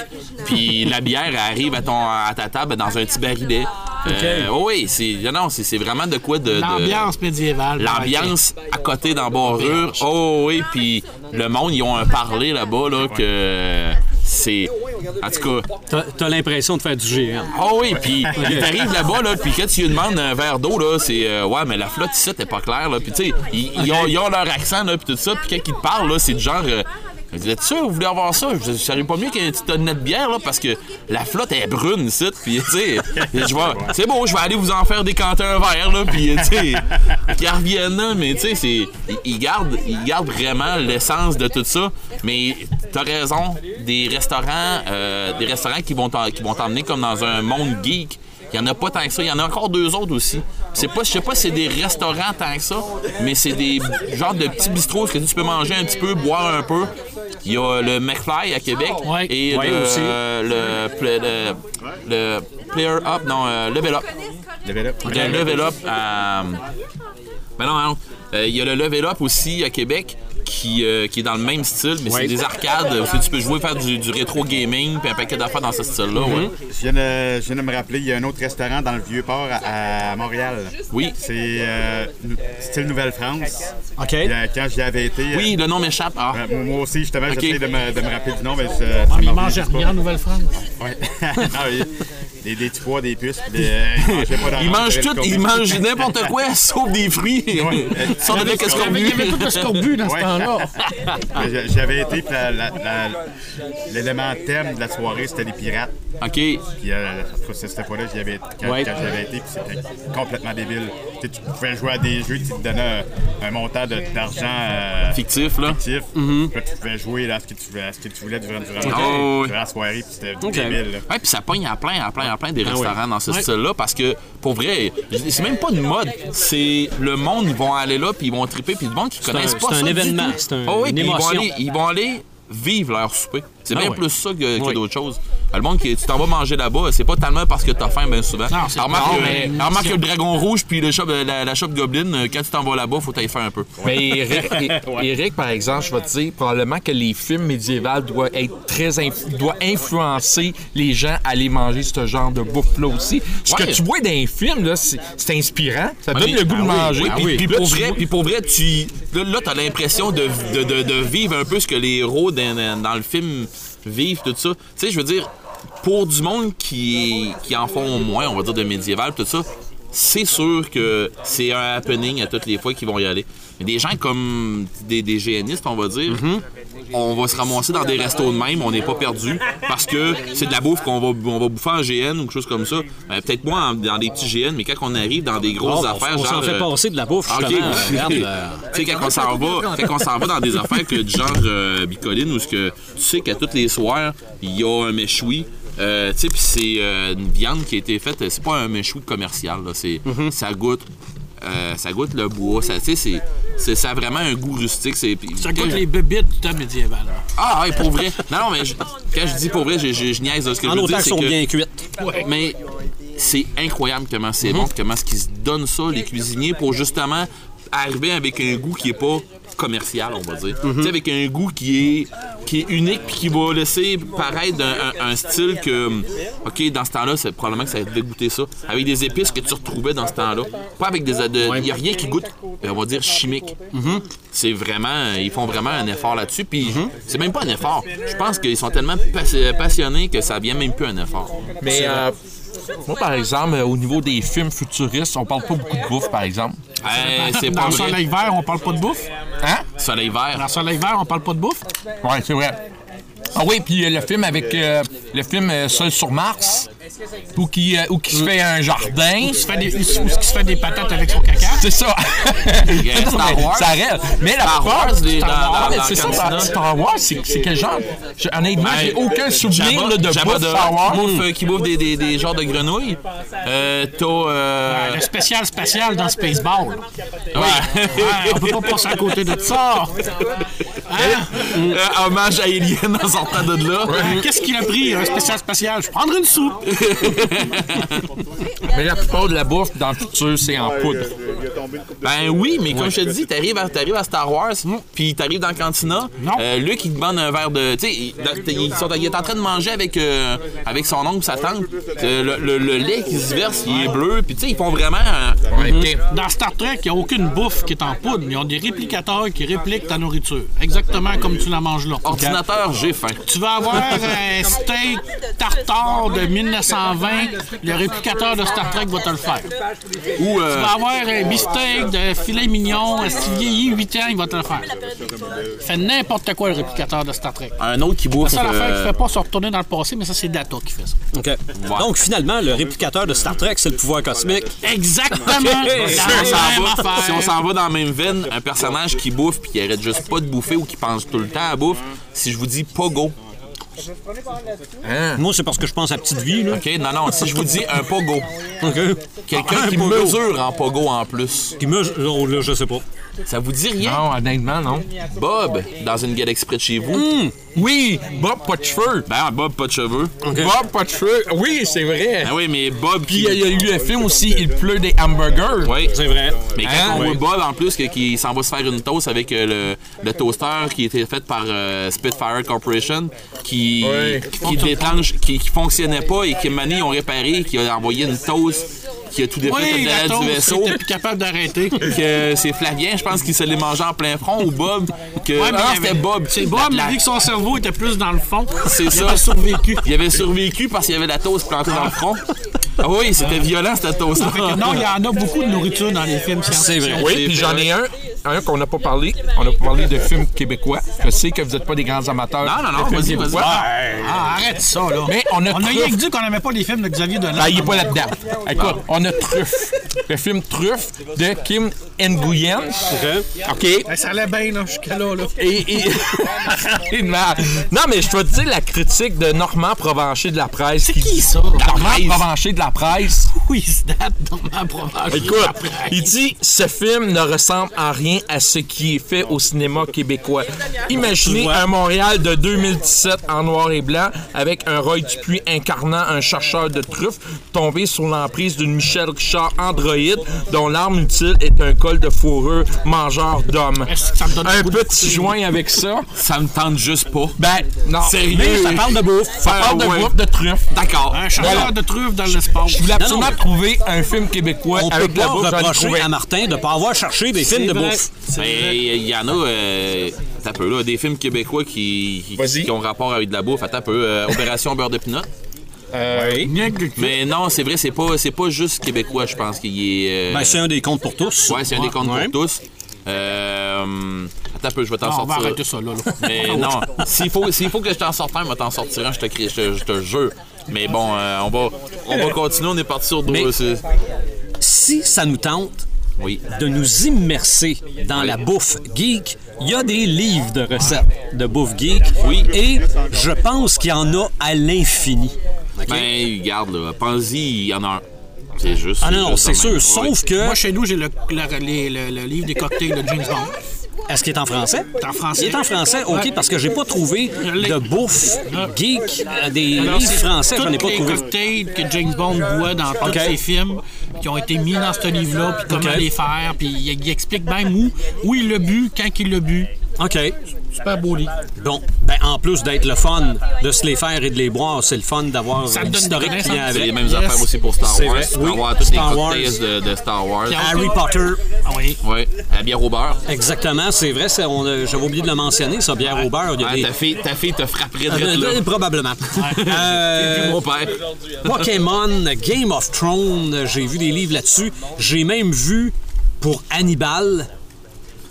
Speaker 4: Puis la bière, elle arrive à, ton, à ta table dans un petit barillet. Euh, ouais, c'est, non, non, c'est c'est vraiment de quoi de... de-
Speaker 5: L'ambiance médiévale.
Speaker 4: L'ambiance à côté dans Barrure, oh oui, puis le monde, ils ont un parler là-bas, là, que c'est... En tout cas,
Speaker 1: T'as t'as l'impression de faire du GM.
Speaker 4: oh oui, puis t'arrives là-bas, là, puis quand tu lui demandes un verre d'eau, là, c'est euh, ouais, mais la flotte ici, t'es pas clair, là, puis tu sais, ils, ils ont, ils ont leur accent, là, puis tout ça, puis quand ils te parlent, là, c'est du genre. euh, vous êtes sûr, vous voulez avoir ça? Je ne savais pas mieux qu'un petit tonnet de bière, là, parce que la flotte est brune, ici. Puis, tu sais, je vois, c'est beau, je vais aller vous en faire décanter un verre, là. Puis, tu sais, qu'ils reviennent, là, mais, tu sais, c'est. ils- Ils gardent, ils gardent vraiment l'essence de tout ça. Mais, t'as raison, des restaurants, euh, des restaurants qui vont t'en- qui vont t'emmener comme dans un monde geek. Il y en a pas tant que ça. Il y en a encore deux autres aussi. C'est pas, je sais pas si c'est des restaurants tant que ça, mais c'est des genres de petits bistrots où tu peux manger un petit peu, boire un peu. Il y a le McFly à Québec
Speaker 5: Ouais.
Speaker 4: et
Speaker 1: Ouais,
Speaker 4: le,
Speaker 1: aussi.
Speaker 4: le pla- le- le Player Up, non, euh,
Speaker 3: ben
Speaker 4: Level Up.
Speaker 7: Level up.
Speaker 4: Le Level Up à... Ben non, non. Euh, Il y a le Level Up aussi à Québec qui, euh, qui est dans le même style, mais c'est des arcades où tu peux jouer, faire du, du rétro gaming puis un paquet d'affaires dans ce style-là. ouais.
Speaker 7: Je viens, de, je viens de me rappeler, il y a un autre restaurant dans le Vieux-Port à, à Montréal.
Speaker 4: Oui.
Speaker 7: C'est euh, nou- style Nouvelle-France.
Speaker 1: OK?
Speaker 7: Puis, euh, Quand j'y avais été, euh,
Speaker 4: Oui, le nom m'échappe. Ah.
Speaker 7: euh, moi- moi aussi, justement,
Speaker 4: Ok.
Speaker 7: j'essayais de me, de me rappeler du nom, Ah, mais je- ça m'en
Speaker 5: Ils
Speaker 7: revient
Speaker 5: mangent
Speaker 7: juste pas.
Speaker 5: rien en Nouvelle-France.
Speaker 7: Ouais. ah oui. Des, des petits pois, des puces, puis des. Ils
Speaker 4: Ils mangent
Speaker 7: mangeaient pas d'orange, j'avais
Speaker 4: tout,
Speaker 7: compris.
Speaker 4: ils mangent n'importe quoi, sauf des fruits.
Speaker 7: Ouais.
Speaker 4: Ils sont avec le
Speaker 7: Il y avait-
Speaker 4: scorbut.
Speaker 5: Il y avait
Speaker 3: euh,
Speaker 5: tout le scorbut dans ce
Speaker 7: Ouais.
Speaker 5: temps-là.
Speaker 7: Mais j'a- J'avais été, puis la- la- la- l'élément thème de la soirée, c'était les pirates.
Speaker 4: OK.
Speaker 7: Puis euh, en tout cas, cette fois-là, j'y avais, quand,
Speaker 1: Ouais.
Speaker 7: quand j'y avais été, puis c'était complètement débile. Tu, sais, tu pouvais jouer à des jeux, tu te donnais un, un montant de- d'argent euh,
Speaker 4: Fictif, là.
Speaker 7: fictif. Puis là, tu pouvais jouer là, à, ce que tu, voulais- à ce que tu voulais durant, durant,
Speaker 4: Oh, oui.
Speaker 7: durant la soirée, puis c'était
Speaker 1: Ok.
Speaker 7: débile. là.
Speaker 4: Ouais, puis ça pogne à plein, à plein, à plein des restaurants dans ce style-là parce que, pour vrai, j- c'est même pas une mode. C'est le monde, ils vont aller là, puis ils vont triper, puis le monde qui connaissent
Speaker 1: un-
Speaker 4: pas
Speaker 1: c'est
Speaker 4: ça
Speaker 1: un
Speaker 4: du
Speaker 1: événement,
Speaker 4: tout.
Speaker 1: c'est un-
Speaker 4: Ah oui,
Speaker 1: une
Speaker 4: puis ils vont,
Speaker 1: émotion.
Speaker 4: aller, ils vont aller vivre leur souper. C'est
Speaker 1: Ah
Speaker 4: bien
Speaker 1: ouais.
Speaker 4: plus ça que, que
Speaker 1: Oui.
Speaker 4: d'autres choses. Ah, Le monde qui tu t'en vas manger là-bas, c'est pas tellement parce que t'as faim bien souvent.
Speaker 5: Non, c'est
Speaker 4: remarque,
Speaker 5: pas-
Speaker 4: que-
Speaker 5: mais-
Speaker 4: remarque que le dragon rouge puis le shop, la, la shop goblin, euh, quand tu t'en vas là-bas, faut t'aller faire un peu.
Speaker 3: Mais Eric, Eric, par exemple, je vais te dire, probablement que les films médiévaux doivent être très inf- doivent influencer les gens à aller manger ce genre de bouffe-là aussi. Ce
Speaker 4: Ouais.
Speaker 3: que tu vois dans les films, là, c'est c'est inspirant. Ça donne le goût de manger.
Speaker 4: Ah Oui, puis,
Speaker 3: puis- ah puis
Speaker 4: pour
Speaker 3: là, tu
Speaker 4: vrai,
Speaker 3: vois-
Speaker 4: puis pour vrai, tu là, là, t'as l'impression de, de, de- de vivre un peu ce que les héros dans, dans- dans le film vivent, tout ça. Tu sais, je veux dire, pour du monde qui, qui en font moins, on va dire, de médiéval, tout ça, c'est sûr que c'est un happening à toutes les fois qu'ils vont y aller. Mais des gens comme des, des GNistes, on va dire,
Speaker 1: Mm-hmm.
Speaker 4: on va se ramasser dans des restos de même, on n'est pas perdu parce que c'est de la bouffe qu'on va, on va bouffer en GN ou quelque chose comme ça. Euh, Peut-être moins en- dans des petits GN, mais quand on arrive dans des grosses
Speaker 1: Oh, on-
Speaker 4: affaires,
Speaker 1: on
Speaker 4: genre.
Speaker 1: s'en fait
Speaker 4: euh,
Speaker 1: passer de la bouffe,
Speaker 4: ah, OK.
Speaker 1: justement. Regarde, euh,
Speaker 4: tu sais, quand on s'en va, quand on s'en va dans des affaires que du genre euh, bicoline où ce que tu sais qu'à tous les soirs, il y a un méchoui. euh, tu sais, puis c'est euh, une viande qui a été faite, c'est pas un méchoui commercial, là, c'est
Speaker 1: Mhm.
Speaker 4: ça goûte euh, ça goûte le bois, ça tu sais c'est- c'est ça a vraiment un goût rustique, c'est puis-
Speaker 5: Ça goûte les bébites du temps médiéval.
Speaker 4: Ah ouais, pour vrai. Non non, mais je- quand je dis pour vrai, je, je, je niaise là, ce que
Speaker 1: En
Speaker 4: je veux
Speaker 1: autant
Speaker 4: dire
Speaker 1: qu'elles
Speaker 4: c'est
Speaker 1: sont
Speaker 4: que-
Speaker 1: bien cuites.
Speaker 4: mais c'est incroyable comment c'est bon, comment ce qu'ils se donnent ça, les cuisiniers, pour justement arriver avec un goût qui est pas commercial, on va dire. Tu sais, avec un goût qui est, qui est unique puis qui va laisser paraître un, un- un style que, OK, dans ce temps-là, c'est probablement que ça devait goûter ça. Avec des épices que tu retrouvais dans ce temps-là. Pas avec des... Il n'y a rien qui goûte, euh, on va dire, chimique. C'est vraiment... Ils font vraiment un effort là-dessus, puis c'est même pas un effort. Je pense qu'ils sont tellement pas- euh, passionnés que ça vient même plus un effort.
Speaker 3: Mais euh, moi, par exemple, euh, au niveau des films futuristes, on parle pas beaucoup de bouffe, par exemple.
Speaker 4: Hey, c'est
Speaker 5: Dans
Speaker 4: pas
Speaker 5: le
Speaker 4: vrai.
Speaker 5: soleil vert, on parle pas de bouffe.
Speaker 3: Hein?
Speaker 4: Soleil
Speaker 5: Dans
Speaker 4: vert.
Speaker 5: le soleil vert, on parle pas de bouffe.
Speaker 3: Ouais, c'est vrai. Ah oui, puis euh, le film avec euh, le film euh, Seul sur Mars, où qui, euh, où qui se fait un jardin.
Speaker 5: se fait des, ou ce qui se fait des patates avec son caca.
Speaker 3: C'est ça.
Speaker 4: Yeah, Star
Speaker 3: Mais
Speaker 4: Wars.
Speaker 3: Ça reste. Mais la
Speaker 4: Star
Speaker 3: plupart-
Speaker 4: Wars, les-
Speaker 3: Star
Speaker 4: dans-
Speaker 3: Wars,
Speaker 4: dans-
Speaker 3: c'est ça,
Speaker 4: dans
Speaker 3: Star-
Speaker 4: Canada.
Speaker 3: Star Wars, c'est c'est quel genre? Je- honnêtement, j'ai aucun souvenir
Speaker 4: Jabba-
Speaker 3: là, de
Speaker 4: Jabba
Speaker 3: bouffe
Speaker 4: de-
Speaker 3: Star Wars.
Speaker 4: bouffe, euh, qui bouffe des, des, des genres de grenouilles. Euh, T'as. euh,
Speaker 5: Le spécial spatial dans Spaceball.
Speaker 4: ouais.
Speaker 5: Ouais, on peut pas passer à côté de ça.
Speaker 4: Euh, hommage à Alien en sortant de là.
Speaker 5: Qu'est-ce qu'il a pris, un spécial spatial? Je prendrai une soupe.
Speaker 3: Mais la plupart de la bouffe dans le futur, c'est en poudre.
Speaker 4: Ben oui, mais comme je te dis, t'arrives à, t'arrives à Star Wars, puis t'arrives dans le cantina.
Speaker 5: Non.
Speaker 4: euh, Luc, il te demande un verre de. Tu sais, il, dans- t'es- ils sont- il est en train de manger avec, euh, avec son oncle, sa tante. Euh, le, le- le lait qui se verse, il est bleu, puis tu sais, ils font vraiment. euh,
Speaker 5: Dans Star Trek, il n'y a aucune bouffe qui est en poudre. Ils ont des réplicateurs qui répliquent ta nourriture. Exactement comme tu la manges là.
Speaker 4: ordinateur, hein. j'ai faim.
Speaker 5: Tu vas avoir un steak tartare de 1920, le réplicateur de Star Trek va te le faire.
Speaker 4: Ou. euh,
Speaker 5: Tu vas avoir un beefsteak de filet mignon, euh, si vieilli 8 ans, il va te le faire. Fait n'importe quoi le réplicateur de Star Trek.
Speaker 4: un autre qui
Speaker 5: La
Speaker 4: bouffe.
Speaker 5: seule affaire qui
Speaker 4: euh,
Speaker 5: ne fait pas se retourner dans le passé, mais ça, c'est Data qui fait ça.
Speaker 1: OK. Donc, finalement, le réplicateur de Star Trek, c'est le pouvoir cosmique.
Speaker 5: Exactement!
Speaker 4: si
Speaker 5: La
Speaker 4: on s'en
Speaker 5: même
Speaker 4: va-
Speaker 5: affaire.
Speaker 4: si on s'en va dans la même veine, un personnage qui bouffe puis qui arrête juste pas de bouffer ou qui pense tout le temps à bouffe, si je vous dis pogo,
Speaker 1: Moi, c'est parce que je pense à Petite Vie, là.
Speaker 4: ok? Non, non, si je vous dis un pogo,
Speaker 1: OK.
Speaker 4: quelqu'un
Speaker 1: Un
Speaker 4: qui
Speaker 1: pogo.
Speaker 4: mesure en pogo en plus,
Speaker 1: Puis moi, je- oh, là, je sais pas.
Speaker 4: ça vous dit rien?
Speaker 3: Non, honnêtement, non.
Speaker 4: Bob, dans une galaxie près de chez vous.
Speaker 3: Oui, Bob, pas de cheveux.
Speaker 4: Ben, Bob, pas de cheveux.
Speaker 3: Bob, pas de cheveux. Oui, c'est vrai.
Speaker 4: Ben oui, mais Bob
Speaker 3: Puis
Speaker 4: qui.
Speaker 3: il y a eu un film aussi, Il pleut des hamburgers.
Speaker 4: Oui.
Speaker 1: C'est vrai.
Speaker 4: Mais quand
Speaker 3: Hein?
Speaker 4: on
Speaker 3: Oui.
Speaker 4: voit Bob en plus que- qui s'en va se faire une toast avec euh, le, le toaster qui était fait par euh, Spitfire Corporation, qui,
Speaker 3: Oui.
Speaker 4: qui, déclenche, qui, qui fonctionnait pas et qui Mané ont réparé, qui a envoyé une toast qui a tout défait
Speaker 5: Oui,
Speaker 4: comme
Speaker 5: la
Speaker 4: derrière du
Speaker 5: toast,
Speaker 4: vaisseau.
Speaker 5: t'es plus capable d'arrêter.
Speaker 4: Que c'est Flavien, je pense, qui se l'est mangé en plein front ou Bob. Que,
Speaker 5: Ouais, mais
Speaker 4: Ah,
Speaker 5: il y
Speaker 4: c'était
Speaker 5: avait-
Speaker 4: Bob.
Speaker 5: C'est Bob,
Speaker 4: La-
Speaker 5: mais vu que son cerveau était plus dans le fond,
Speaker 4: C'est
Speaker 5: il
Speaker 4: ça.
Speaker 5: a survécu.
Speaker 4: Il avait survécu parce qu'il y avait la toast plantée dans le front. Ah oui, c'était violent cette toast-là.
Speaker 5: Non, il y en a beaucoup de nourriture dans les films scientifiques.
Speaker 1: vrai.
Speaker 3: Oui, puis j'en ai un, un qu'on n'a pas parlé. On n'a pas parlé de films québécois. Je sais que vous n'êtes pas des grands amateurs.
Speaker 4: Non, non, non,
Speaker 3: de films
Speaker 4: vas-y,
Speaker 3: québécois.
Speaker 4: vas-y.
Speaker 5: Ah, arrête ça, là.
Speaker 3: Mais on a
Speaker 5: on a
Speaker 3: Truffe.
Speaker 5: rien que dit qu'on n'aimait pas les films de Xavier Dolan.
Speaker 3: Ben, il est pas là-dedans. Écoute, on a Truffe. Le film Truffe de Kim Nguyen. OK.
Speaker 5: Ben, ça allait bien, là, jusqu'à là, là.
Speaker 3: Et, et- Arrête de mal. non, mais je dois te dire la critique de Normand Provencher de la presse. C'est
Speaker 5: qui, ça?
Speaker 3: Normand Provencher de la presse.
Speaker 5: Oui, date dans ma province.
Speaker 3: Écoute, il dit ce film ne ressemble en rien à ce qui est fait au cinéma québécois. Imaginez un Montréal de 2017 en noir et blanc avec un Roy Dupuis incarnant un chercheur de truffes tombé sous l'emprise d'une Michel Richard androïde dont l'arme utile est un col de fourrure mangeur d'hommes.
Speaker 5: Est-ce que ça me donne
Speaker 3: Un
Speaker 5: le goût de
Speaker 3: petit joint avec ça.
Speaker 4: Ça me tente juste pas.
Speaker 3: Ben, non.
Speaker 4: Sérieux?
Speaker 3: Mais ça parle de bouffe. Ça
Speaker 4: Ah,
Speaker 3: parle de
Speaker 4: ouais.
Speaker 3: bouffe, de truffes.
Speaker 4: D'accord.
Speaker 5: Un chanteur
Speaker 3: Voilà.
Speaker 5: de truffes dans l'espace.
Speaker 3: Je voulais
Speaker 1: non.
Speaker 3: absolument trouver un film québécois
Speaker 1: On peut
Speaker 3: avec la
Speaker 1: pas
Speaker 3: bouffe. j'en ai trouvé.
Speaker 1: reprocher à Martin de pas avoir cherché des films de
Speaker 5: vrai.
Speaker 1: bouffe.
Speaker 4: Mais Ben, il y en a, euh, t'as peu, là, des films québécois qui, qui,
Speaker 3: Vas-y.
Speaker 4: qui ont rapport avec de la bouffe. Attends un peu, euh, Opération Beurre de Pinot.
Speaker 5: Rien Euh, que-
Speaker 4: Mais non, c'est vrai, c'est pas, c'est pas juste québécois, je pense qu'il est. euh,
Speaker 1: Ben, c'est un des comptes pour tous.
Speaker 4: ouais, c'est un des comptes
Speaker 1: Ouais.
Speaker 4: pour tous. Euh, attends un peu, je vais t'en
Speaker 5: Ah, on va
Speaker 4: sortir.
Speaker 5: arrêter ça, là. là.
Speaker 4: Mais non, s'il faut, s'il faut que je t'en sorte un, je vais t'en sortir un, je te, crie- je te, je te jure. Mais bon, euh, on, va, on va continuer, on est parti sur d'autres. c'est-
Speaker 1: Si ça nous tente
Speaker 4: Oui.
Speaker 1: de nous immerser dans la bouffe geek, il y a des livres de recettes de bouffe geek.
Speaker 4: Oui.
Speaker 1: Et je pense qu'il y en a à l'infini.
Speaker 4: Ben, regarde, là, pense-y, il y en a un. C'est juste.
Speaker 1: Ah non, non,
Speaker 4: juste
Speaker 1: c'est
Speaker 4: de même.
Speaker 1: sûr.
Speaker 4: Oui.
Speaker 1: Sauf que.
Speaker 5: Moi, chez nous, j'ai le, le- les- le- le livre des cocktails de James Bond.
Speaker 1: Est-ce qu'il est en français?
Speaker 5: C'est en français.
Speaker 1: Il est en français, OK, parce que j'ai pas trouvé de bouffe geek, euh, des livres français, j'en ai
Speaker 5: Tous
Speaker 1: pas
Speaker 5: les
Speaker 1: trouvé.
Speaker 5: cocktails que James Bond boit dans tous
Speaker 1: Ok.
Speaker 5: ses films qui ont été mis dans ce livre-là, puis comment
Speaker 1: Ok.
Speaker 5: les faire, puis il, il explique même où, où il l'a bu, quand il l'a bu.
Speaker 1: OK.
Speaker 5: Super beau livre.
Speaker 1: Bon, ben en plus d'être le fun de se les faire et de les boire, c'est le fun d'avoir
Speaker 5: Ça
Speaker 1: un
Speaker 5: te donne des
Speaker 1: historique qui vient
Speaker 5: connaissances.
Speaker 4: C'est les
Speaker 1: avec.
Speaker 4: mêmes
Speaker 5: Yes.
Speaker 4: affaires aussi pour Star
Speaker 1: C'est
Speaker 4: Wars.
Speaker 1: vrai.
Speaker 4: Tu peux
Speaker 1: Oui.
Speaker 4: avoir tous les
Speaker 1: Star Wars.
Speaker 4: cocktails de, de Star Wars.
Speaker 1: Harry Potter.
Speaker 5: Ah oui.
Speaker 4: Ouais. La bière au beurre.
Speaker 1: Exactement, c'est vrai, c'est- on a- j'avais oublié de le mentionner, ça, bière au beurre. Il y a
Speaker 4: Ah,
Speaker 1: des-
Speaker 4: ta, fille, ta fille te frapperait
Speaker 1: Euh,
Speaker 4: direct là.
Speaker 1: euh, probablement. Euh,
Speaker 4: Mon père.
Speaker 1: Pokémon, Game of Thrones, j'ai vu des livres là-dessus. J'ai même vu pour Hannibal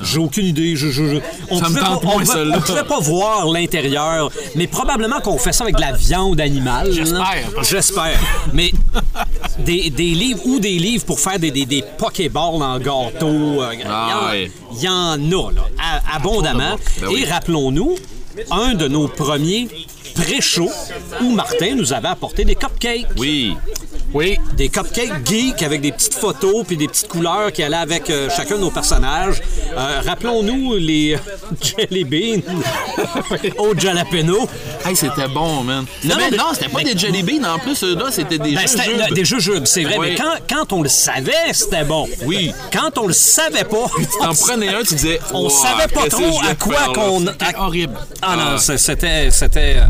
Speaker 1: J'ai aucune idée. Je, je- je- On
Speaker 4: Ça me
Speaker 1: pouvait
Speaker 4: tente
Speaker 1: pas-
Speaker 4: moins,
Speaker 1: on pouvait-
Speaker 4: celle-là.
Speaker 1: on pouvait pas voir l'intérieur, mais probablement qu'on fait ça avec de la viande animale.
Speaker 5: J'espère.
Speaker 1: là. J'espère. Mais des, des livres ou des livres pour faire des, des, des Pokéballs en gâteau, euh, il y en-
Speaker 4: Ah, ouais.
Speaker 1: il y, en a, là, à- abondamment.
Speaker 4: Ben oui.
Speaker 1: Et rappelons-nous, un de nos premiers pré-shows où Martin nous avait apporté des cupcakes
Speaker 4: Oui.
Speaker 3: Oui,
Speaker 1: des cupcakes geeks avec des petites photos puis des petites couleurs qui allaient avec euh, chacun de nos personnages. Euh, Rappelons-nous les jelly beans au jalapeno.
Speaker 4: Hey, c'était bon, man. Non, mais,
Speaker 1: mais-
Speaker 4: non, c'était pas
Speaker 1: mais-
Speaker 4: des jelly beans. En plus, eux-là, c'était des
Speaker 1: Ben,
Speaker 4: jeux
Speaker 1: c'était
Speaker 4: jubes.
Speaker 1: là, des jeux jubes, c'est vrai,
Speaker 4: Oui.
Speaker 1: mais quand, quand on le savait, c'était bon.
Speaker 4: Oui.
Speaker 1: Quand on le savait pas,
Speaker 4: T'en prenais un, tu disais.
Speaker 1: on
Speaker 4: Wow,
Speaker 1: savait pas
Speaker 4: qu'est-ce que
Speaker 1: trop
Speaker 4: je vais
Speaker 1: à quoi
Speaker 4: faire, là?
Speaker 1: qu'on.
Speaker 5: C'était
Speaker 1: à-
Speaker 5: horrible.
Speaker 1: Ah non,
Speaker 4: Ah.
Speaker 1: c'est- c'était. C'était. euh,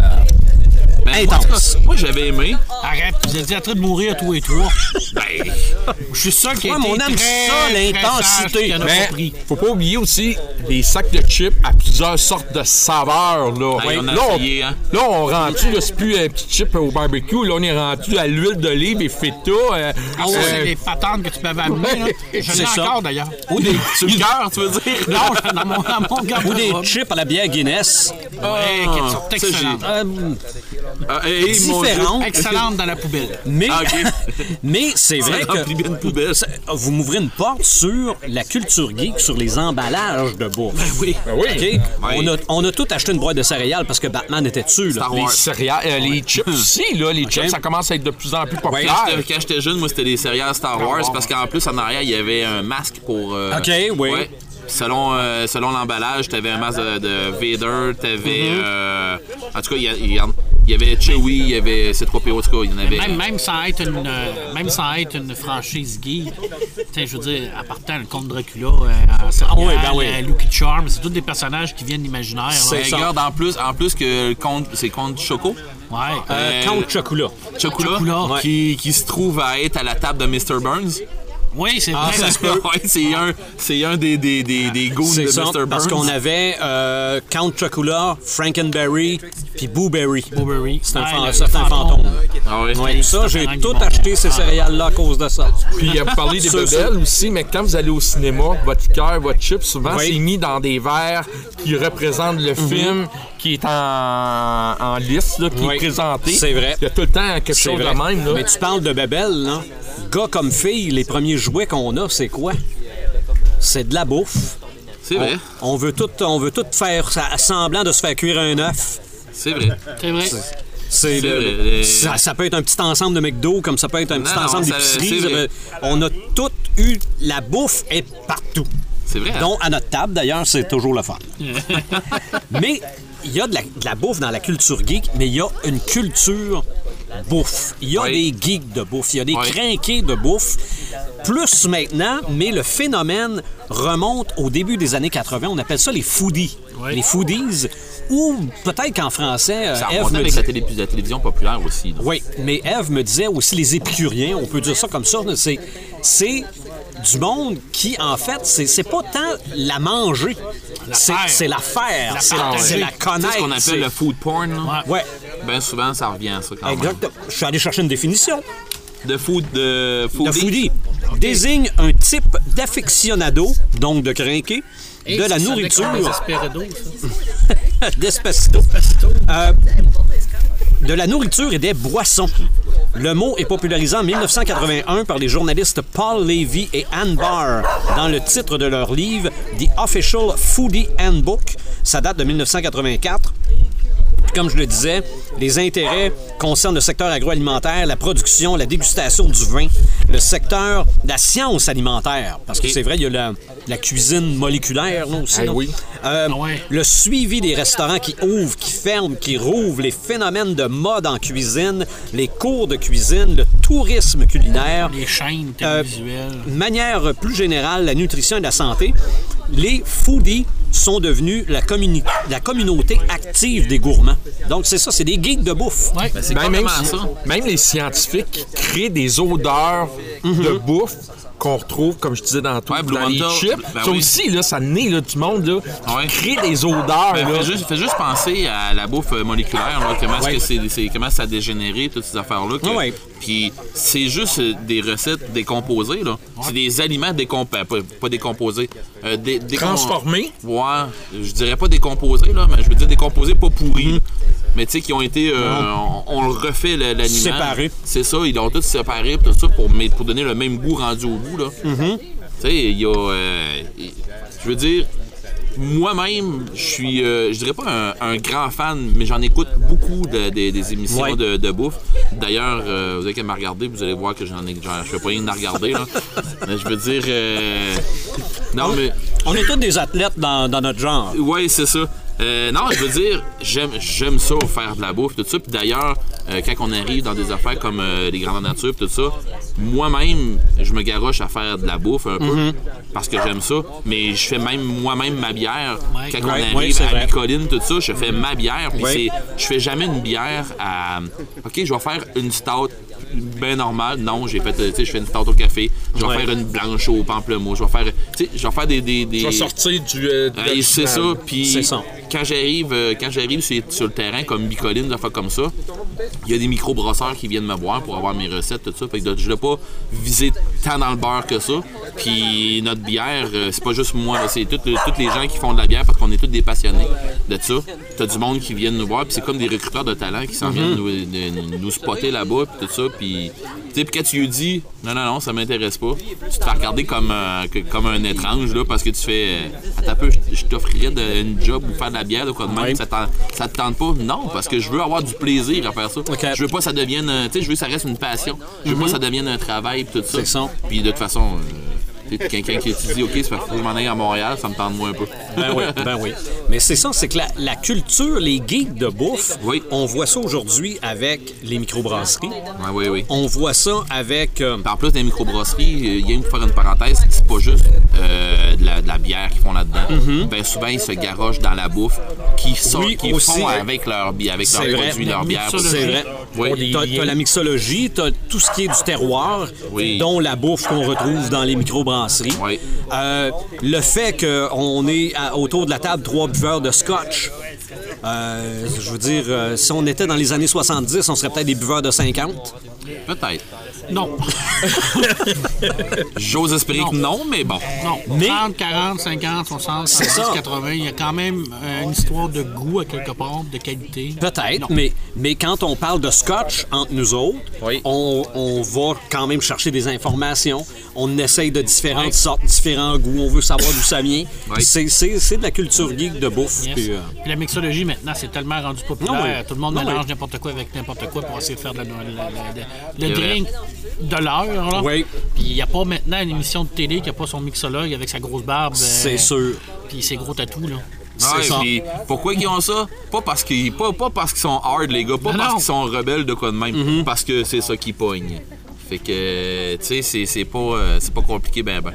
Speaker 4: Ben, moi,
Speaker 1: intense.
Speaker 4: en tout cas, Moi, j'avais aimé.
Speaker 5: Arrête, vous êtes en train de mourir à tous les trois.
Speaker 4: Ben,
Speaker 5: Je suis sûr qu'il y a
Speaker 1: Ouais, mais
Speaker 5: été
Speaker 1: on aime
Speaker 5: très,
Speaker 1: ça,
Speaker 5: très
Speaker 1: l'intensité.
Speaker 5: sage, qu'il y en a
Speaker 3: mais
Speaker 5: pas pris.
Speaker 3: faut pas oublier aussi les sacs de chips à plusieurs sortes de saveurs. Là,
Speaker 4: Hey, on a
Speaker 3: là,
Speaker 4: essayé, hein.
Speaker 3: là, on rendu, là, c'est plus un petit chip au barbecue. Là, on est rendu à l'huile d'olive et feta. euh,
Speaker 5: Ah ouais,
Speaker 3: euh,
Speaker 5: c'est des patentes que tu m'avais amenées. là. Je
Speaker 1: C'est
Speaker 5: l'ai
Speaker 1: ça.
Speaker 5: encore, d'ailleurs.
Speaker 1: ou des,
Speaker 4: sur le cœur, tu veux dire?
Speaker 5: Non, je- dans mon, dans mon
Speaker 1: ou
Speaker 5: garde-robe.
Speaker 1: des chips à la bière Guinness.
Speaker 5: Ouais,
Speaker 1: Ah,
Speaker 5: qui sont
Speaker 4: ça, j'ai-
Speaker 5: excellentes.
Speaker 1: Euh,
Speaker 4: Ah, hey, hey, mon Dieu.
Speaker 1: différentes.
Speaker 5: Excellentes dans la poubelle.
Speaker 1: Mais,
Speaker 4: Ah, ok.
Speaker 1: mais c'est vrai
Speaker 4: Ça remplit
Speaker 1: que
Speaker 4: bien une poubelle.
Speaker 1: Ça- vous m'ouvrez une porte sur la culture geek, sur les emballages de bouffe.
Speaker 4: Ben
Speaker 5: Oui.
Speaker 3: oui.
Speaker 1: OK? On, a, on a tout acheté une boîte de céréales parce que Batman était dessus. Là.
Speaker 4: Star
Speaker 3: Les
Speaker 4: Wars.
Speaker 3: céréales, euh,
Speaker 4: Ah
Speaker 3: les chips aussi, là, les chips, ça commence à être de plus en plus populaire.
Speaker 4: Quand j'étais- quand j'étais jeune, moi, c'était des céréales Star Wars parce qu'en plus, en arrière, il y avait un masque pour. euh,
Speaker 1: Ah, Ok, oui.
Speaker 4: ouais. Selon, euh, selon l'emballage, t'avais un masque de, de Vader, t'avais. euh, en tout cas, il y, a- il y en- il y avait Chewie, il y avait C3PO, en tout cas, il y en avait.
Speaker 5: Même, même, sans être une, euh, même sans être une franchise geek, tu sais, je veux dire, à partant le comte Dracula, euh, en
Speaker 1: oui,
Speaker 5: serial,
Speaker 1: ben oui.
Speaker 5: euh, Lucky Charm, c'est tous des personnages qui viennent hein, d'imaginaire.
Speaker 4: Mais
Speaker 5: là.
Speaker 1: ça.
Speaker 4: regarde, en plus, en plus que le compte, c'est compte Choco.
Speaker 5: Ouais.
Speaker 1: Euh, Count Chocula.
Speaker 4: Chocolat,
Speaker 5: Chocolat, ouais.
Speaker 4: qui, qui se trouve à être à la table de Mr. Burns.
Speaker 5: oui, c'est vrai.
Speaker 1: ah, ça se peut.
Speaker 4: Ouais, c'est un, c'est un des, des, des, des goons de
Speaker 1: C'est ça,
Speaker 4: Mr. Burns.
Speaker 1: parce qu'on avait euh, Count Chocula, Frankenberry, puis Boo Berry.
Speaker 5: Blueberry.
Speaker 1: C'est un,
Speaker 5: Ouais,
Speaker 1: fan-
Speaker 5: le
Speaker 1: c'est un fantôme.
Speaker 4: Ah ouais.
Speaker 1: Ouais, ça, j'ai tout acheté ces céréales-là à cause de ça.
Speaker 3: Puis il a parlé des
Speaker 1: Ça,
Speaker 3: bebelles aussi, mais quand vous allez au cinéma, votre cœur, votre chip, souvent
Speaker 1: Oui.
Speaker 3: c'est mis dans des verres qui représentent le
Speaker 4: Mhm.
Speaker 3: film qui est en, en liste, là, qui
Speaker 1: Oui.
Speaker 3: est présenté.
Speaker 1: C'est vrai.
Speaker 3: Il y a tout le temps quelque
Speaker 1: C'est
Speaker 3: chose
Speaker 1: vrai.
Speaker 3: de même. Là.
Speaker 1: Mais tu parles de Bebel, là. Gars comme fille, les premiers jouets qu'on a, c'est quoi? C'est de la bouffe.
Speaker 4: C'est vrai,
Speaker 1: On veut tout, on veut tout faire sa- semblant de se faire cuire un œuf.
Speaker 4: c'est vrai.
Speaker 5: C'est vrai.
Speaker 1: C'est le-
Speaker 4: vrai, les-
Speaker 1: ça, ça peut être un petit ensemble de McDo, comme ça peut être un petit
Speaker 4: non,
Speaker 1: ensemble
Speaker 4: ça-
Speaker 1: d'épiceries.
Speaker 4: c'est vrai.
Speaker 1: Ça peut- On a toutes eu la bouffe est partout.
Speaker 4: C'est vrai. hein?
Speaker 1: Donc, à notre table, d'ailleurs, c'est toujours le fun. mais il y a de la, de la bouffe dans la culture geek, mais il y a une culture bouffe. Il y a
Speaker 4: Oui.
Speaker 1: des geeks de bouffe, il y a des
Speaker 4: Oui.
Speaker 1: crinqués de bouffe. Plus maintenant, mais le phénomène remonte au début des années 80. On appelle ça les foodies.
Speaker 5: Oui.
Speaker 1: Les foodies, ou peut-être qu'en français, euh,
Speaker 4: ça
Speaker 1: Ève
Speaker 4: remonte
Speaker 1: me
Speaker 4: avec
Speaker 1: dit-
Speaker 4: la, télé- la télévision populaire aussi. donc.
Speaker 1: oui, mais Eve me disait aussi les épicuriens, on peut dire ça comme ça, mais c'est, c'est du monde qui, en fait, c'est, c'est pas tant la manger, c'est,
Speaker 5: faire.
Speaker 1: c'est la faire,
Speaker 5: La
Speaker 1: c'est, la,
Speaker 5: partager.
Speaker 1: c'est la
Speaker 4: Tu sais
Speaker 1: connaître.
Speaker 4: ce qu'on appelle le food porn. là?
Speaker 1: Ouais,
Speaker 4: Ben souvent, ça revient à ça quand
Speaker 1: exact. Je suis allé chercher une définition.
Speaker 4: même. De food, de food.
Speaker 1: Le foodie désigne un type d'affectionado, donc de crinqué, de la nourriture. Despacito. Euh, de la nourriture et des boissons. Le mot est popularisé en 1981 par les journalistes Paul Levy et Anne Barr dans le titre de leur livre The Official Foodie Handbook. Ça date de 1984. Puis Comme je le disais, les intérêts concernent le secteur agroalimentaire, la production, la dégustation du vin, le secteur de la science alimentaire, parce que c'est vrai, il y a la, la cuisine moléculaire là, aussi.
Speaker 3: Ah
Speaker 1: là.
Speaker 3: oui.
Speaker 1: Euh,
Speaker 5: Ah ouais.
Speaker 1: le suivi des restaurants qui ouvrent, qui ferment, qui rouvrent, les phénomènes de mode en cuisine, les cours de cuisine, le tourisme culinaire.
Speaker 5: Les chaînes
Speaker 1: Euh,
Speaker 5: télévisuelles.
Speaker 1: de manière plus générale, la nutrition et la santé, les foodies sont devenus la, communi- la communauté active des gourmands. Donc, c'est ça, c'est des geeks de bouffe.
Speaker 5: Ouais.
Speaker 4: C'est
Speaker 3: Ben, même,
Speaker 4: complètement
Speaker 3: si-
Speaker 4: ça.
Speaker 3: même les scientifiques qui créent des odeurs de bouffe qu'on retrouve, comme je disais dans tout,
Speaker 4: Mhm. Ouais, Blue
Speaker 3: dans les
Speaker 4: Monster,
Speaker 3: chips.
Speaker 4: ben
Speaker 3: ça
Speaker 4: oui.
Speaker 3: aussi, là, ça naît là, du monde là, qui
Speaker 4: Ouais.
Speaker 3: crée des odeurs.
Speaker 4: Ben,
Speaker 3: là.
Speaker 4: fais, juste, fais juste penser à la bouffe euh, moléculaire, là, comment, est-ce
Speaker 1: Ouais.
Speaker 4: que c'est- c'est- comment ça a dégénéré, toutes ces affaires-là. que
Speaker 1: Ouais.
Speaker 4: Puis c'est juste euh, des recettes décomposées, là. C'est des aliments décomposés. Pas, pas décomposés. euh, dé- décom-
Speaker 3: Transformés.
Speaker 4: Ouais. Je dirais pas décomposés, là, mais je veux dire décomposés, pas
Speaker 1: Mhm.
Speaker 4: pourris. Mais tu sais, qui ont été. euh, on, on le refait, le- l'animal.
Speaker 1: Séparés.
Speaker 4: C'est ça, ils l'ont tous séparé, tout ça, pour, met- pour donner le même goût rendu au bout, là. Tu sais, il y a. euh, il- je veux dire, moi-même, je suis, euh, je dirais pas un, un grand fan, mais j'en écoute beaucoup de- des- des émissions
Speaker 1: Ouais.
Speaker 4: de, de bouffe. D'ailleurs, euh, vous avez qu'à me regarder, vous allez voir que j'en ai, j'en- je fais pas rien de la regarder, là. mais je veux dire, euh, non mais,
Speaker 1: On est tous des athlètes dans, dans notre genre.
Speaker 4: ouais, c'est ça. Euh, non, je veux dire, j'aime, j'aime ça faire de la bouffe, tout ça. Puis d'ailleurs, euh, quand on arrive dans des affaires comme euh, les grandes nature, tout ça, moi-même, je me garoche à faire de la bouffe un peu parce que j'aime ça. Mais je fais même moi-même ma bière
Speaker 5: Ouais.
Speaker 4: quand on
Speaker 1: Ouais,
Speaker 4: arrive
Speaker 1: ouais, c'est
Speaker 4: à
Speaker 1: vrai.
Speaker 4: Bicoline, tout ça, je fais ma bière. Puis
Speaker 1: Ouais.
Speaker 4: c'est, je fais jamais une bière à. Ok, je vais faire une stout bien normale. Non, j'ai fait, euh, tu sais, je fais une stout au café. Je vais
Speaker 1: Ouais.
Speaker 4: faire une blanche au pamplemousse. Je vais faire, tu sais, je vais faire des, des, des-
Speaker 3: Tu vas sortir du. euh, de
Speaker 4: ah, et c'est ça,
Speaker 3: l'original.
Speaker 4: puis
Speaker 1: C'est ça.
Speaker 4: quand j'arrive euh, quand j'arrive sur, sur le terrain comme Bicoline, des affaires comme ça, il y a des micro-brosseurs qui viennent me voir pour avoir mes recettes, tout ça. Fait que je l'ai pas visé tant dans le beurre que ça. Puis notre bière, euh, c'est pas juste moi, là, c'est toutes toutes les gens qui font de la bière parce qu'on est tous des passionnés de ça. T'as du monde qui viennent nous voir, Ah, puis c'est comme des recruteurs de talent qui s'en viennent nous, de- nous spotter là-bas, puis tout ça. Puis tu sais, puis quand tu lui dis non, non, non, ça m'intéresse pas, tu te fais regarder comme, euh, que- comme un étrange, là, parce que tu fais euh, Attends un peu, je- je t'offrirais de- une job ou faire de la bière, ou quoi de même,
Speaker 1: Ouais.
Speaker 4: ça, t'en- ça te tente pas. Non, parce que je veux avoir du plaisir à faire ça.
Speaker 1: Ok.
Speaker 4: Je veux pas que ça devienne, euh, tu sais, je veux que ça reste une passion. Je veux pas que ça devienne un travail, puis tout ça.
Speaker 1: C'est ça.
Speaker 4: Puis de toute façon, euh, tu sais, quelqu'un qui étudie, OK, c'est parce que je m'en aille à Montréal, ça me tente moins un peu.
Speaker 1: Ben oui, ben oui. Mais c'est ça, c'est que la, la culture, les geeks de bouffe,
Speaker 4: Oui.
Speaker 1: on voit ça aujourd'hui avec les microbrasseries.
Speaker 4: Ah, oui, oui.
Speaker 1: On voit ça avec... euh,
Speaker 4: Puis en plus des microbrasseries, euh, il y a une pour faire une parenthèse, c'est pas juste euh, de, la, de la bière qu'ils font là-dedans. Bien souvent, ils se garochent dans la bouffe qu'ils sont,
Speaker 1: Mm-hmm. Oui,
Speaker 4: qu'ils
Speaker 1: aussi.
Speaker 4: font avec leur, bi- avec
Speaker 1: C'est
Speaker 4: leur
Speaker 1: vrai.
Speaker 4: produit, leur bière.
Speaker 1: C'est vrai.
Speaker 4: Oui.
Speaker 1: T'as t'as la mixologie, t'as tout ce qui est du terroir,
Speaker 4: Oui.
Speaker 1: dont la bouffe qu'on retrouve dans les microbrasseries.
Speaker 4: Oui.
Speaker 1: Euh, le fait qu'on est à- autour de la table trois buveurs de scotch. euh, je veux dire, euh, si on était dans les années 70, on serait peut-être des buveurs de 50.
Speaker 4: Peut-être.
Speaker 5: Non,
Speaker 4: J'ose espérer que non, mais bon.
Speaker 5: non. 30, 40, 50, 60,
Speaker 1: C'est
Speaker 5: 70,
Speaker 1: ça.
Speaker 5: 80, il y a quand même euh, une histoire de goût à quelque part, de qualité.
Speaker 1: Peut-être,
Speaker 5: Non.
Speaker 1: mais, mais quand on parle de scotch entre nous autres,
Speaker 4: Oui.
Speaker 1: on, on va quand même chercher des informations. On essaye de différentes sortes, différents goûts. On veut savoir d'où ça vient.
Speaker 4: Oui.
Speaker 1: C'est- C'est c'est de la culture geek de bouffe.
Speaker 5: Yes.
Speaker 1: puis, euh,
Speaker 5: Puis la mixologie, maintenant, c'est tellement rendu populaire.
Speaker 1: Non, oui.
Speaker 5: Tout le monde
Speaker 1: Non,
Speaker 5: mélange
Speaker 1: oui.
Speaker 5: n'importe quoi avec n'importe quoi pour essayer de faire de la- la- la- la- le
Speaker 4: C'est vrai.
Speaker 5: drink de l'heure. là.
Speaker 1: Oui.
Speaker 5: Puis il n'y a pas maintenant une émission de télé qui n'a pas son mixologue avec sa grosse barbe. euh,
Speaker 1: C'est sûr.
Speaker 5: Puis ses gros tatous. là.
Speaker 4: Ouais,
Speaker 1: ça.
Speaker 4: puis pourquoi ils ont ça? Pas parce qu'ils pas, pas parce qu'ils sont hard, les gars. Pas
Speaker 5: Non,
Speaker 4: parce
Speaker 5: non.
Speaker 4: qu'ils sont rebelles de quoi de même.
Speaker 1: Mm-hmm.
Speaker 4: Parce que c'est ça qui pogne. Fait que, tu sais, c'est- c'est pas, euh, c'est pas compliqué, ben ben.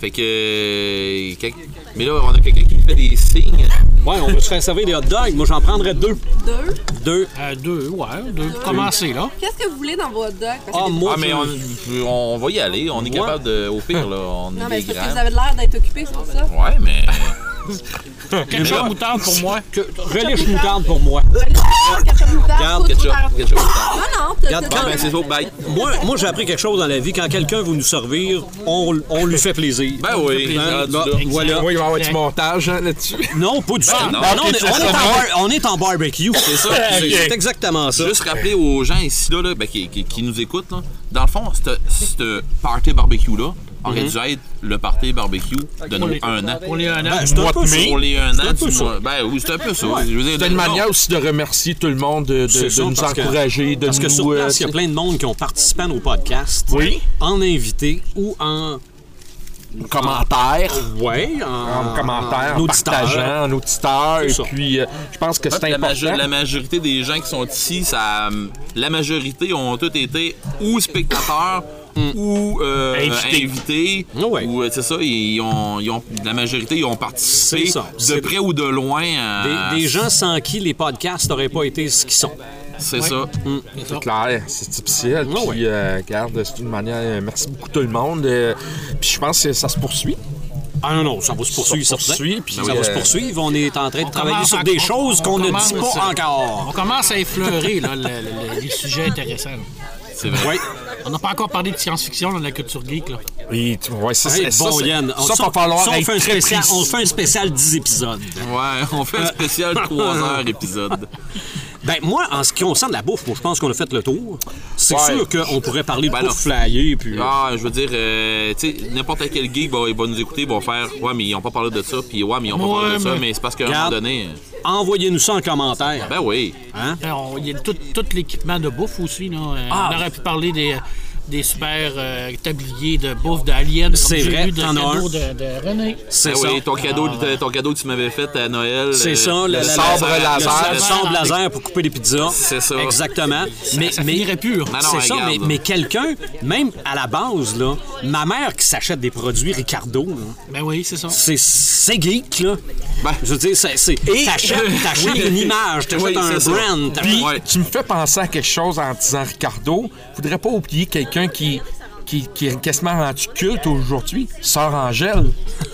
Speaker 4: Fait que... euh, quel- Mais là, on a quelqu'un qui fait des signes.
Speaker 1: Ouais, on va se faire servir des hot dogs. Moi, j'en prendrais deux.
Speaker 6: Deux.
Speaker 1: Deux.
Speaker 5: Euh, deux, ouais, deux. pour Commencer, là.
Speaker 6: Qu'est-ce que vous voulez dans vos hot dogs?
Speaker 3: Oh
Speaker 6: Parce
Speaker 1: Ah,
Speaker 6: que-
Speaker 1: moi,
Speaker 4: Ah, mais
Speaker 1: je-
Speaker 4: on, on va y aller. On est
Speaker 1: Ouais.
Speaker 4: capable de... Au pire, là, on
Speaker 6: Non,
Speaker 4: est
Speaker 6: mais
Speaker 4: des
Speaker 6: c'est parce que
Speaker 4: grands.
Speaker 6: vous avez l'air d'être occupé, c'est pour ça.
Speaker 4: Ouais, mais...
Speaker 5: Quelque chose de moutarde pour moi.
Speaker 1: que- Relish moutarde pour moi.
Speaker 6: Ketchup, moutarde,
Speaker 1: Garde,
Speaker 6: sauce
Speaker 4: Ketchup,
Speaker 6: moutarde.
Speaker 4: ketchup.
Speaker 6: Non, Ah non, t'as-
Speaker 1: Garde,
Speaker 6: t'as-
Speaker 4: Bon,
Speaker 1: quand-
Speaker 4: ben, c'est ça, bye.
Speaker 1: Moi, moi j'ai appris quelque chose dans la vie. Quand quelqu'un veut nous servir, on, on lui fait plaisir.
Speaker 4: Ben oui,
Speaker 1: Hein,
Speaker 4: rendu
Speaker 1: bah,
Speaker 4: là.
Speaker 1: voilà.
Speaker 3: Oui, il va y avoir du
Speaker 5: Exact.
Speaker 3: montage hein, là-dessus.
Speaker 1: Non, pas du tout.
Speaker 4: non.
Speaker 1: Ben non, on, est, on
Speaker 3: Ok,
Speaker 1: est en
Speaker 3: ça va.
Speaker 1: bar- on est en barbecue. C'est
Speaker 4: ça.
Speaker 1: C'est
Speaker 4: Ok.
Speaker 1: c'est exactement ça.
Speaker 4: Juste rappeler aux gens ici là, là, ben, qui, qui- qui nous écoutent, là, dans le fond, ce party barbecue là
Speaker 1: Mhm.
Speaker 4: aurait dû être le party barbecue de nos
Speaker 5: les-
Speaker 4: un an.
Speaker 5: Pour les un an.
Speaker 1: Ben, c'est un
Speaker 3: Mois
Speaker 1: peu
Speaker 3: de
Speaker 1: ça.
Speaker 3: mai.
Speaker 4: Pour les un
Speaker 1: C'est
Speaker 4: an
Speaker 1: un peu
Speaker 4: du
Speaker 1: ça.
Speaker 4: mois. Ben oui, c'est un peu ça. Je veux dire,
Speaker 3: C'est une
Speaker 4: non.
Speaker 3: manière aussi de remercier tout le monde, de, de-
Speaker 1: C'est
Speaker 3: de
Speaker 1: ça,
Speaker 3: nous
Speaker 1: parce que-
Speaker 3: encourager, de
Speaker 1: Parce que
Speaker 3: nous...
Speaker 1: sur
Speaker 3: euh,
Speaker 1: place, il y a plein de monde qui ont participé à nos podcasts.
Speaker 3: Oui.
Speaker 1: En invité ou en.
Speaker 3: commentaires.
Speaker 1: Ouais, en.
Speaker 3: en commentaire, en
Speaker 1: auditeur.
Speaker 3: partageant, en auditeur. Et
Speaker 1: ça.
Speaker 3: puis, euh, je pense que c'est
Speaker 4: La, majo-
Speaker 3: important.
Speaker 4: la majorité des gens qui sont ici, ça, euh, la majorité ont tous été ou spectateurs ou euh,
Speaker 3: Invités.
Speaker 4: invités.
Speaker 1: Mm. Ouais.
Speaker 4: Ou, euh, c'est ça, ils ont, ils ont- la majorité, ils ont participé
Speaker 1: C'est ça.
Speaker 4: de
Speaker 1: C'est-
Speaker 4: près ou de loin. euh, à-
Speaker 3: Ah,
Speaker 1: Des, des gens sans qui les podcasts n'auraient pas été ce qu'ils sont.
Speaker 4: C'est ça.
Speaker 3: C'est clair, c'est difficile.
Speaker 1: Ah
Speaker 3: Puis,
Speaker 1: ouais.
Speaker 3: euh, regarde, c'est une manière. euh, Merci beaucoup tout le monde. euh, puis, je pense que ça se poursuit.
Speaker 1: Ah non, non, ça va se poursuivre,
Speaker 3: Ça
Speaker 1: certain.
Speaker 3: poursuit, puis,
Speaker 1: ça va
Speaker 3: euh,
Speaker 1: se poursuivre. On est en train de
Speaker 5: On
Speaker 1: travailler
Speaker 5: commence
Speaker 1: sur
Speaker 5: à-
Speaker 1: des
Speaker 5: on-
Speaker 1: choses
Speaker 5: on
Speaker 1: qu'on ne
Speaker 5: commence
Speaker 1: dit pas
Speaker 5: à-
Speaker 1: encore.
Speaker 5: On commence à effleurer là, le- le- le- les sujets intéressants. là.
Speaker 4: c'est vrai.
Speaker 1: Oui.
Speaker 5: On n'a pas encore parlé de science-fiction, là, de la culture geek. Là.
Speaker 3: Et tu- ouais, ça,
Speaker 1: Hey,
Speaker 3: c'est- ça,
Speaker 1: bon,
Speaker 3: c'est-
Speaker 1: Yann,
Speaker 3: ça, va falloir
Speaker 1: ça, on
Speaker 3: être
Speaker 1: fait un
Speaker 3: très
Speaker 1: spécial,
Speaker 3: précis.
Speaker 1: on fait un spécial 10 épisodes.
Speaker 4: Ouais, on fait un spécial 3 heures épisode.
Speaker 1: Ben, moi, en ce qui concerne la bouffe, moi, je pense qu'on a fait le tour. C'est
Speaker 3: Ouais.
Speaker 1: sûr qu'on pourrait parler de
Speaker 4: Ben
Speaker 1: bouffe
Speaker 4: non.
Speaker 1: flyer, puis...
Speaker 4: Ah, je veux dire, euh, tu sais, n'importe quel geek va, il va nous écouter, va faire Ouais, mais ils ont pas parlé de ça, puis ouais, mais ils ont pas
Speaker 5: Ouais,
Speaker 4: parlé de ça,
Speaker 5: mais-
Speaker 4: mais c'est parce qu'à un moment
Speaker 1: Regarde.
Speaker 4: donné.
Speaker 1: Envoyez-nous ça en commentaire.
Speaker 4: Ben oui.
Speaker 1: Hein?
Speaker 5: Ben, on- Il y a tout, tout l'équipement de bouffe aussi. Là. Euh,
Speaker 1: Ah.
Speaker 5: On aurait pu parler des, des super euh, tabliers de bouffe d'Alien.
Speaker 1: C'est vrai,
Speaker 5: de
Speaker 1: t'en as
Speaker 5: cadeau
Speaker 1: un.
Speaker 5: de, de René.
Speaker 1: C'est
Speaker 4: Ben
Speaker 1: ça.
Speaker 4: oui, ton cadeau, ton cadeau que tu m'avais fait à Noël.
Speaker 1: C'est
Speaker 4: euh,
Speaker 1: ça, le, la- la-
Speaker 3: sabre
Speaker 1: la-
Speaker 3: laser.
Speaker 1: Le sabre laser pour couper les pizzas.
Speaker 4: C'est ça.
Speaker 1: Exactement. Mais,
Speaker 5: Ça
Speaker 1: mais,
Speaker 5: finirait plus. là.
Speaker 4: Ah non,
Speaker 1: c'est ça,
Speaker 4: regarde.
Speaker 1: mais, mais quelqu'un, même à la base, là, ma mère qui s'achète des produits Ricardo, là,
Speaker 5: Ben oui, c'est ça.
Speaker 1: c'est, c'est geek, là.
Speaker 4: Ben.
Speaker 1: je veux dire, c'est, c'est- t'achètes, t'achètes une image, t'achètes
Speaker 4: Oui,
Speaker 1: un
Speaker 4: c'est ça.
Speaker 1: brand. t'achètes-
Speaker 3: Puis,
Speaker 4: Ouais.
Speaker 3: tu me fais penser à quelque chose en disant Ricardo. Faudrait pas oublier quelqu'un qui, qui, qui est quasiment rendu culte aujourd'hui, Sœur Angèle,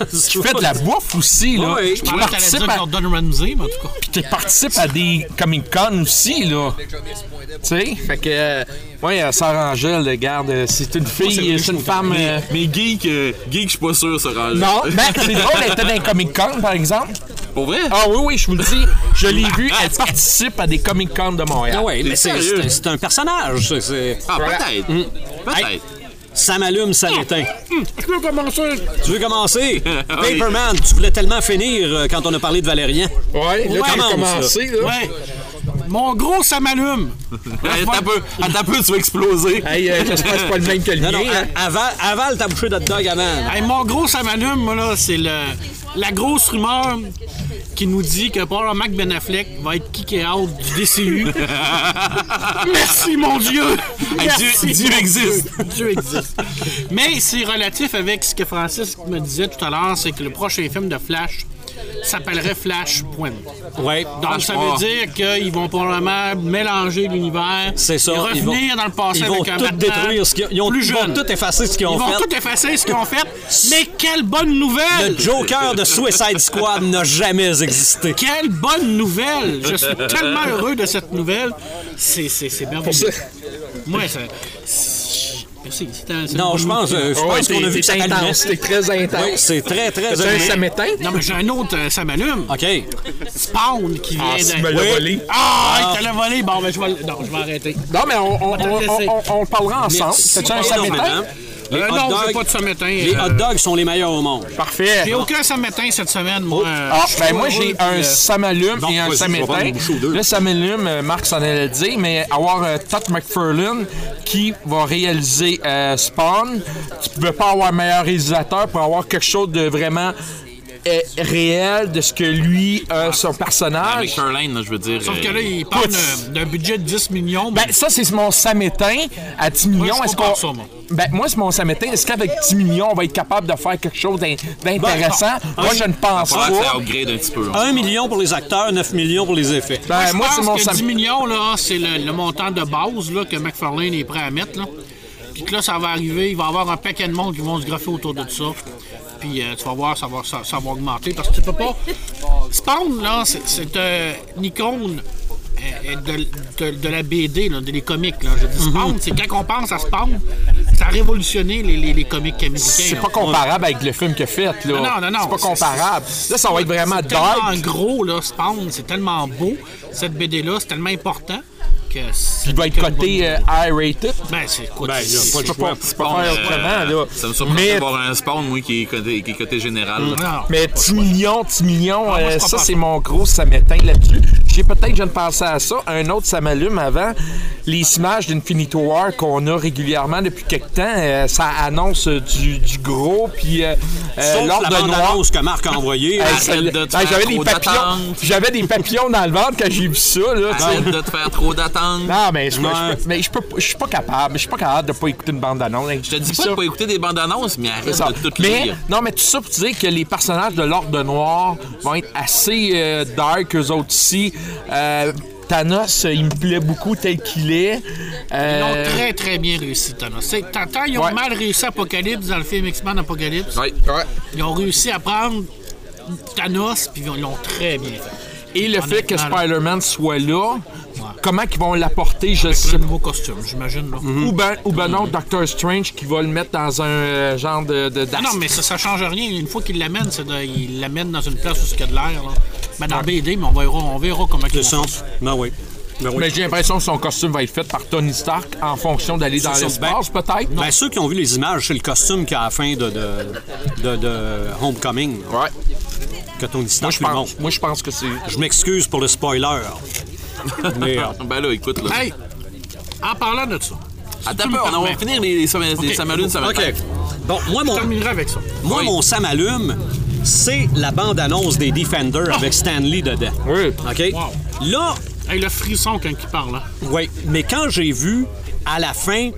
Speaker 3: qui fait de la bouffe aussi. Là.
Speaker 1: Oui, oui.
Speaker 3: Qui
Speaker 5: Je parlais que t'allais
Speaker 3: participe
Speaker 5: dire
Speaker 3: à-
Speaker 5: Gordon Ramsay, mais en tout cas.
Speaker 3: Puis tu participes à des Comic Con aussi, là. Tu sais, fait que. euh, Ouais, euh, Sœur Angèle, regarde, euh, c'est une fille, euh, c'est une femme. euh,
Speaker 4: Mais geek, euh, geek, je suis pas sûr, ça range.
Speaker 3: Non, mais c'est drôle, elle était dans les Comic Con, par exemple.
Speaker 4: Pour vrai?
Speaker 3: Ah oui, oui, je vous le dis, je l'ai vu, elle participe à des Comic Con de Montréal.
Speaker 1: Ah ouais, mais c'est,
Speaker 4: sérieux?
Speaker 1: c'est un- c'est un personnage. ça, c'est-
Speaker 4: Ah, peut-être.
Speaker 1: Hey.
Speaker 4: Peut-être.
Speaker 1: Ça m'allume, ça l'éteint. Je veux commencer. Tu veux commencer? Paperman, tu voulais tellement finir euh, quand on a parlé de Valérien.
Speaker 3: Ouais,
Speaker 1: Ouais,
Speaker 3: là, t'as
Speaker 1: commence,
Speaker 3: commencé, là.
Speaker 5: Ouais. Mon gros, ça m'allume.
Speaker 4: Hey, Ben, attends un peu, attends un peu, tu vas exploser.
Speaker 3: Hey, euh, j'espère que c'est pas le même que le
Speaker 1: Non, non,
Speaker 3: mien. hein.
Speaker 1: a- avale, avale ta bouchée d'hot dog avant.
Speaker 5: Hey, mon gros, ça m'allume, moi, là, c'est le, la grosse rumeur qui nous dit que probablement que Ben Affleck va être kické out du DCU. Merci, mon Dieu!
Speaker 4: Hey, Dieu-
Speaker 5: Merci,
Speaker 4: Dieu
Speaker 5: mon
Speaker 4: existe.
Speaker 5: Dieu. Dieu existe. Mais c'est relatif avec ce que Francis me disait tout à l'heure, c'est que le prochain film de Flash s'appellerait Flashpoint.
Speaker 1: Ouais.
Speaker 5: Donc, ça veut
Speaker 4: Ah.
Speaker 5: dire qu'ils vont probablement mélanger l'univers.
Speaker 1: C'est ça.
Speaker 5: et
Speaker 1: ils vont-
Speaker 5: Revenir dans le passé
Speaker 1: Ils vont
Speaker 5: avec un
Speaker 1: tout
Speaker 5: Batman
Speaker 1: détruire. Ce qu'ils ont, ils ont-
Speaker 5: plus
Speaker 1: ils vont
Speaker 5: jeune.
Speaker 1: tout effacer ce qu'ils
Speaker 5: Ils
Speaker 1: ont
Speaker 5: vont
Speaker 1: fait.
Speaker 5: tout effacer ce qu'ils ont fait. Mais quelle bonne nouvelle!
Speaker 1: Le Joker de Suicide Squad n'a jamais existé.
Speaker 5: Quelle bonne nouvelle! Je suis tellement heureux de cette nouvelle. C'est, c'est, c'est merveilleux. Moi, ça. c'est- Merci. c'était un- c'est
Speaker 1: Non,
Speaker 5: une
Speaker 1: je
Speaker 5: bonne
Speaker 1: pense,
Speaker 5: nouvelle.
Speaker 1: euh, je
Speaker 3: Ah ouais,
Speaker 1: pense qu'on a
Speaker 3: t'es-
Speaker 1: vu que
Speaker 3: t'es
Speaker 1: ça t'allumait.
Speaker 3: intense, t'es très intense.
Speaker 1: Oui, c'est très, très
Speaker 3: T'as un
Speaker 1: allumé.
Speaker 3: samétain?
Speaker 5: Non, mais j'ai un autre, euh, ça m'allume.
Speaker 1: OK.
Speaker 5: Spawn qui vient
Speaker 3: Ah,
Speaker 5: d'un-
Speaker 3: si, me l'a
Speaker 1: Oui.
Speaker 3: volé.
Speaker 5: Ah, il te l'a volé. Bon, ben, je vais, le- non, je vais arrêter.
Speaker 3: Non, mais on, on, on, on, on- on parlera ensemble.
Speaker 1: Merci
Speaker 3: T'as-tu un
Speaker 1: énormément.
Speaker 3: samétain?
Speaker 1: Les
Speaker 5: Euh,
Speaker 1: hot
Speaker 5: non,
Speaker 1: dogs-
Speaker 5: j'ai pas de sammetin.
Speaker 1: Les
Speaker 5: euh,
Speaker 1: hot dogs sont les meilleurs au monde.
Speaker 3: Parfait.
Speaker 5: J'ai aucun sammetin cette semaine, moi. Euh,
Speaker 3: Ah,
Speaker 5: je suis
Speaker 3: ben moi,
Speaker 5: heureux,
Speaker 3: j'ai
Speaker 5: puis,
Speaker 3: un
Speaker 5: euh,
Speaker 3: samalume et un
Speaker 1: vas-y, je vais prendre
Speaker 3: samétain.
Speaker 1: une bouchée ou deux.
Speaker 3: Le samalume, euh, Marc s'en allait le dire, mais avoir euh, Todd McFarlane qui va réaliser euh, Spawn, tu peux pas avoir meilleur réalisateur pour avoir quelque chose de vraiment euh, réel de ce que lui,
Speaker 5: Ah,
Speaker 3: euh, son
Speaker 4: Avec
Speaker 3: personnage.
Speaker 4: Charlene, là, je veux dire. euh,
Speaker 5: Sauf que là, il parle d'un, d'un budget de 10 millions.
Speaker 3: Ben,
Speaker 5: mais-
Speaker 3: ça, c'est mon samétain. À 10
Speaker 5: je
Speaker 3: millions, est-ce qu'on.
Speaker 5: comprends ça, moi.
Speaker 3: Ben, moi, c'est mon samétain. Est-ce qu'avec 10 millions, on va être capable de faire quelque chose d'in- d'intéressant?
Speaker 5: Ben,
Speaker 3: moi, je ne
Speaker 5: Ah,
Speaker 3: pense
Speaker 4: Faudrait
Speaker 3: pas.
Speaker 4: que ça upgrade un petit peu. là.
Speaker 1: 1 million pour les acteurs, 9 millions pour les effets.
Speaker 3: Ben, moi,
Speaker 5: je
Speaker 3: c'est
Speaker 5: pense
Speaker 3: mon
Speaker 5: que
Speaker 3: sam-
Speaker 5: 10 millions, là, c'est le, le montant de base là, que McFarlane est prêt à mettre. Là. Puis que là, ça va arriver, il va y avoir un paquet de monde qui vont se greffer autour de ça. Puis euh, tu vas voir, ça va, ça, ça va augmenter. Parce que tu peux pas. Spawn, là, c'est- c'est euh, une icône euh, de, de- de la BD, là, des comics. Là. Je dis
Speaker 3: Mhm.
Speaker 5: Spawn, c'est quand on pense à Spawn, ça a révolutionné les, les, les comics américains.
Speaker 3: C'est
Speaker 5: là.
Speaker 3: pas comparable avec le film que fait, là.
Speaker 5: Non, non, non.
Speaker 3: C'est pas comparable. Là, ça va être vraiment
Speaker 5: C'est tellement
Speaker 3: dark.
Speaker 5: gros, là, Spawn, c'est tellement beau, cette BD-là, c'est tellement important que...
Speaker 3: Il doit être coté euh, high-rated.
Speaker 5: Ben, c'est quoi?
Speaker 1: Ben, il y a pas le
Speaker 3: Tu peux pas,
Speaker 1: choix.
Speaker 3: tu peux pas faire autrement, là.
Speaker 4: euh, Ça me surprendrait
Speaker 3: Mais,
Speaker 4: d'avoir un spawn, moi, qui est côté, qui est côté général. là.
Speaker 5: Non.
Speaker 3: mais 10 millions, 10 millions,
Speaker 5: moi, je
Speaker 3: euh,
Speaker 5: comprends
Speaker 3: ça,
Speaker 5: pas.
Speaker 3: c'est mon gros samétain là-dessus. J'ai peut-être, je ne pensais à ça, un autre, ça m'allume avant. Les images d'Infinito War qu'on a régulièrement depuis quelque temps, euh, ça annonce euh, du, du gros, puis euh, euh,
Speaker 1: Sauf la
Speaker 3: l'ordre noir.
Speaker 1: bande-annonce que Marc a envoyée.
Speaker 3: Hey,
Speaker 1: Ah,
Speaker 3: ça-
Speaker 4: Arrête de te
Speaker 3: hey,
Speaker 4: faire
Speaker 3: J'avais des
Speaker 4: trop
Speaker 3: papillons.
Speaker 4: d'attente.
Speaker 3: J'avais des papillons dans le ventre quand j'ai vu ça. Là, tu sais.
Speaker 4: Arrête de te faire trop d'attente.
Speaker 3: Non, mais je,
Speaker 1: Ouais.
Speaker 3: je peux- mais je peux- je suis pas capable. Je suis pas capable de pas écouter une bande annonce.
Speaker 4: Je te dis pas de pas écouter des bandes annonces, mais arrête de tout
Speaker 3: mais,
Speaker 4: lire.
Speaker 3: non, mais tout ça pour dire que les personnages de l'Ordre Noir vont être assez euh, dark, eux autres ici. Euh, Thanos, euh, il me plaît beaucoup tel qu'il est.
Speaker 5: Ils
Speaker 3: Euh,
Speaker 5: ont très, très bien réussi, Thanos. C'est- T'entends, ils ont
Speaker 3: Ouais.
Speaker 5: mal réussi Apocalypse dans le film X-Men Apocalypse.
Speaker 4: Ouais.
Speaker 5: Ils ont réussi à prendre Thanos, puis ils l'ont très bien fait.
Speaker 3: Et le fait que
Speaker 5: Honnêtement, là.
Speaker 3: Spider-Man soit là, Comment ils vont l'apporter, je
Speaker 5: C'est
Speaker 3: sais
Speaker 5: le nouveau costume, j'imagine. là.
Speaker 3: Ou ben, ou ben non, Doctor Strange qui va le mettre dans un euh, genre de. de
Speaker 5: Ah non, mais ça, ça change rien. Une fois qu'il l'amène, c'est de- il l'amène dans une place où il y a de l'air. là. Ben, dans BD, mais on verra, on verra comment ils
Speaker 1: Le
Speaker 5: vont faire
Speaker 1: sens. Ben oui. Ben oui.
Speaker 3: Mais j'ai l'impression que son costume va être fait par Tony Stark en fonction d'aller dans
Speaker 1: Sur-
Speaker 3: l'espace,
Speaker 1: ben-
Speaker 3: peut-être.
Speaker 1: Ben, ceux qui ont vu les images, c'est le costume qu'il y a à la fin de, de, de- de Homecoming, là,
Speaker 3: Ouais.
Speaker 1: que Tony
Speaker 3: Moi,
Speaker 1: Stark
Speaker 3: je
Speaker 1: lui
Speaker 3: pense,
Speaker 1: montre.
Speaker 3: moi, je pense que c'est.
Speaker 1: Je m'excuse pour le spoiler. Mais,
Speaker 3: Ah,
Speaker 1: euh,
Speaker 4: Ben là, écoute, là.
Speaker 5: Hey, en parlant de ça,
Speaker 4: Attends
Speaker 5: tu
Speaker 4: un
Speaker 5: me
Speaker 4: peu, on va
Speaker 5: permets.
Speaker 4: finir les, les, Sama- les
Speaker 5: Ok.
Speaker 4: Samalunes, ça va
Speaker 1: euh, OK. Bon, moi,
Speaker 5: je
Speaker 1: mon,
Speaker 5: terminerai avec ça.
Speaker 1: moi,
Speaker 4: Oui.
Speaker 1: mon Sam allume, c'est la bande-annonce des Defenders avec Stanley dedans.
Speaker 3: Ah. Oui.
Speaker 1: OK?
Speaker 5: Wow.
Speaker 1: Là,
Speaker 5: Hey, le frisson quand il parle. hein.
Speaker 1: Oui, mais quand j'ai vu à la fin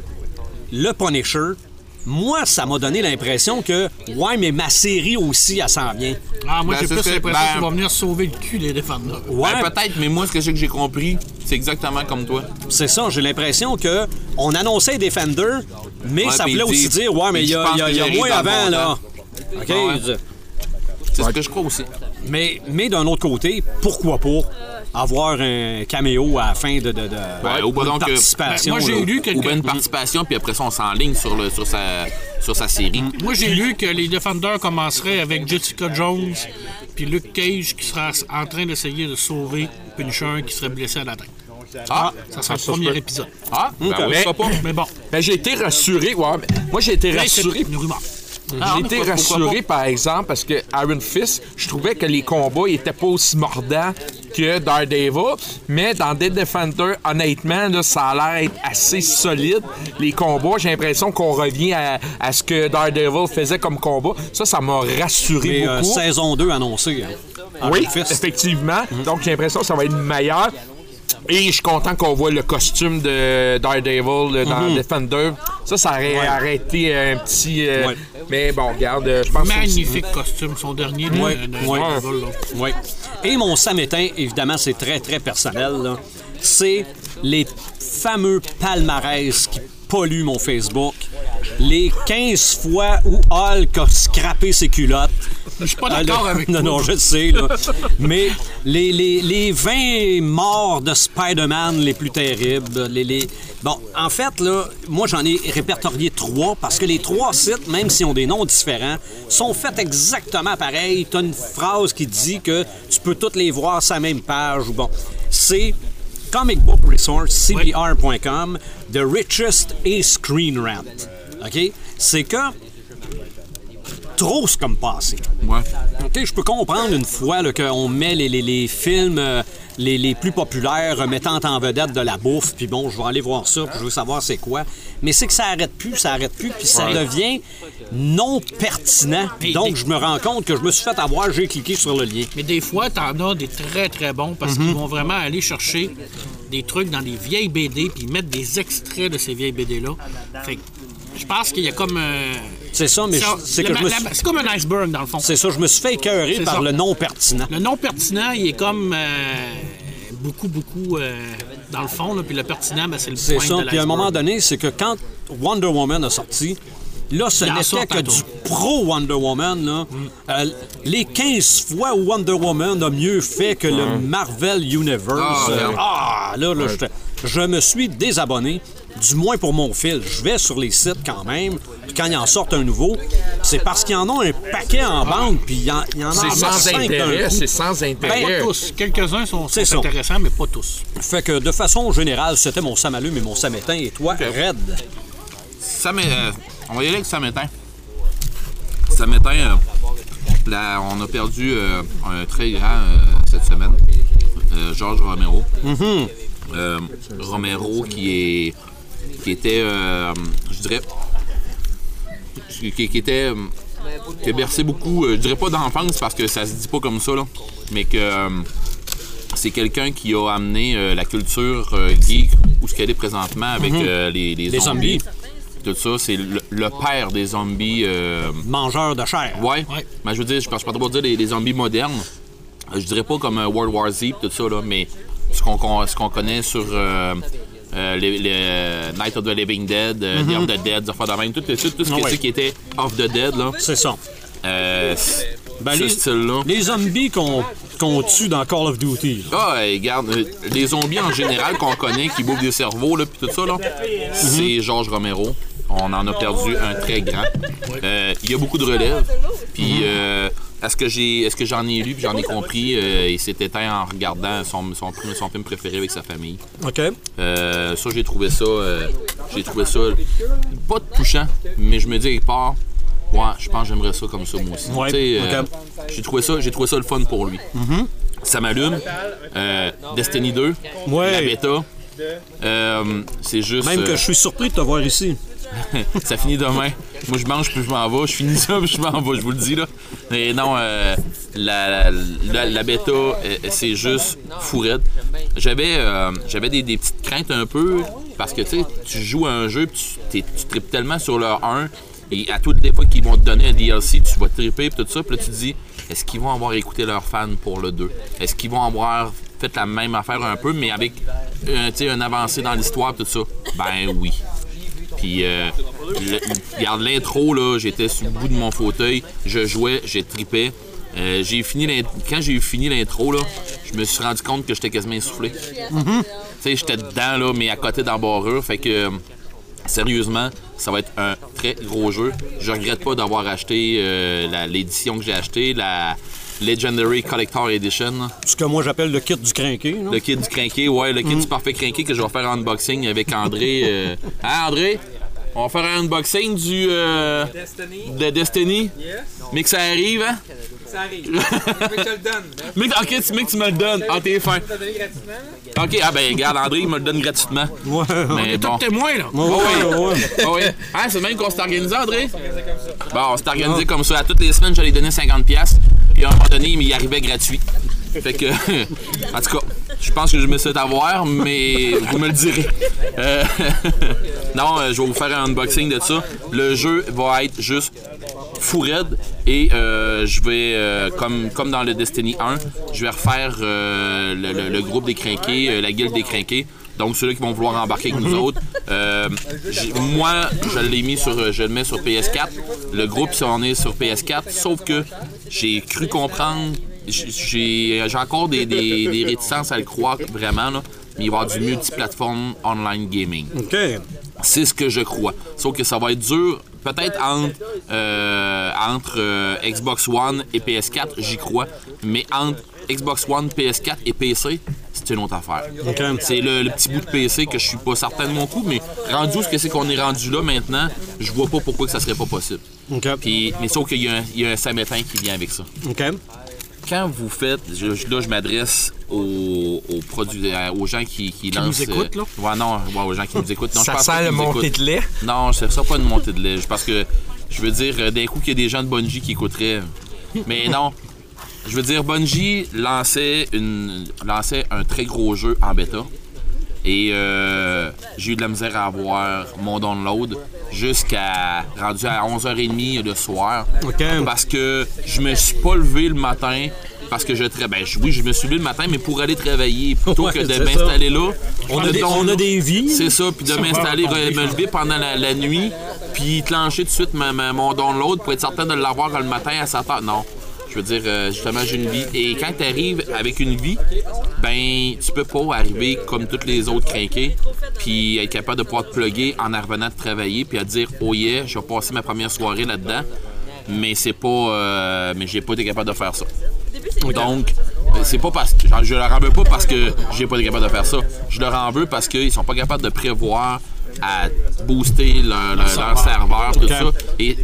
Speaker 1: le Punisher, moi, ça m'a donné l'impression que, ouais, mais ma série aussi, elle s'en vient.
Speaker 5: Ah, moi,
Speaker 4: Ben,
Speaker 5: j'ai
Speaker 4: c'est
Speaker 5: plus
Speaker 4: ce que-
Speaker 5: l'impression
Speaker 4: ben-
Speaker 5: qu'il va venir sauver le cul des défendeurs.
Speaker 1: Ouais,
Speaker 4: Ben, peut-être, mais moi, ce que j'ai que j'ai compris, c'est exactement comme toi.
Speaker 1: c'est ça, j'ai l'impression que on annonçait Defender, mais
Speaker 4: Ouais,
Speaker 1: ça
Speaker 4: puis
Speaker 1: voulait
Speaker 4: il dit-
Speaker 1: aussi dire, ouais, mais
Speaker 4: il
Speaker 1: il
Speaker 4: dit,
Speaker 1: y
Speaker 4: je
Speaker 1: a,
Speaker 4: pense
Speaker 1: il y a-
Speaker 4: que
Speaker 1: il y a
Speaker 4: j'arrive
Speaker 1: moins
Speaker 4: dans le
Speaker 1: avant,
Speaker 4: bon
Speaker 1: là.
Speaker 4: temps.
Speaker 1: OK?
Speaker 4: Ouais.
Speaker 1: je-
Speaker 4: C'est ce que je crois aussi.
Speaker 1: Mais, mais d'un autre côté, pourquoi pas avoir un caméo à la fin de, de, de-
Speaker 4: Ouais, ou pas
Speaker 1: de
Speaker 4: Ben, donc euh, que-
Speaker 1: participation?
Speaker 5: Ben, moi, j'ai
Speaker 1: là.
Speaker 5: lu que-
Speaker 4: Ou bien une participation, puis après ça, on s'enligne sur, le, sur, sa, sur sa série.
Speaker 5: Moi, j'ai lu que les Defenders commenceraient avec Jessica Jones puis Luke Cage qui sera en train d'essayer de sauver Punisher qui serait blessé à la tête.
Speaker 4: Ah,
Speaker 5: Ça sera le
Speaker 3: se
Speaker 5: premier
Speaker 3: peut.
Speaker 5: épisode.
Speaker 4: ah, ben,
Speaker 1: Ok.
Speaker 4: oui, je sais pas.
Speaker 5: Mais bon,
Speaker 3: Ben, j'ai été rassuré. Ouais, mais moi, j'ai été
Speaker 5: là, c'est
Speaker 3: rassuré.
Speaker 5: une rumeur. Ah,
Speaker 3: J'ai été
Speaker 4: pourquoi- pourquoi
Speaker 3: rassuré, par exemple, parce que Iron Fist, je trouvais que les combats n'étaient pas aussi mordants que Daredevil, mais dans Dead Defender, honnêtement, là, ça a l'air d'être assez solide. Les combats, j'ai l'impression qu'on revient à, à ce que Daredevil faisait comme combat. Ça, ça m'a rassuré
Speaker 1: Mais, euh,
Speaker 3: beaucoup.
Speaker 1: saison 2 annoncée. hein. Iron
Speaker 3: oui,
Speaker 1: Fist.
Speaker 3: effectivement. Donc, j'ai l'impression que ça va être meilleur. Et je suis content qu'on voit le costume de Daredevil là, dans Defender. Ça, ça aurait arrêté un petit... euh,
Speaker 1: Ouais.
Speaker 3: Mais bon, regarde, euh, je pense que c'est-
Speaker 5: Magnifique costume, son dernier. de-
Speaker 1: Ouais,
Speaker 5: de- de-
Speaker 1: ouais. Ah.
Speaker 5: de vol, là.
Speaker 1: Oui. Et mon samétain, évidemment, c'est très, très personnel. là. C'est les fameux palmarès qui polluent mon Facebook. Les 15 fois où Hulk a scrappé ses culottes.
Speaker 5: Je suis pas d'accord
Speaker 1: Ah, le-
Speaker 5: avec
Speaker 1: Non,
Speaker 5: toi.
Speaker 1: non, je le sais. là. Mais les, les, les 20 morts de Spider-Man les plus terribles. Les, les... Bon, en fait, là, moi, j'en ai répertorié trois parce que les trois sites, même s'ils ont des noms différents, sont faits exactement pareil. Tu as une phrase qui dit que tu peux toutes les voir sur la même page. ou Bon, c'est Comic Book Resource, CBR.com, The Richest et Screen Rant. OK? C'est que trop c'est comme passé.
Speaker 4: Ouais.
Speaker 1: OK, je peux comprendre une fois là, qu'on met les, les- les films euh, les, les plus populaires euh, mettant en vedette de la bouffe, puis bon, je vais aller voir ça, puis je veux savoir c'est quoi. Mais c'est que ça arrête plus, ça arrête plus, puis ça devient non pertinent. Donc, je me rends compte que je me suis fait avoir, j'ai cliqué sur le lien.
Speaker 5: Mais des fois, t'en as des très très bons parce
Speaker 1: Mhm.
Speaker 5: qu'ils vont vraiment aller chercher des trucs dans des vieilles BD puis ils mettent des extraits de ces vieilles BD là. Fait que je pense qu'il y a comme euh,
Speaker 1: C'est ça, mais
Speaker 5: c'est-
Speaker 1: je- c'est que
Speaker 5: la-
Speaker 1: je me
Speaker 5: la-
Speaker 1: suis...
Speaker 5: c'est comme un iceberg dans le fond.
Speaker 1: C'est ça, je me suis fait écœurer
Speaker 5: C'est
Speaker 1: par
Speaker 5: ça.
Speaker 1: le non pertinent.
Speaker 5: Le non pertinent, il est comme euh, beaucoup beaucoup euh, dans le fond là, puis le pertinent, ben, c'est le
Speaker 1: C'est
Speaker 5: point
Speaker 1: ça.
Speaker 5: de
Speaker 1: Puis à un
Speaker 5: l'iceberg.
Speaker 1: moment donné, c'est que quand Wonder Woman a sorti, là, ce
Speaker 5: Il en
Speaker 1: n'était
Speaker 5: sort
Speaker 1: que
Speaker 5: tantôt.
Speaker 1: du pro Wonder Woman. là. Euh, les 15 fois où Wonder Woman a mieux fait que le Marvel Universe.
Speaker 4: Ah,
Speaker 1: euh,
Speaker 4: merde.
Speaker 1: ah, là, là, j'étais- je me suis désabonné, du moins pour mon fil. Je vais sur les sites quand même. Puis quand ils en sortent un nouveau, c'est parce qu'ils en ont un paquet en banque, puis il y en, il y en a
Speaker 3: C'est
Speaker 1: en
Speaker 3: sans
Speaker 1: cinq d'un
Speaker 3: intérêt,
Speaker 1: coup.
Speaker 3: c'est sans intérêt.
Speaker 5: Pas tous. Quelques-uns sont,
Speaker 1: C'est
Speaker 5: sont
Speaker 1: ça.
Speaker 5: intéressants, mais pas tous.
Speaker 1: Fait que de façon générale, c'était mon Samalume et mon Samétain, et toi, Red.
Speaker 4: Ça m'é- euh, on va y aller avec Samétain. Samétain, euh, là, on a perdu euh, un très grand euh, cette semaine, euh, Georges Romero.
Speaker 1: Mm-hmm.
Speaker 4: Euh, Romero qui est qui était, euh, je dirais, qui, qui- qui était euh, qui a bercé beaucoup, euh, je dirais pas d'enfance parce que ça se dit pas comme ça là, mais que euh, c'est quelqu'un qui a amené euh, la culture euh, geek où ce qu'elle est présentement avec euh, les, les
Speaker 1: Mm-hmm. Les zombies.
Speaker 4: Tout ça, c'est le, le père des zombies. euh,
Speaker 1: Mangeur de chair.
Speaker 4: ouais.
Speaker 5: Ouais.
Speaker 4: Mais je veux dire, je pense pas trop dire les, les zombies modernes. Euh, Je dirais pas comme euh, World War Z, tout ça, là, mais ce qu'on qu'on- ce qu'on connaît sur euh, euh, les, les Night of the Living Dead, euh, The of the Dead, des affaires de même, tout, tout, tout ce qui,
Speaker 1: Mm-hmm. Ouais.
Speaker 4: ce qui était Off the Dead, là.
Speaker 1: C'est ça.
Speaker 4: Euh, c-
Speaker 1: Ben,
Speaker 4: ce
Speaker 1: les,
Speaker 4: style-là.
Speaker 1: les zombies qu'on qu'on tue dans Call of Duty. là.
Speaker 4: Ah, et regarde, euh, les zombies en général qu'on connaît, qui bouffent des cerveaux, là, puis tout ça, là, c'est Georges Romero. On en a perdu un très grand. Euh, Il y a beaucoup de relèves. Puis, euh, est-ce que j'ai, est-ce que j'en ai lu, puis j'en ai compris, euh, il s'est éteint en regardant son, son, son film préféré avec sa famille.
Speaker 1: OK?
Speaker 4: Euh, ça, j'ai trouvé ça. euh, j'ai trouvé ça pas touchant, mais je me dis quelque part, ouais, je pense que j'aimerais ça comme ça moi aussi.
Speaker 1: Ouais,
Speaker 4: Tu sais, euh,
Speaker 1: ok. Mm-hmm.
Speaker 4: j'ai trouvé ça, j'ai trouvé ça le fun pour lui. Ça m'allume. Euh, Destiny 2,
Speaker 1: Ouais.
Speaker 4: la bêta. Euh, c'est juste.
Speaker 1: Même que
Speaker 4: euh,
Speaker 1: je suis surpris de te voir ici.
Speaker 4: ça finit demain. Moi, je mange, puis je m'en vais. Je finis ça, puis je m'en vais, je vous le dis, là. Mais non, euh, la, la, la- la bêta, euh, c'est juste fourette. J'avais euh, j'avais des, des petites craintes un peu, parce que, tu sais, tu joues à un jeu, puis tu, t'es- tu tripes tellement sur leur 1, et à toutes les fois qu'ils vont te donner un DLC, tu vas triper, puis tout ça, puis là, tu te dis, est-ce qu'ils vont avoir écouté leurs fans pour le 2? Est-ce qu'ils vont avoir fait la même affaire un peu, mais avec, euh, tu sais, un avancée dans l'histoire, tout ça? Ben oui. Puis, euh, le- regarde l'intro, là, j'étais sur le bout de mon fauteuil, je jouais, j'ai tripé. j'ai fini l'int- Quand j'ai fini l'intro, là, je me suis rendu compte que j'étais quasiment essoufflé. Tu sais, j'étais dedans, là, mais à côté d'embarrure. Fait que, euh, sérieusement, ça va être un très gros jeu. Je regrette pas d'avoir acheté euh, la- l'édition que j'ai achetée, la Legendary Collector Edition.
Speaker 1: Ce que moi j'appelle le kit du crinqué. là.
Speaker 4: Le kit du crinqué, ouais, le kit du parfait crinqué que je vais faire en unboxing avec André. euh. Hein, André? On va faire un unboxing du. euh, De Destiny? Mais que ça arrive, hein?
Speaker 8: Ça arrive. Mais je te le donne.
Speaker 4: Mais, que- ok, tu, mais que tu me le donnes. Ah, t'es fin.
Speaker 8: Je te donne gratuitement.
Speaker 4: Ok, ah ben, regarde, André, il me le donne gratuitement.
Speaker 1: Ouais.
Speaker 4: Mais bon.
Speaker 5: Témoin, là.
Speaker 1: Ouais, ouais, ouais, ouais.
Speaker 4: Ah oui. Hein, c'est le même qu'on s'est organisé, André? Bon, on s'est organisé comme ça. À toutes les semaines, je lui donnais 50$. piastres, Puis à un moment donné, il m'y arrivait gratuit. Fait que, en tout cas, je pense que je me suis fait avoir, mais vous me le direz. Euh, non, euh, je vais vous faire un unboxing de ça. Le jeu va être juste fou raide et euh, je vais, euh, comme, comme dans le Destiny 1, je vais refaire euh, le, le- le groupe des crinqués, euh, la guilde des crinqués. Donc ceux-là qui vont vouloir embarquer avec nous autres. Euh, j'ai- moi, je l'ai mis sur, euh, je le mets sur PS4. Le groupe, si on est sur PS4, sauf que j'ai cru comprendre, j- j'ai j'ai encore des, des- des réticences à le croire vraiment, là, mais il va y avoir du multiplateforme online gaming.
Speaker 1: OK.
Speaker 4: C'est ce que je crois. Sauf que ça va être dur, peut-être entre, euh, entre euh, Xbox One et PS4, j'y crois, mais entre Xbox One, PS4 et PC, c'est une autre affaire.
Speaker 1: OK.
Speaker 4: C'est le, le petit bout de PC que je suis pas certain de mon coup, mais rendu où ce que c'est qu'on est rendu là maintenant, je vois pas pourquoi que ça serait pas possible.
Speaker 1: OK.
Speaker 4: Puis, mais sauf qu'il y a un, il y a un sametin qui vient avec ça
Speaker 1: OK.
Speaker 4: quand vous faites, je- je- là je m'adresse aux, aux produits, euh, aux gens qui, qui, lancent. euh,
Speaker 5: écoutent, là?
Speaker 4: ouais, non, ouais, aux gens qui nous écoutent. Non,
Speaker 3: Ça
Speaker 4: je pense
Speaker 3: sert
Speaker 4: pas qu'ils
Speaker 3: le
Speaker 4: nous
Speaker 3: montée
Speaker 4: écoutent.
Speaker 3: de lait?
Speaker 4: Non, ça sert pas une montée de lait. Je- Parce que je veux dire, euh, d'un coup qu'il y a des gens de Bungie qui écouteraient. Mais non. Je veux dire, Bungie lançait, une, lançait un très gros jeu en bêta. Et euh, j'ai eu de la misère à avoir mon download jusqu'à rendu à 11h30 le soir.
Speaker 1: OK.
Speaker 4: Parce que je me suis pas levé le matin parce que je tra- ben, je- oui, je me suis levé le matin, mais pour aller travailler plutôt
Speaker 1: Ouais,
Speaker 4: que de
Speaker 1: c'est ça.
Speaker 4: m'installer là.
Speaker 1: On a,
Speaker 4: de
Speaker 1: des, on a
Speaker 4: download-
Speaker 1: des vies.
Speaker 4: c'est ça, puis de m'installer, re- me lever pendant la, la nuit, puis clencher tout de suite ma- ma- mon download pour être certain de l'avoir le matin à 7 heures. Non. Je veux dire, euh, justement, j'ai une vie. Et quand tu arrives avec une vie, ben, tu peux pas arriver comme toutes les autres crinqués, puis être capable de pouvoir te plugger en revenant de travailler, puis à dire, oh yeah, je vais passer ma première soirée là-dedans. Mais c'est pas. euh, mais j'ai pas été capable de faire ça. Donc, euh, c'est pas parce que je leur en veux pas parce que j'ai pas été capable de faire ça. Je leur en veux parce qu'ils sont pas capables de prévoir à booster leur, leur- leur serveur, tout ça. Et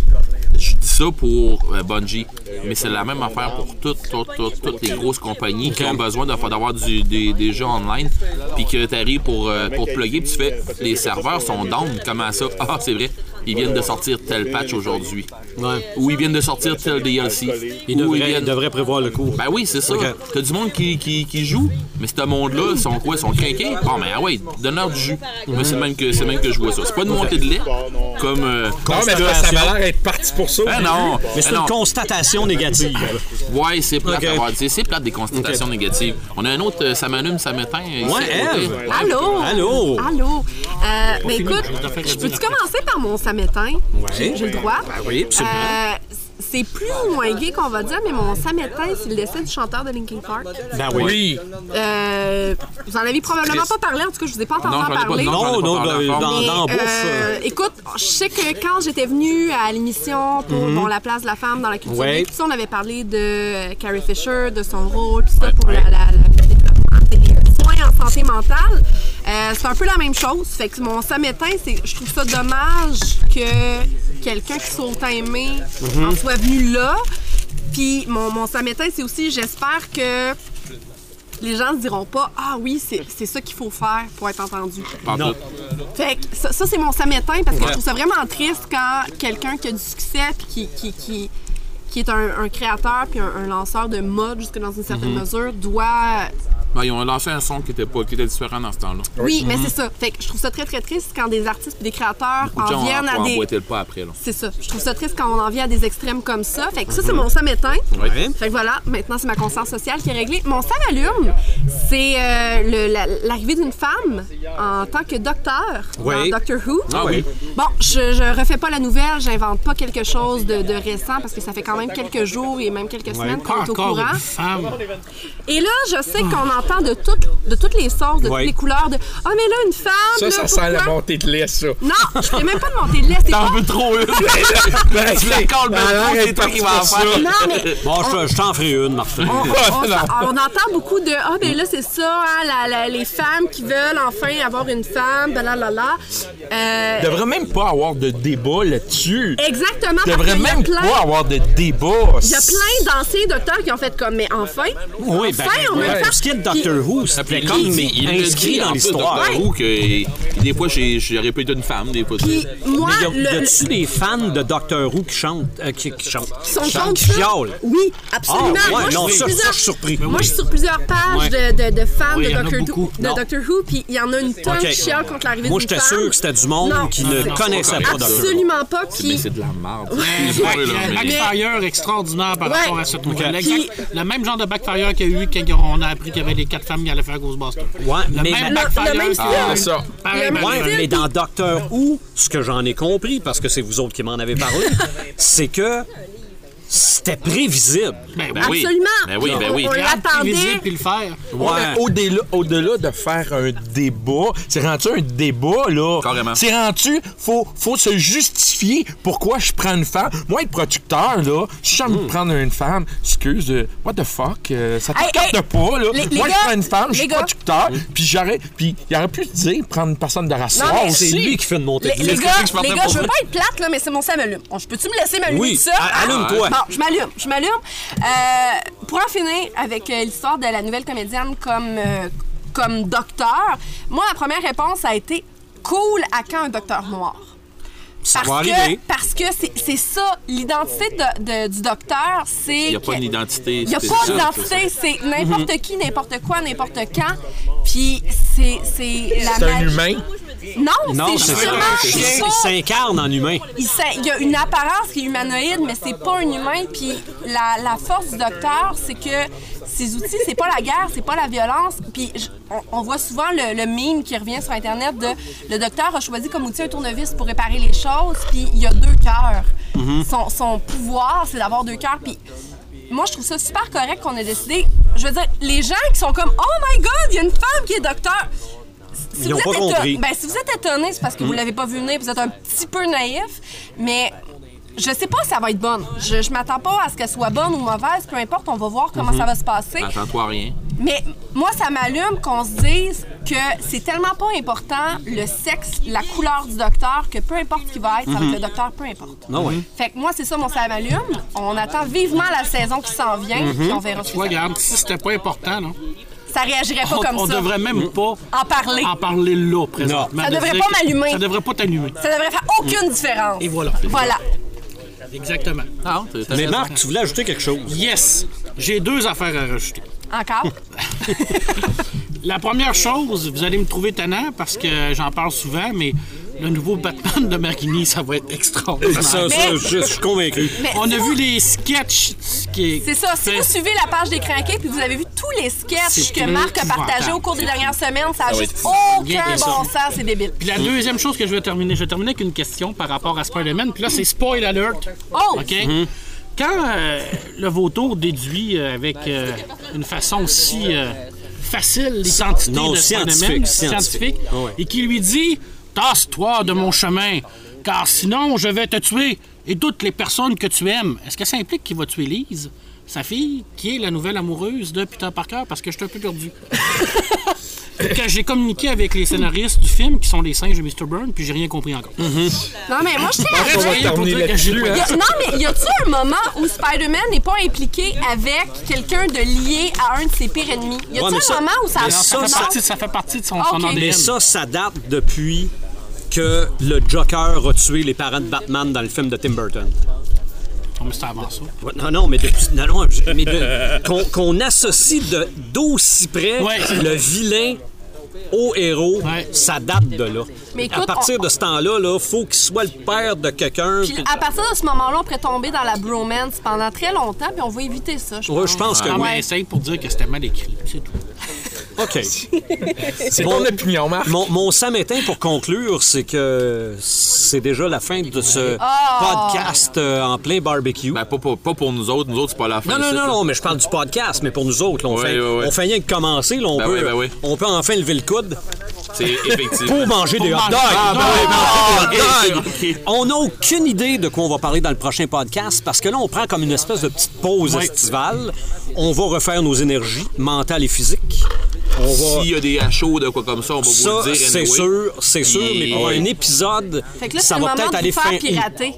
Speaker 4: je dis ça pour euh, Bungie, mais c'est la même affaire pour toutes, toutes, toutes, toutes les grosses compagnies qui ont besoin de- d'avoir du- des, des jeux online, puis que tu arrives pour, euh, pour te plugger, puis tu fais les serveurs sont down, comment ça? Ah, c'est vrai, ils viennent de sortir tel patch aujourd'hui. Ou ils viennent de sortir tel DLC.
Speaker 1: Ils
Speaker 4: Ou
Speaker 1: devraient,
Speaker 4: ils viennent-
Speaker 1: ils devraient prévoir le coup.
Speaker 4: ben oui, c'est ça.
Speaker 1: Ok.
Speaker 4: T'as du monde qui, qui, qui joue, mais ce monde-là, ils sont quoi? Ils sont craqués? Bon, ben ah ouais, donneur du jus. Moi, c'est le même que c'est le même que je vois ça. C'est pas une montée de lait, comme... euh,
Speaker 3: Non, mais là, ça m'a l'air d'être parti pour ça.
Speaker 4: Ah non!
Speaker 1: Mais
Speaker 4: ah
Speaker 1: c'est une
Speaker 4: non.
Speaker 1: constatation négative.
Speaker 4: Ouais, c'est plate
Speaker 1: Ok.
Speaker 4: d'avoir dit. C'est plate des constatations négatives. On a un autre, euh, ça m'allume, ça m'éteint. euh, ici,
Speaker 1: Ouais,
Speaker 4: à côté.
Speaker 1: Ève.
Speaker 4: Ouais.
Speaker 6: Allô?
Speaker 1: Allô?
Speaker 6: Allô? Euh, ben écoute, je peux-tu commencer par mon samétain? J'ai j'ai le droit?
Speaker 1: Oui, absolument.
Speaker 6: Euh, c'est plus ou moins gay qu'on va dire, mais mon samétain, c'est le décès du chanteur de Linkin Park.
Speaker 1: Ben
Speaker 3: Oui.
Speaker 6: Euh, vous en avez probablement
Speaker 4: Triste.
Speaker 6: pas parlé, en tout cas, je vous ai pas entendu
Speaker 4: Non,
Speaker 6: en
Speaker 4: j'en ai pas-
Speaker 6: parler.
Speaker 4: non,
Speaker 1: Non, non,
Speaker 4: J'en ai pas parlé
Speaker 1: dans, dans,
Speaker 4: encore.
Speaker 6: Mais,
Speaker 1: dans Bouffe,
Speaker 6: euh,
Speaker 1: euh,
Speaker 6: écoute, je sais que quand j'étais venue à l'émission pour bon, la place de la femme dans la culture,
Speaker 1: Mhm. Ouais.
Speaker 6: geek, tout ça, on avait parlé de euh, Carrie Fisher, de son rôle, tout ça pour la- la- la- le développement des soins en santé mentale. Euh, c'est un peu la même chose. Fait que mon samétain, c'est, je trouve ça dommage que quelqu'un qui soit autant aimé
Speaker 1: Mhm.
Speaker 6: en soit venu là. Puis mon, mon samétain, c'est aussi, j'espère que les gens ne diront pas Ah oui, c'est, c'est ça qu'il faut faire pour être entendu.
Speaker 4: Pas
Speaker 1: Non.
Speaker 4: tout.
Speaker 6: Fait que ça, ça, c'est mon samétain parce que je trouve ça vraiment triste quand quelqu'un qui a du succès puis qui, qui, qui, qui est un, un créateur puis un, un lanceur de mode jusque dans une certaine mesure doit.
Speaker 4: Ben, ils ont lancé un son qui était, pas, qui était différent dans ce temps-là.
Speaker 6: Oui, mais c'est ça. Fait que je trouve ça très très triste quand des artistes et des créateurs
Speaker 4: Mhm. Beaucoup de gens
Speaker 6: en
Speaker 4: ont
Speaker 6: viennent à
Speaker 4: ont
Speaker 6: des.
Speaker 4: emboîté le pas après. Là.
Speaker 6: C'est ça. Je trouve ça triste quand on en vient à des extrêmes comme ça. Fait que
Speaker 4: Mhm.
Speaker 6: ça, c'est mon samétain.
Speaker 1: Ouais.
Speaker 6: Fait que voilà, maintenant, c'est ma conscience sociale qui est réglée. Mon samalume, c'est euh, le- la- l'arrivée d'une femme en tant que docteur
Speaker 1: Ouais.
Speaker 6: dans Doctor Who.
Speaker 4: Ah oui.
Speaker 6: Bon, je, je refais pas la nouvelle, j'invente pas quelque chose de, de récent parce que ça fait quand même quelques jours et même quelques semaines
Speaker 5: Pas
Speaker 6: qu'on est au
Speaker 5: encore
Speaker 6: courant.
Speaker 5: une femme.
Speaker 6: Et là, je sais qu'on entend de, tout- de toutes les sortes, de
Speaker 1: Ouais.
Speaker 6: toutes les couleurs, de « Ah, mais là, une femme,
Speaker 3: Ça,
Speaker 6: là,
Speaker 3: ça sent la
Speaker 6: pourquoi?
Speaker 3: montée de lait, ça.
Speaker 6: Non, je fais même pas de monter de lait, c'est pas...
Speaker 4: trop une.
Speaker 3: Ben,
Speaker 4: Tu la colles, ben,
Speaker 3: alors,
Speaker 4: c'est
Speaker 3: elle est
Speaker 4: toi qui
Speaker 3: partie
Speaker 4: vas
Speaker 3: pour
Speaker 4: en
Speaker 3: ça.
Speaker 4: faire.
Speaker 6: Non, mais
Speaker 1: Bon, je, je t'en ferai une, Martin.
Speaker 6: on, on-
Speaker 3: Non.
Speaker 6: on entend beaucoup de ah ben là c'est ça hein, la- la- les femmes qui veulent enfin avoir une femme blablabla. Euh,
Speaker 3: Il devrait même pas avoir de débat là-dessus.
Speaker 6: exactement
Speaker 3: Il
Speaker 6: parce
Speaker 3: devrait
Speaker 6: qu'il y a
Speaker 3: même
Speaker 6: plein
Speaker 3: pas avoir de débat.
Speaker 6: il y a plein d'anciens docteurs qui ont fait comme mais enfin
Speaker 1: Oui, ben,
Speaker 6: enfin on
Speaker 1: ouais.
Speaker 6: même
Speaker 1: pour ce qui est de Doctor Who, c'est
Speaker 4: Puis comme
Speaker 1: il
Speaker 4: il,
Speaker 1: est
Speaker 4: il le
Speaker 1: inscrit
Speaker 4: dit
Speaker 1: dans
Speaker 4: en plus,
Speaker 1: l'histoire.
Speaker 4: Dr. Who, que des fois, j'ai- j'aurais pas été une femme, des fois.
Speaker 6: Puis moi
Speaker 1: Mais y a-
Speaker 6: le-
Speaker 1: y
Speaker 6: le-
Speaker 1: a-tu des fans de Doctor Who qui chantent, euh, qui, qui chantent,
Speaker 6: Qui sont
Speaker 1: qui chantent,
Speaker 6: contre
Speaker 1: qui
Speaker 6: ça?
Speaker 1: chiolent?
Speaker 6: Oui, absolument.
Speaker 1: Ah, ouais,
Speaker 6: moi,
Speaker 1: non,
Speaker 6: je
Speaker 1: ça,
Speaker 6: suis sur plusieurs...
Speaker 1: ça, je suis surpris.
Speaker 6: Moi, je suis sur plusieurs pages de, de, de fans
Speaker 5: Oui, il y en
Speaker 6: de,
Speaker 5: a
Speaker 6: Doctor Who,
Speaker 5: beaucoup.
Speaker 6: de
Speaker 1: Non.
Speaker 6: Doctor Who, puis il y en a une tonne
Speaker 1: Ok.
Speaker 6: qui chiale contre l'arrivée
Speaker 1: Moi,
Speaker 6: d'une
Speaker 1: j'étais
Speaker 6: femme.
Speaker 1: sûr que c'était du monde
Speaker 6: Non,
Speaker 1: qui ne
Speaker 6: c'est
Speaker 1: connaissait pas Doctor Who.
Speaker 6: Absolument pas.
Speaker 4: Mais
Speaker 6: Puis
Speaker 4: c'est de la merde.
Speaker 5: Un back- un backfire extraordinaire par
Speaker 6: Ouais.
Speaker 5: rapport à cette nouvelle.
Speaker 1: Ok.
Speaker 5: Exact- Le même genre de backfire qu'il y a eu quand on a appris qu'il y avait les quatre femmes qui allaient faire Ghostbusters.
Speaker 1: Ouais,
Speaker 5: le
Speaker 1: mais-
Speaker 5: même
Speaker 1: Le-
Speaker 5: backfire.
Speaker 6: le même
Speaker 5: c'est-
Speaker 6: film.
Speaker 3: Ah, ça.
Speaker 5: Pareil, ben,
Speaker 6: Le même
Speaker 5: pareil,
Speaker 1: Ouais,
Speaker 6: film.
Speaker 5: pareil.
Speaker 1: mais dans Docteur Who, ce que j'en ai compris, parce que c'est vous autres qui m'en avez parlé, c'est que c'était prévisible.
Speaker 5: Ben oui.
Speaker 4: Ben oui.
Speaker 6: Absolument.
Speaker 4: Ben oui, ben oui.
Speaker 6: On
Speaker 5: Le
Speaker 6: l'attendait.
Speaker 5: prévisible puis le faire.
Speaker 1: Ouais.
Speaker 3: Ouais, mais Au-delà, au-delà de faire un débat, c'est rendu un débat, là.
Speaker 4: Carrément.
Speaker 3: C'est rendu, faut, faut se justifier pourquoi je prends une femme. Moi, être producteur, là, si j'ai envie de prendre une femme, excuse, euh, what the fuck, euh, ça te
Speaker 6: Hey,
Speaker 3: regarde
Speaker 6: hey,
Speaker 3: pas, là.
Speaker 6: les- les
Speaker 3: Moi,
Speaker 6: gars,
Speaker 3: je prends une femme, je suis
Speaker 6: les gars.
Speaker 3: producteur, puis j'aurais, puis il aurait pu dire prendre une personne de race
Speaker 6: Non,
Speaker 3: noire
Speaker 6: mais
Speaker 1: Oh, C'est
Speaker 3: aussi.
Speaker 1: lui qui fait une montée
Speaker 6: Les,
Speaker 1: de
Speaker 6: les
Speaker 1: lait.
Speaker 6: gars,
Speaker 4: que je partais
Speaker 6: les gars,
Speaker 4: pour
Speaker 6: je veux
Speaker 4: vrai?
Speaker 6: pas être plate, là, mais c'est mon ça m'allume. Bon, je peux-tu me laisser m'allumer
Speaker 1: Oui,
Speaker 6: de ça?
Speaker 1: a- allume-toi.
Speaker 6: Bon, je m'allume, je m'allume. Euh, pour en finir avec euh, l'histoire de la nouvelle comédienne comme, euh, comme docteur, moi, ma première réponse a été cool à quand un docteur noir?
Speaker 1: Ça va
Speaker 6: Parce que,
Speaker 1: arriver.
Speaker 6: parce que c'est- c'est ça, l'identité de- de- du docteur, c'est.
Speaker 4: Il n'y a pas
Speaker 6: que-
Speaker 4: une identité.
Speaker 6: il n'y a
Speaker 4: c'est
Speaker 6: pas
Speaker 4: ça,
Speaker 6: d'identité, c'est n'importe
Speaker 3: Mhm.
Speaker 6: qui, n'importe quoi, n'importe quand. Puis c'est c'est la
Speaker 3: C'est un
Speaker 6: magie.
Speaker 3: humain.
Speaker 6: Non,
Speaker 1: Non,
Speaker 6: c'est
Speaker 1: c'est
Speaker 6: justement
Speaker 1: ça. Un chien qui
Speaker 6: ça.
Speaker 1: s'incarne en humain.
Speaker 6: Il s'in- il y a une apparence qui est humanoïde, mais c'est pas un humain. Puis la, la force du docteur, c'est que ses outils, c'est pas la guerre, c'est pas la violence. Puis je- on, on voit souvent le, le mime qui revient sur Internet de le docteur a choisi comme outil un tournevis pour réparer les choses, puis il y a deux cœurs.
Speaker 1: Mhm.
Speaker 6: son, son pouvoir, c'est d'avoir deux cœurs. Puis moi, je trouve ça super correct qu'on ait décidé. Je veux dire, les gens qui sont comme Oh my God, il y a une femme qui est docteur. Si
Speaker 1: Ils
Speaker 6: vous
Speaker 1: ont pas
Speaker 6: êtes éton-
Speaker 1: compris.
Speaker 6: ben, si vous êtes étonné, c'est parce que vous
Speaker 5: Mm.
Speaker 6: l'avez pas vu venir, vous êtes un petit peu naïf, mais je sais pas si ça va être bonne. Je, je m'attends pas à ce qu'elle soit bonne ou mauvaise, peu importe, on va voir comment ça
Speaker 5: Mm-hmm.
Speaker 6: va se passer.
Speaker 4: Attends-toi à rien.
Speaker 6: Mais moi, ça m'allume qu'on se dise que c'est tellement pas important le sexe, la couleur du docteur, que peu importe qui va être, ça va
Speaker 5: Mm-hmm.
Speaker 6: être le docteur, peu importe.
Speaker 1: Non, ouais.
Speaker 6: Fait que moi, c'est ça mon ça m'allume. On attend vivement la saison qui s'en vient,
Speaker 5: Mm-hmm.
Speaker 6: puis on verra ce que ça donne.
Speaker 5: Regarde, si c'était pas important, non?
Speaker 6: Ça réagirait pas
Speaker 5: on,
Speaker 6: comme
Speaker 5: on
Speaker 6: ça.
Speaker 5: devrait même pas
Speaker 6: En parler.
Speaker 5: en parler là, présentement.
Speaker 6: Ça
Speaker 5: De
Speaker 6: devrait
Speaker 5: dire
Speaker 6: pas
Speaker 5: que-
Speaker 6: m'allumer.
Speaker 5: Ça devrait pas t'allumer.
Speaker 6: Ça devrait faire aucune différence.
Speaker 5: Mm. Et voilà.
Speaker 6: Voilà.
Speaker 5: Exactement.
Speaker 4: Non, Ah, t'as- t'as
Speaker 1: Mais
Speaker 4: raison.
Speaker 1: Marc, tu voulais ajouter quelque chose.
Speaker 5: Yes! J'ai deux affaires à rajouter.
Speaker 6: Encore?
Speaker 5: La première chose, vous allez me trouver tannant parce que j'en parle souvent, mais le nouveau Batman de Marguerite, ça va être extraordinaire.
Speaker 1: Ça, ça,
Speaker 6: Mais-
Speaker 1: je, je suis convaincu.
Speaker 6: Mais
Speaker 5: On a
Speaker 6: sinon,
Speaker 5: vu les sketchs qui
Speaker 6: C'est ça. Si
Speaker 5: c'est-
Speaker 6: vous suivez la page des craqués puis vous avez vu tous les sketchs
Speaker 5: C'est
Speaker 6: que Marc a partagés
Speaker 5: épouvantable.
Speaker 6: au cours des dernières semaines, ça n'a
Speaker 4: va
Speaker 6: juste
Speaker 4: être
Speaker 5: bien
Speaker 6: aucun
Speaker 5: bien
Speaker 6: bon sens. C'est débile.
Speaker 5: Puis la deuxième chose que je vais terminer, je vais terminer avec une question par rapport à Spider-Man. Puis là, c'est spoil alert.
Speaker 6: Oh!
Speaker 5: OK? quand euh, le vautour déduit euh, avec euh, une façon si euh, facile les entités
Speaker 1: non,
Speaker 5: de ce
Speaker 1: scientifique,
Speaker 5: phénomène
Speaker 1: scientifique. Ah ouais.
Speaker 5: et qui lui dit Tasse-toi de mon chemin, car sinon je vais te tuer et toutes les personnes que tu aimes. Est-ce que ça implique qu'il va tuer Lise, sa fille, qui est la nouvelle amoureuse de Peter Parker Parce que je suis un peu perdu. Quand j'ai communiqué avec les scénaristes du film, qui sont les singes de Mr. Burns, puis j'ai rien compris encore.
Speaker 6: Non, mais moi, je tiens à
Speaker 3: On va
Speaker 6: dire-
Speaker 3: terminer
Speaker 5: pour dire que j'ai
Speaker 3: là-dessus.
Speaker 5: pas-
Speaker 6: Y a- non, mais y a-tu un moment où Spider-Man n'est pas impliqué avec quelqu'un de lié à un de ses pires ennemis? Y a-tu
Speaker 1: Ouais, mais
Speaker 6: un
Speaker 1: ça-
Speaker 6: moment où ça
Speaker 1: mais
Speaker 6: a
Speaker 5: Ça,
Speaker 1: Non.
Speaker 5: fait partie, ça fait partie de son, son
Speaker 6: Ok.
Speaker 5: ADN.
Speaker 1: Mais ça, ça date depuis que le Joker a tué les parents de Batman dans le film de Tim Burton.
Speaker 5: Non, mais c'était avant ça.
Speaker 1: Ouais, Non, non, mais, depuis- non, non, je- mais de- qu'on, qu'on associe de, d'aussi près
Speaker 5: Ouais.
Speaker 1: le vilain au héros,
Speaker 5: Ouais.
Speaker 1: ça date de là.
Speaker 6: Mais
Speaker 1: à
Speaker 6: écoute,
Speaker 1: partir
Speaker 6: on-
Speaker 1: de ce temps-là, il faut qu'il soit le père de quelqu'un.
Speaker 6: Puis à partir de ce moment-là, on pourrait tomber dans la bromance pendant très longtemps, puis on va éviter ça, je pense.
Speaker 1: Ouais, je pense que
Speaker 5: Ah,
Speaker 1: oui.
Speaker 5: mais essaye pour dire que c'était mal écrit, c'est tout.
Speaker 1: OK.
Speaker 3: C'est
Speaker 1: Bon.
Speaker 3: ton opinion, Marc.
Speaker 1: Mon, mon samétain, pour conclure, c'est que c'est déjà la fin de ce
Speaker 6: Ah!
Speaker 1: podcast euh, en plein barbecue.
Speaker 4: Ben, pas, pour- pas pour nous autres. Nous autres, c'est pas la fin.
Speaker 1: Non, non,
Speaker 4: c'est
Speaker 1: non,
Speaker 4: ça.
Speaker 1: non, mais je parle du podcast, mais pour nous autres, là, on,
Speaker 4: Ouais,
Speaker 1: fait,
Speaker 4: ouais, ouais.
Speaker 1: on fait rien que commencer. là, on,
Speaker 4: Ben
Speaker 1: peut,
Speaker 4: oui, ben oui.
Speaker 1: on peut enfin lever le coude
Speaker 4: C'est effectivement.
Speaker 1: pour manger des hot
Speaker 5: manger-
Speaker 1: dogs.
Speaker 5: Ah, ben oui,
Speaker 1: Des hot
Speaker 4: manger des
Speaker 1: dogs.
Speaker 4: hot dogs.
Speaker 1: On n'a aucune idée de quoi on va parler dans le prochain podcast parce que là, on prend comme une espèce de petite pause
Speaker 5: Oui.
Speaker 1: estivale. On va refaire nos énergies mentales et physiques. On va.
Speaker 4: S'il y a des hachauds de quoi comme ça, on va
Speaker 1: Ça,
Speaker 4: vous le dire.
Speaker 1: c'est
Speaker 4: anyway.
Speaker 1: sûr, c'est sûr, mais
Speaker 4: Puis-
Speaker 1: pour
Speaker 4: Ouais.
Speaker 1: un épisode,
Speaker 6: Fait que là, c'est
Speaker 1: ça
Speaker 6: le
Speaker 1: va
Speaker 6: moment de
Speaker 1: peut-être aller
Speaker 6: vous
Speaker 1: fin
Speaker 6: faire
Speaker 1: I.
Speaker 6: pirater.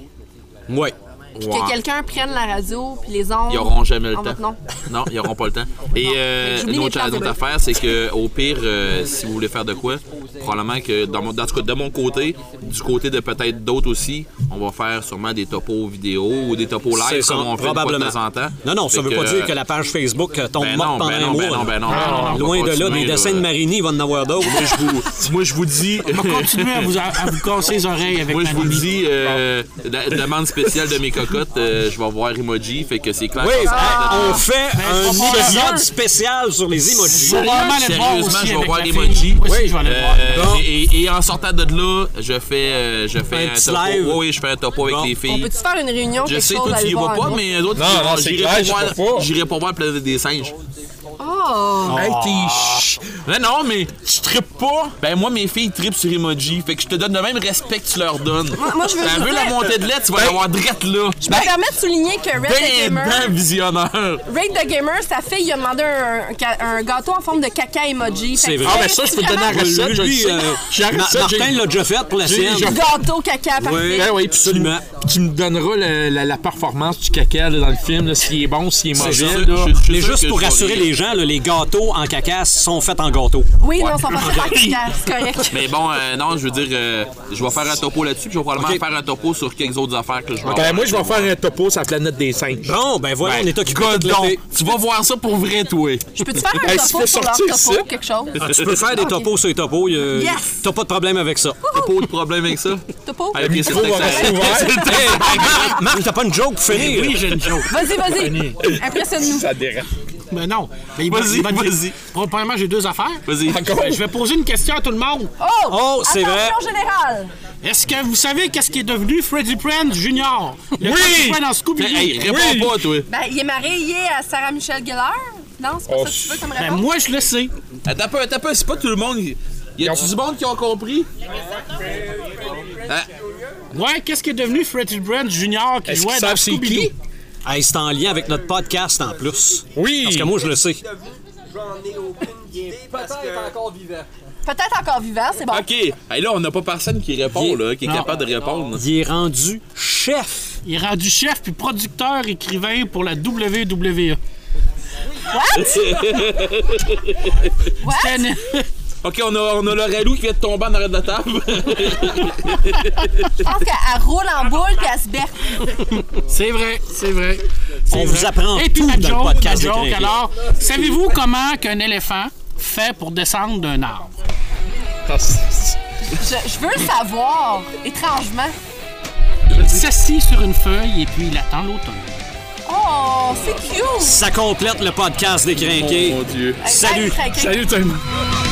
Speaker 1: Ouais.
Speaker 6: Puis que quelqu'un prenne la radio, puis les ondes.
Speaker 4: Ils n'auront jamais le
Speaker 6: en votre
Speaker 4: temps.
Speaker 6: nom.
Speaker 4: Non, ils n'auront pas le temps. Et euh,
Speaker 6: j'oublie
Speaker 4: une
Speaker 6: mes
Speaker 4: autre,
Speaker 6: plans
Speaker 4: une autre
Speaker 6: de
Speaker 4: affaire, c'est que au pire, euh, si vous voulez faire de quoi, probablement que dans mon, dans- en tout cas, de mon côté, du côté de peut-être d'autres aussi, on va faire sûrement des topos vidéo ou des topos
Speaker 1: C'est
Speaker 4: live
Speaker 1: ça,
Speaker 4: comme on fait une fois
Speaker 1: probablement.
Speaker 4: de temps en temps.
Speaker 1: Non, non, ça
Speaker 4: Fait
Speaker 1: veut pas
Speaker 4: que,
Speaker 1: dire que la page Facebook euh, tombe
Speaker 4: Ben non,
Speaker 1: morte pendant
Speaker 4: ben
Speaker 1: un
Speaker 4: non,
Speaker 1: mois.
Speaker 4: ben non,
Speaker 1: là.
Speaker 4: ben non, ben non, on doit
Speaker 1: Loin de là,
Speaker 4: continuer,
Speaker 1: des dessins de Marini, il va en avoir d'autres.
Speaker 4: Moi, je vous, moi, je vous dis.
Speaker 5: On va continuer à vous, à, à vous casser les oreilles avec
Speaker 4: Moi, je vous le
Speaker 5: Manini.
Speaker 4: dis, euh, la demande spéciale de mes cocottes, euh, je vais voir Emoji, fait que c'est clair.
Speaker 1: Oui, ah,
Speaker 4: qu'on s'arrête là-dedans.
Speaker 1: on fait un
Speaker 5: c'est pas
Speaker 1: épisode
Speaker 5: sérieux.
Speaker 1: spécial sur les emojis.
Speaker 5: Je vais vraiment aller le voir
Speaker 4: Sérieusement,
Speaker 5: aussi
Speaker 4: je vais
Speaker 5: avec
Speaker 4: voir
Speaker 5: la
Speaker 4: les
Speaker 5: fille.
Speaker 4: emojis.
Speaker 5: Moi aussi, je vais aller le voir.
Speaker 4: Euh, et, et- et en sortant de là, je fais, euh, je fais
Speaker 1: Un
Speaker 4: un,
Speaker 1: petit
Speaker 4: topo.
Speaker 1: live.
Speaker 4: Oui, oui, je fais un topo avec
Speaker 1: Bon.
Speaker 4: les
Speaker 6: On
Speaker 4: filles.
Speaker 6: peut-tu faire une réunion,
Speaker 4: Je
Speaker 6: quelque
Speaker 4: sais,
Speaker 6: chose,
Speaker 4: toi, tu
Speaker 6: aller
Speaker 4: y vas
Speaker 6: voir
Speaker 4: pas,
Speaker 6: un
Speaker 4: mais d'autres,
Speaker 3: Non, non, c'est
Speaker 4: j'irai
Speaker 3: clair,
Speaker 4: pas
Speaker 3: je
Speaker 4: voir-
Speaker 3: peux pas.
Speaker 4: j'irai pas voir le planète des singes.
Speaker 6: Oh!
Speaker 3: Hey, t'es ch-
Speaker 4: Mais non, mais je trippe pas. Ben, moi, mes filles trippent sur Emoji, fait que je te donne le même respect que tu leur donnes.
Speaker 6: moi, je veux
Speaker 4: T'as
Speaker 6: juste
Speaker 4: vu la
Speaker 6: dire-
Speaker 4: montée de lait,
Speaker 3: Ben.
Speaker 4: tu vas l'avoir drette là.
Speaker 6: Je me permets de souligner que Red the
Speaker 4: Ben,
Speaker 6: Gamer,
Speaker 4: ben, visionnaire.
Speaker 6: Raid the Gamer, sa fille, il a demandé un, un ca- un gâteau en forme de caca emoji. Fait
Speaker 1: C'est
Speaker 6: que
Speaker 1: vrai.
Speaker 3: Ah, ben ça, je peux te donner la
Speaker 6: vraiment-
Speaker 3: recette, je le
Speaker 1: Lui,
Speaker 3: sais.
Speaker 1: euh,
Speaker 3: J'ai la
Speaker 1: Ma-
Speaker 3: recette, j'ai-
Speaker 1: Martin l'a déjà fait pour la
Speaker 3: J'ai
Speaker 1: sienne.
Speaker 3: déjà
Speaker 6: Gâteau caca,
Speaker 1: Oui.
Speaker 6: parfait.
Speaker 3: Ben oui, absolument.
Speaker 1: Absolument.
Speaker 3: Puis qui me donnera la, la- la performance du caca là, dans le film, là, s'il est bon, s'il est
Speaker 1: C'est
Speaker 3: mauvais.
Speaker 1: ça.
Speaker 3: là.
Speaker 4: Je- je- je-
Speaker 1: Mais
Speaker 4: sûr
Speaker 1: juste
Speaker 4: que
Speaker 1: pour
Speaker 4: je vais
Speaker 1: rassurer
Speaker 4: rire.
Speaker 1: les gens, là, les gâteaux en cacasse sont faits en gâteau.
Speaker 6: Oui, non, ça va pas faire caca, c'est correct.
Speaker 4: Mais bon, euh, non, je veux dire, euh, je vais faire un topo là-dessus, puis je vais probablement faire un topo sur quelques autres affaires que je vais
Speaker 3: Ben moi, je vais faire un topo sur la planète des singes.
Speaker 1: Bon, ben voilà, on est occupé de
Speaker 4: Godon, tu vas voir ça pour vrai, toi.
Speaker 6: Je peux-tu faire
Speaker 3: Hey,
Speaker 6: un
Speaker 3: s'il faut
Speaker 6: topo sur leur
Speaker 3: sortir
Speaker 6: topo
Speaker 3: ça.
Speaker 6: ou quelque chose? Ah,
Speaker 1: Tu peux faire des topos sur les topos. y a-
Speaker 6: Yes!
Speaker 1: T'as pas de problème avec ça.
Speaker 4: T'as pas de problème avec ça?
Speaker 6: Topo?
Speaker 4: Allez, ok, c'est
Speaker 3: micro
Speaker 4: le temps que
Speaker 3: va
Speaker 4: ça
Speaker 3: rester
Speaker 4: arrête.
Speaker 3: ouvert.
Speaker 4: C'est le temps.
Speaker 1: Marc, Marc, t'as pas une joke pour finir?
Speaker 5: Oui, j'ai une joke.
Speaker 6: Vas-y, vas-y. Impressionne-nous.
Speaker 3: Ça dérape.
Speaker 5: Mais non. Mais il va-
Speaker 4: Vas-y,
Speaker 5: il va-
Speaker 4: vas-y.
Speaker 5: Bon, Premièrement, j'ai deux affaires.
Speaker 4: Vas-y.
Speaker 5: Ben, Je vais poser une question à tout le monde.
Speaker 6: Oh!
Speaker 1: Oh, c'est vrai.
Speaker 6: Attention générale.
Speaker 5: Est-ce que vous savez qu'est-ce qui est devenu Freddy Prinze Junior? Le Freddy Prinze en Scooby-Doo.
Speaker 4: Hey, réponds
Speaker 5: Oui.
Speaker 4: pas, toi.
Speaker 6: Ben, il est marié à Sarah Michelle Gellar. Non, c'est pas ça que tu veux comme
Speaker 5: Ben,
Speaker 6: réponse?
Speaker 5: moi, je le sais.
Speaker 4: Attends un peu, attends un peu, c'est pas tout le monde. Y a-tu du monde qui ont compris?
Speaker 5: Ouais, qu'est-ce qui est devenu Freddy Prinze Junior qui
Speaker 3: Est-ce
Speaker 5: jouait
Speaker 3: qu'ils
Speaker 5: dans
Speaker 3: savent c'est
Speaker 5: Scooby-Doo?
Speaker 3: qui?
Speaker 1: Hey, c'est en lien avec notre podcast en plus.
Speaker 3: Oui.
Speaker 1: Parce que moi, je le sais.
Speaker 8: J'en ai aucune idée. Peut-être encore vivant.
Speaker 6: Peut-être encore vivant, c'est bon.
Speaker 4: OK. Hey, là, on n'a pas personne qui répond, là, qui est
Speaker 5: Non.
Speaker 4: capable de répondre.
Speaker 1: Il est rendu chef.
Speaker 5: Il est rendu chef puis producteur, écrivain pour la WWE.
Speaker 6: What?
Speaker 5: Ben,
Speaker 4: OK, on a, on a le ralou qui vient de tomber en arrière de la table.
Speaker 6: Je pense qu'elle roule en boule puis elle se berce.
Speaker 5: C'est vrai, c'est vrai.
Speaker 1: On vous apprend
Speaker 5: Et puis
Speaker 1: tout
Speaker 5: ma
Speaker 1: dans le
Speaker 5: joke,
Speaker 1: podcast
Speaker 5: ma joke,
Speaker 1: éclairé.
Speaker 5: alors, savez-vous comment qu'un éléphant fait pour descendre d'un arbre?
Speaker 6: Je, je veux le savoir, étrangement.
Speaker 5: Il s'assit sur une feuille et puis il attend l'automne.
Speaker 6: Oh, c'est cute!
Speaker 1: Ça complète le podcast des Crinqués.
Speaker 4: Mon Dieu.
Speaker 1: Salut.
Speaker 6: Hey, craqué.
Speaker 3: Salut tout le monde.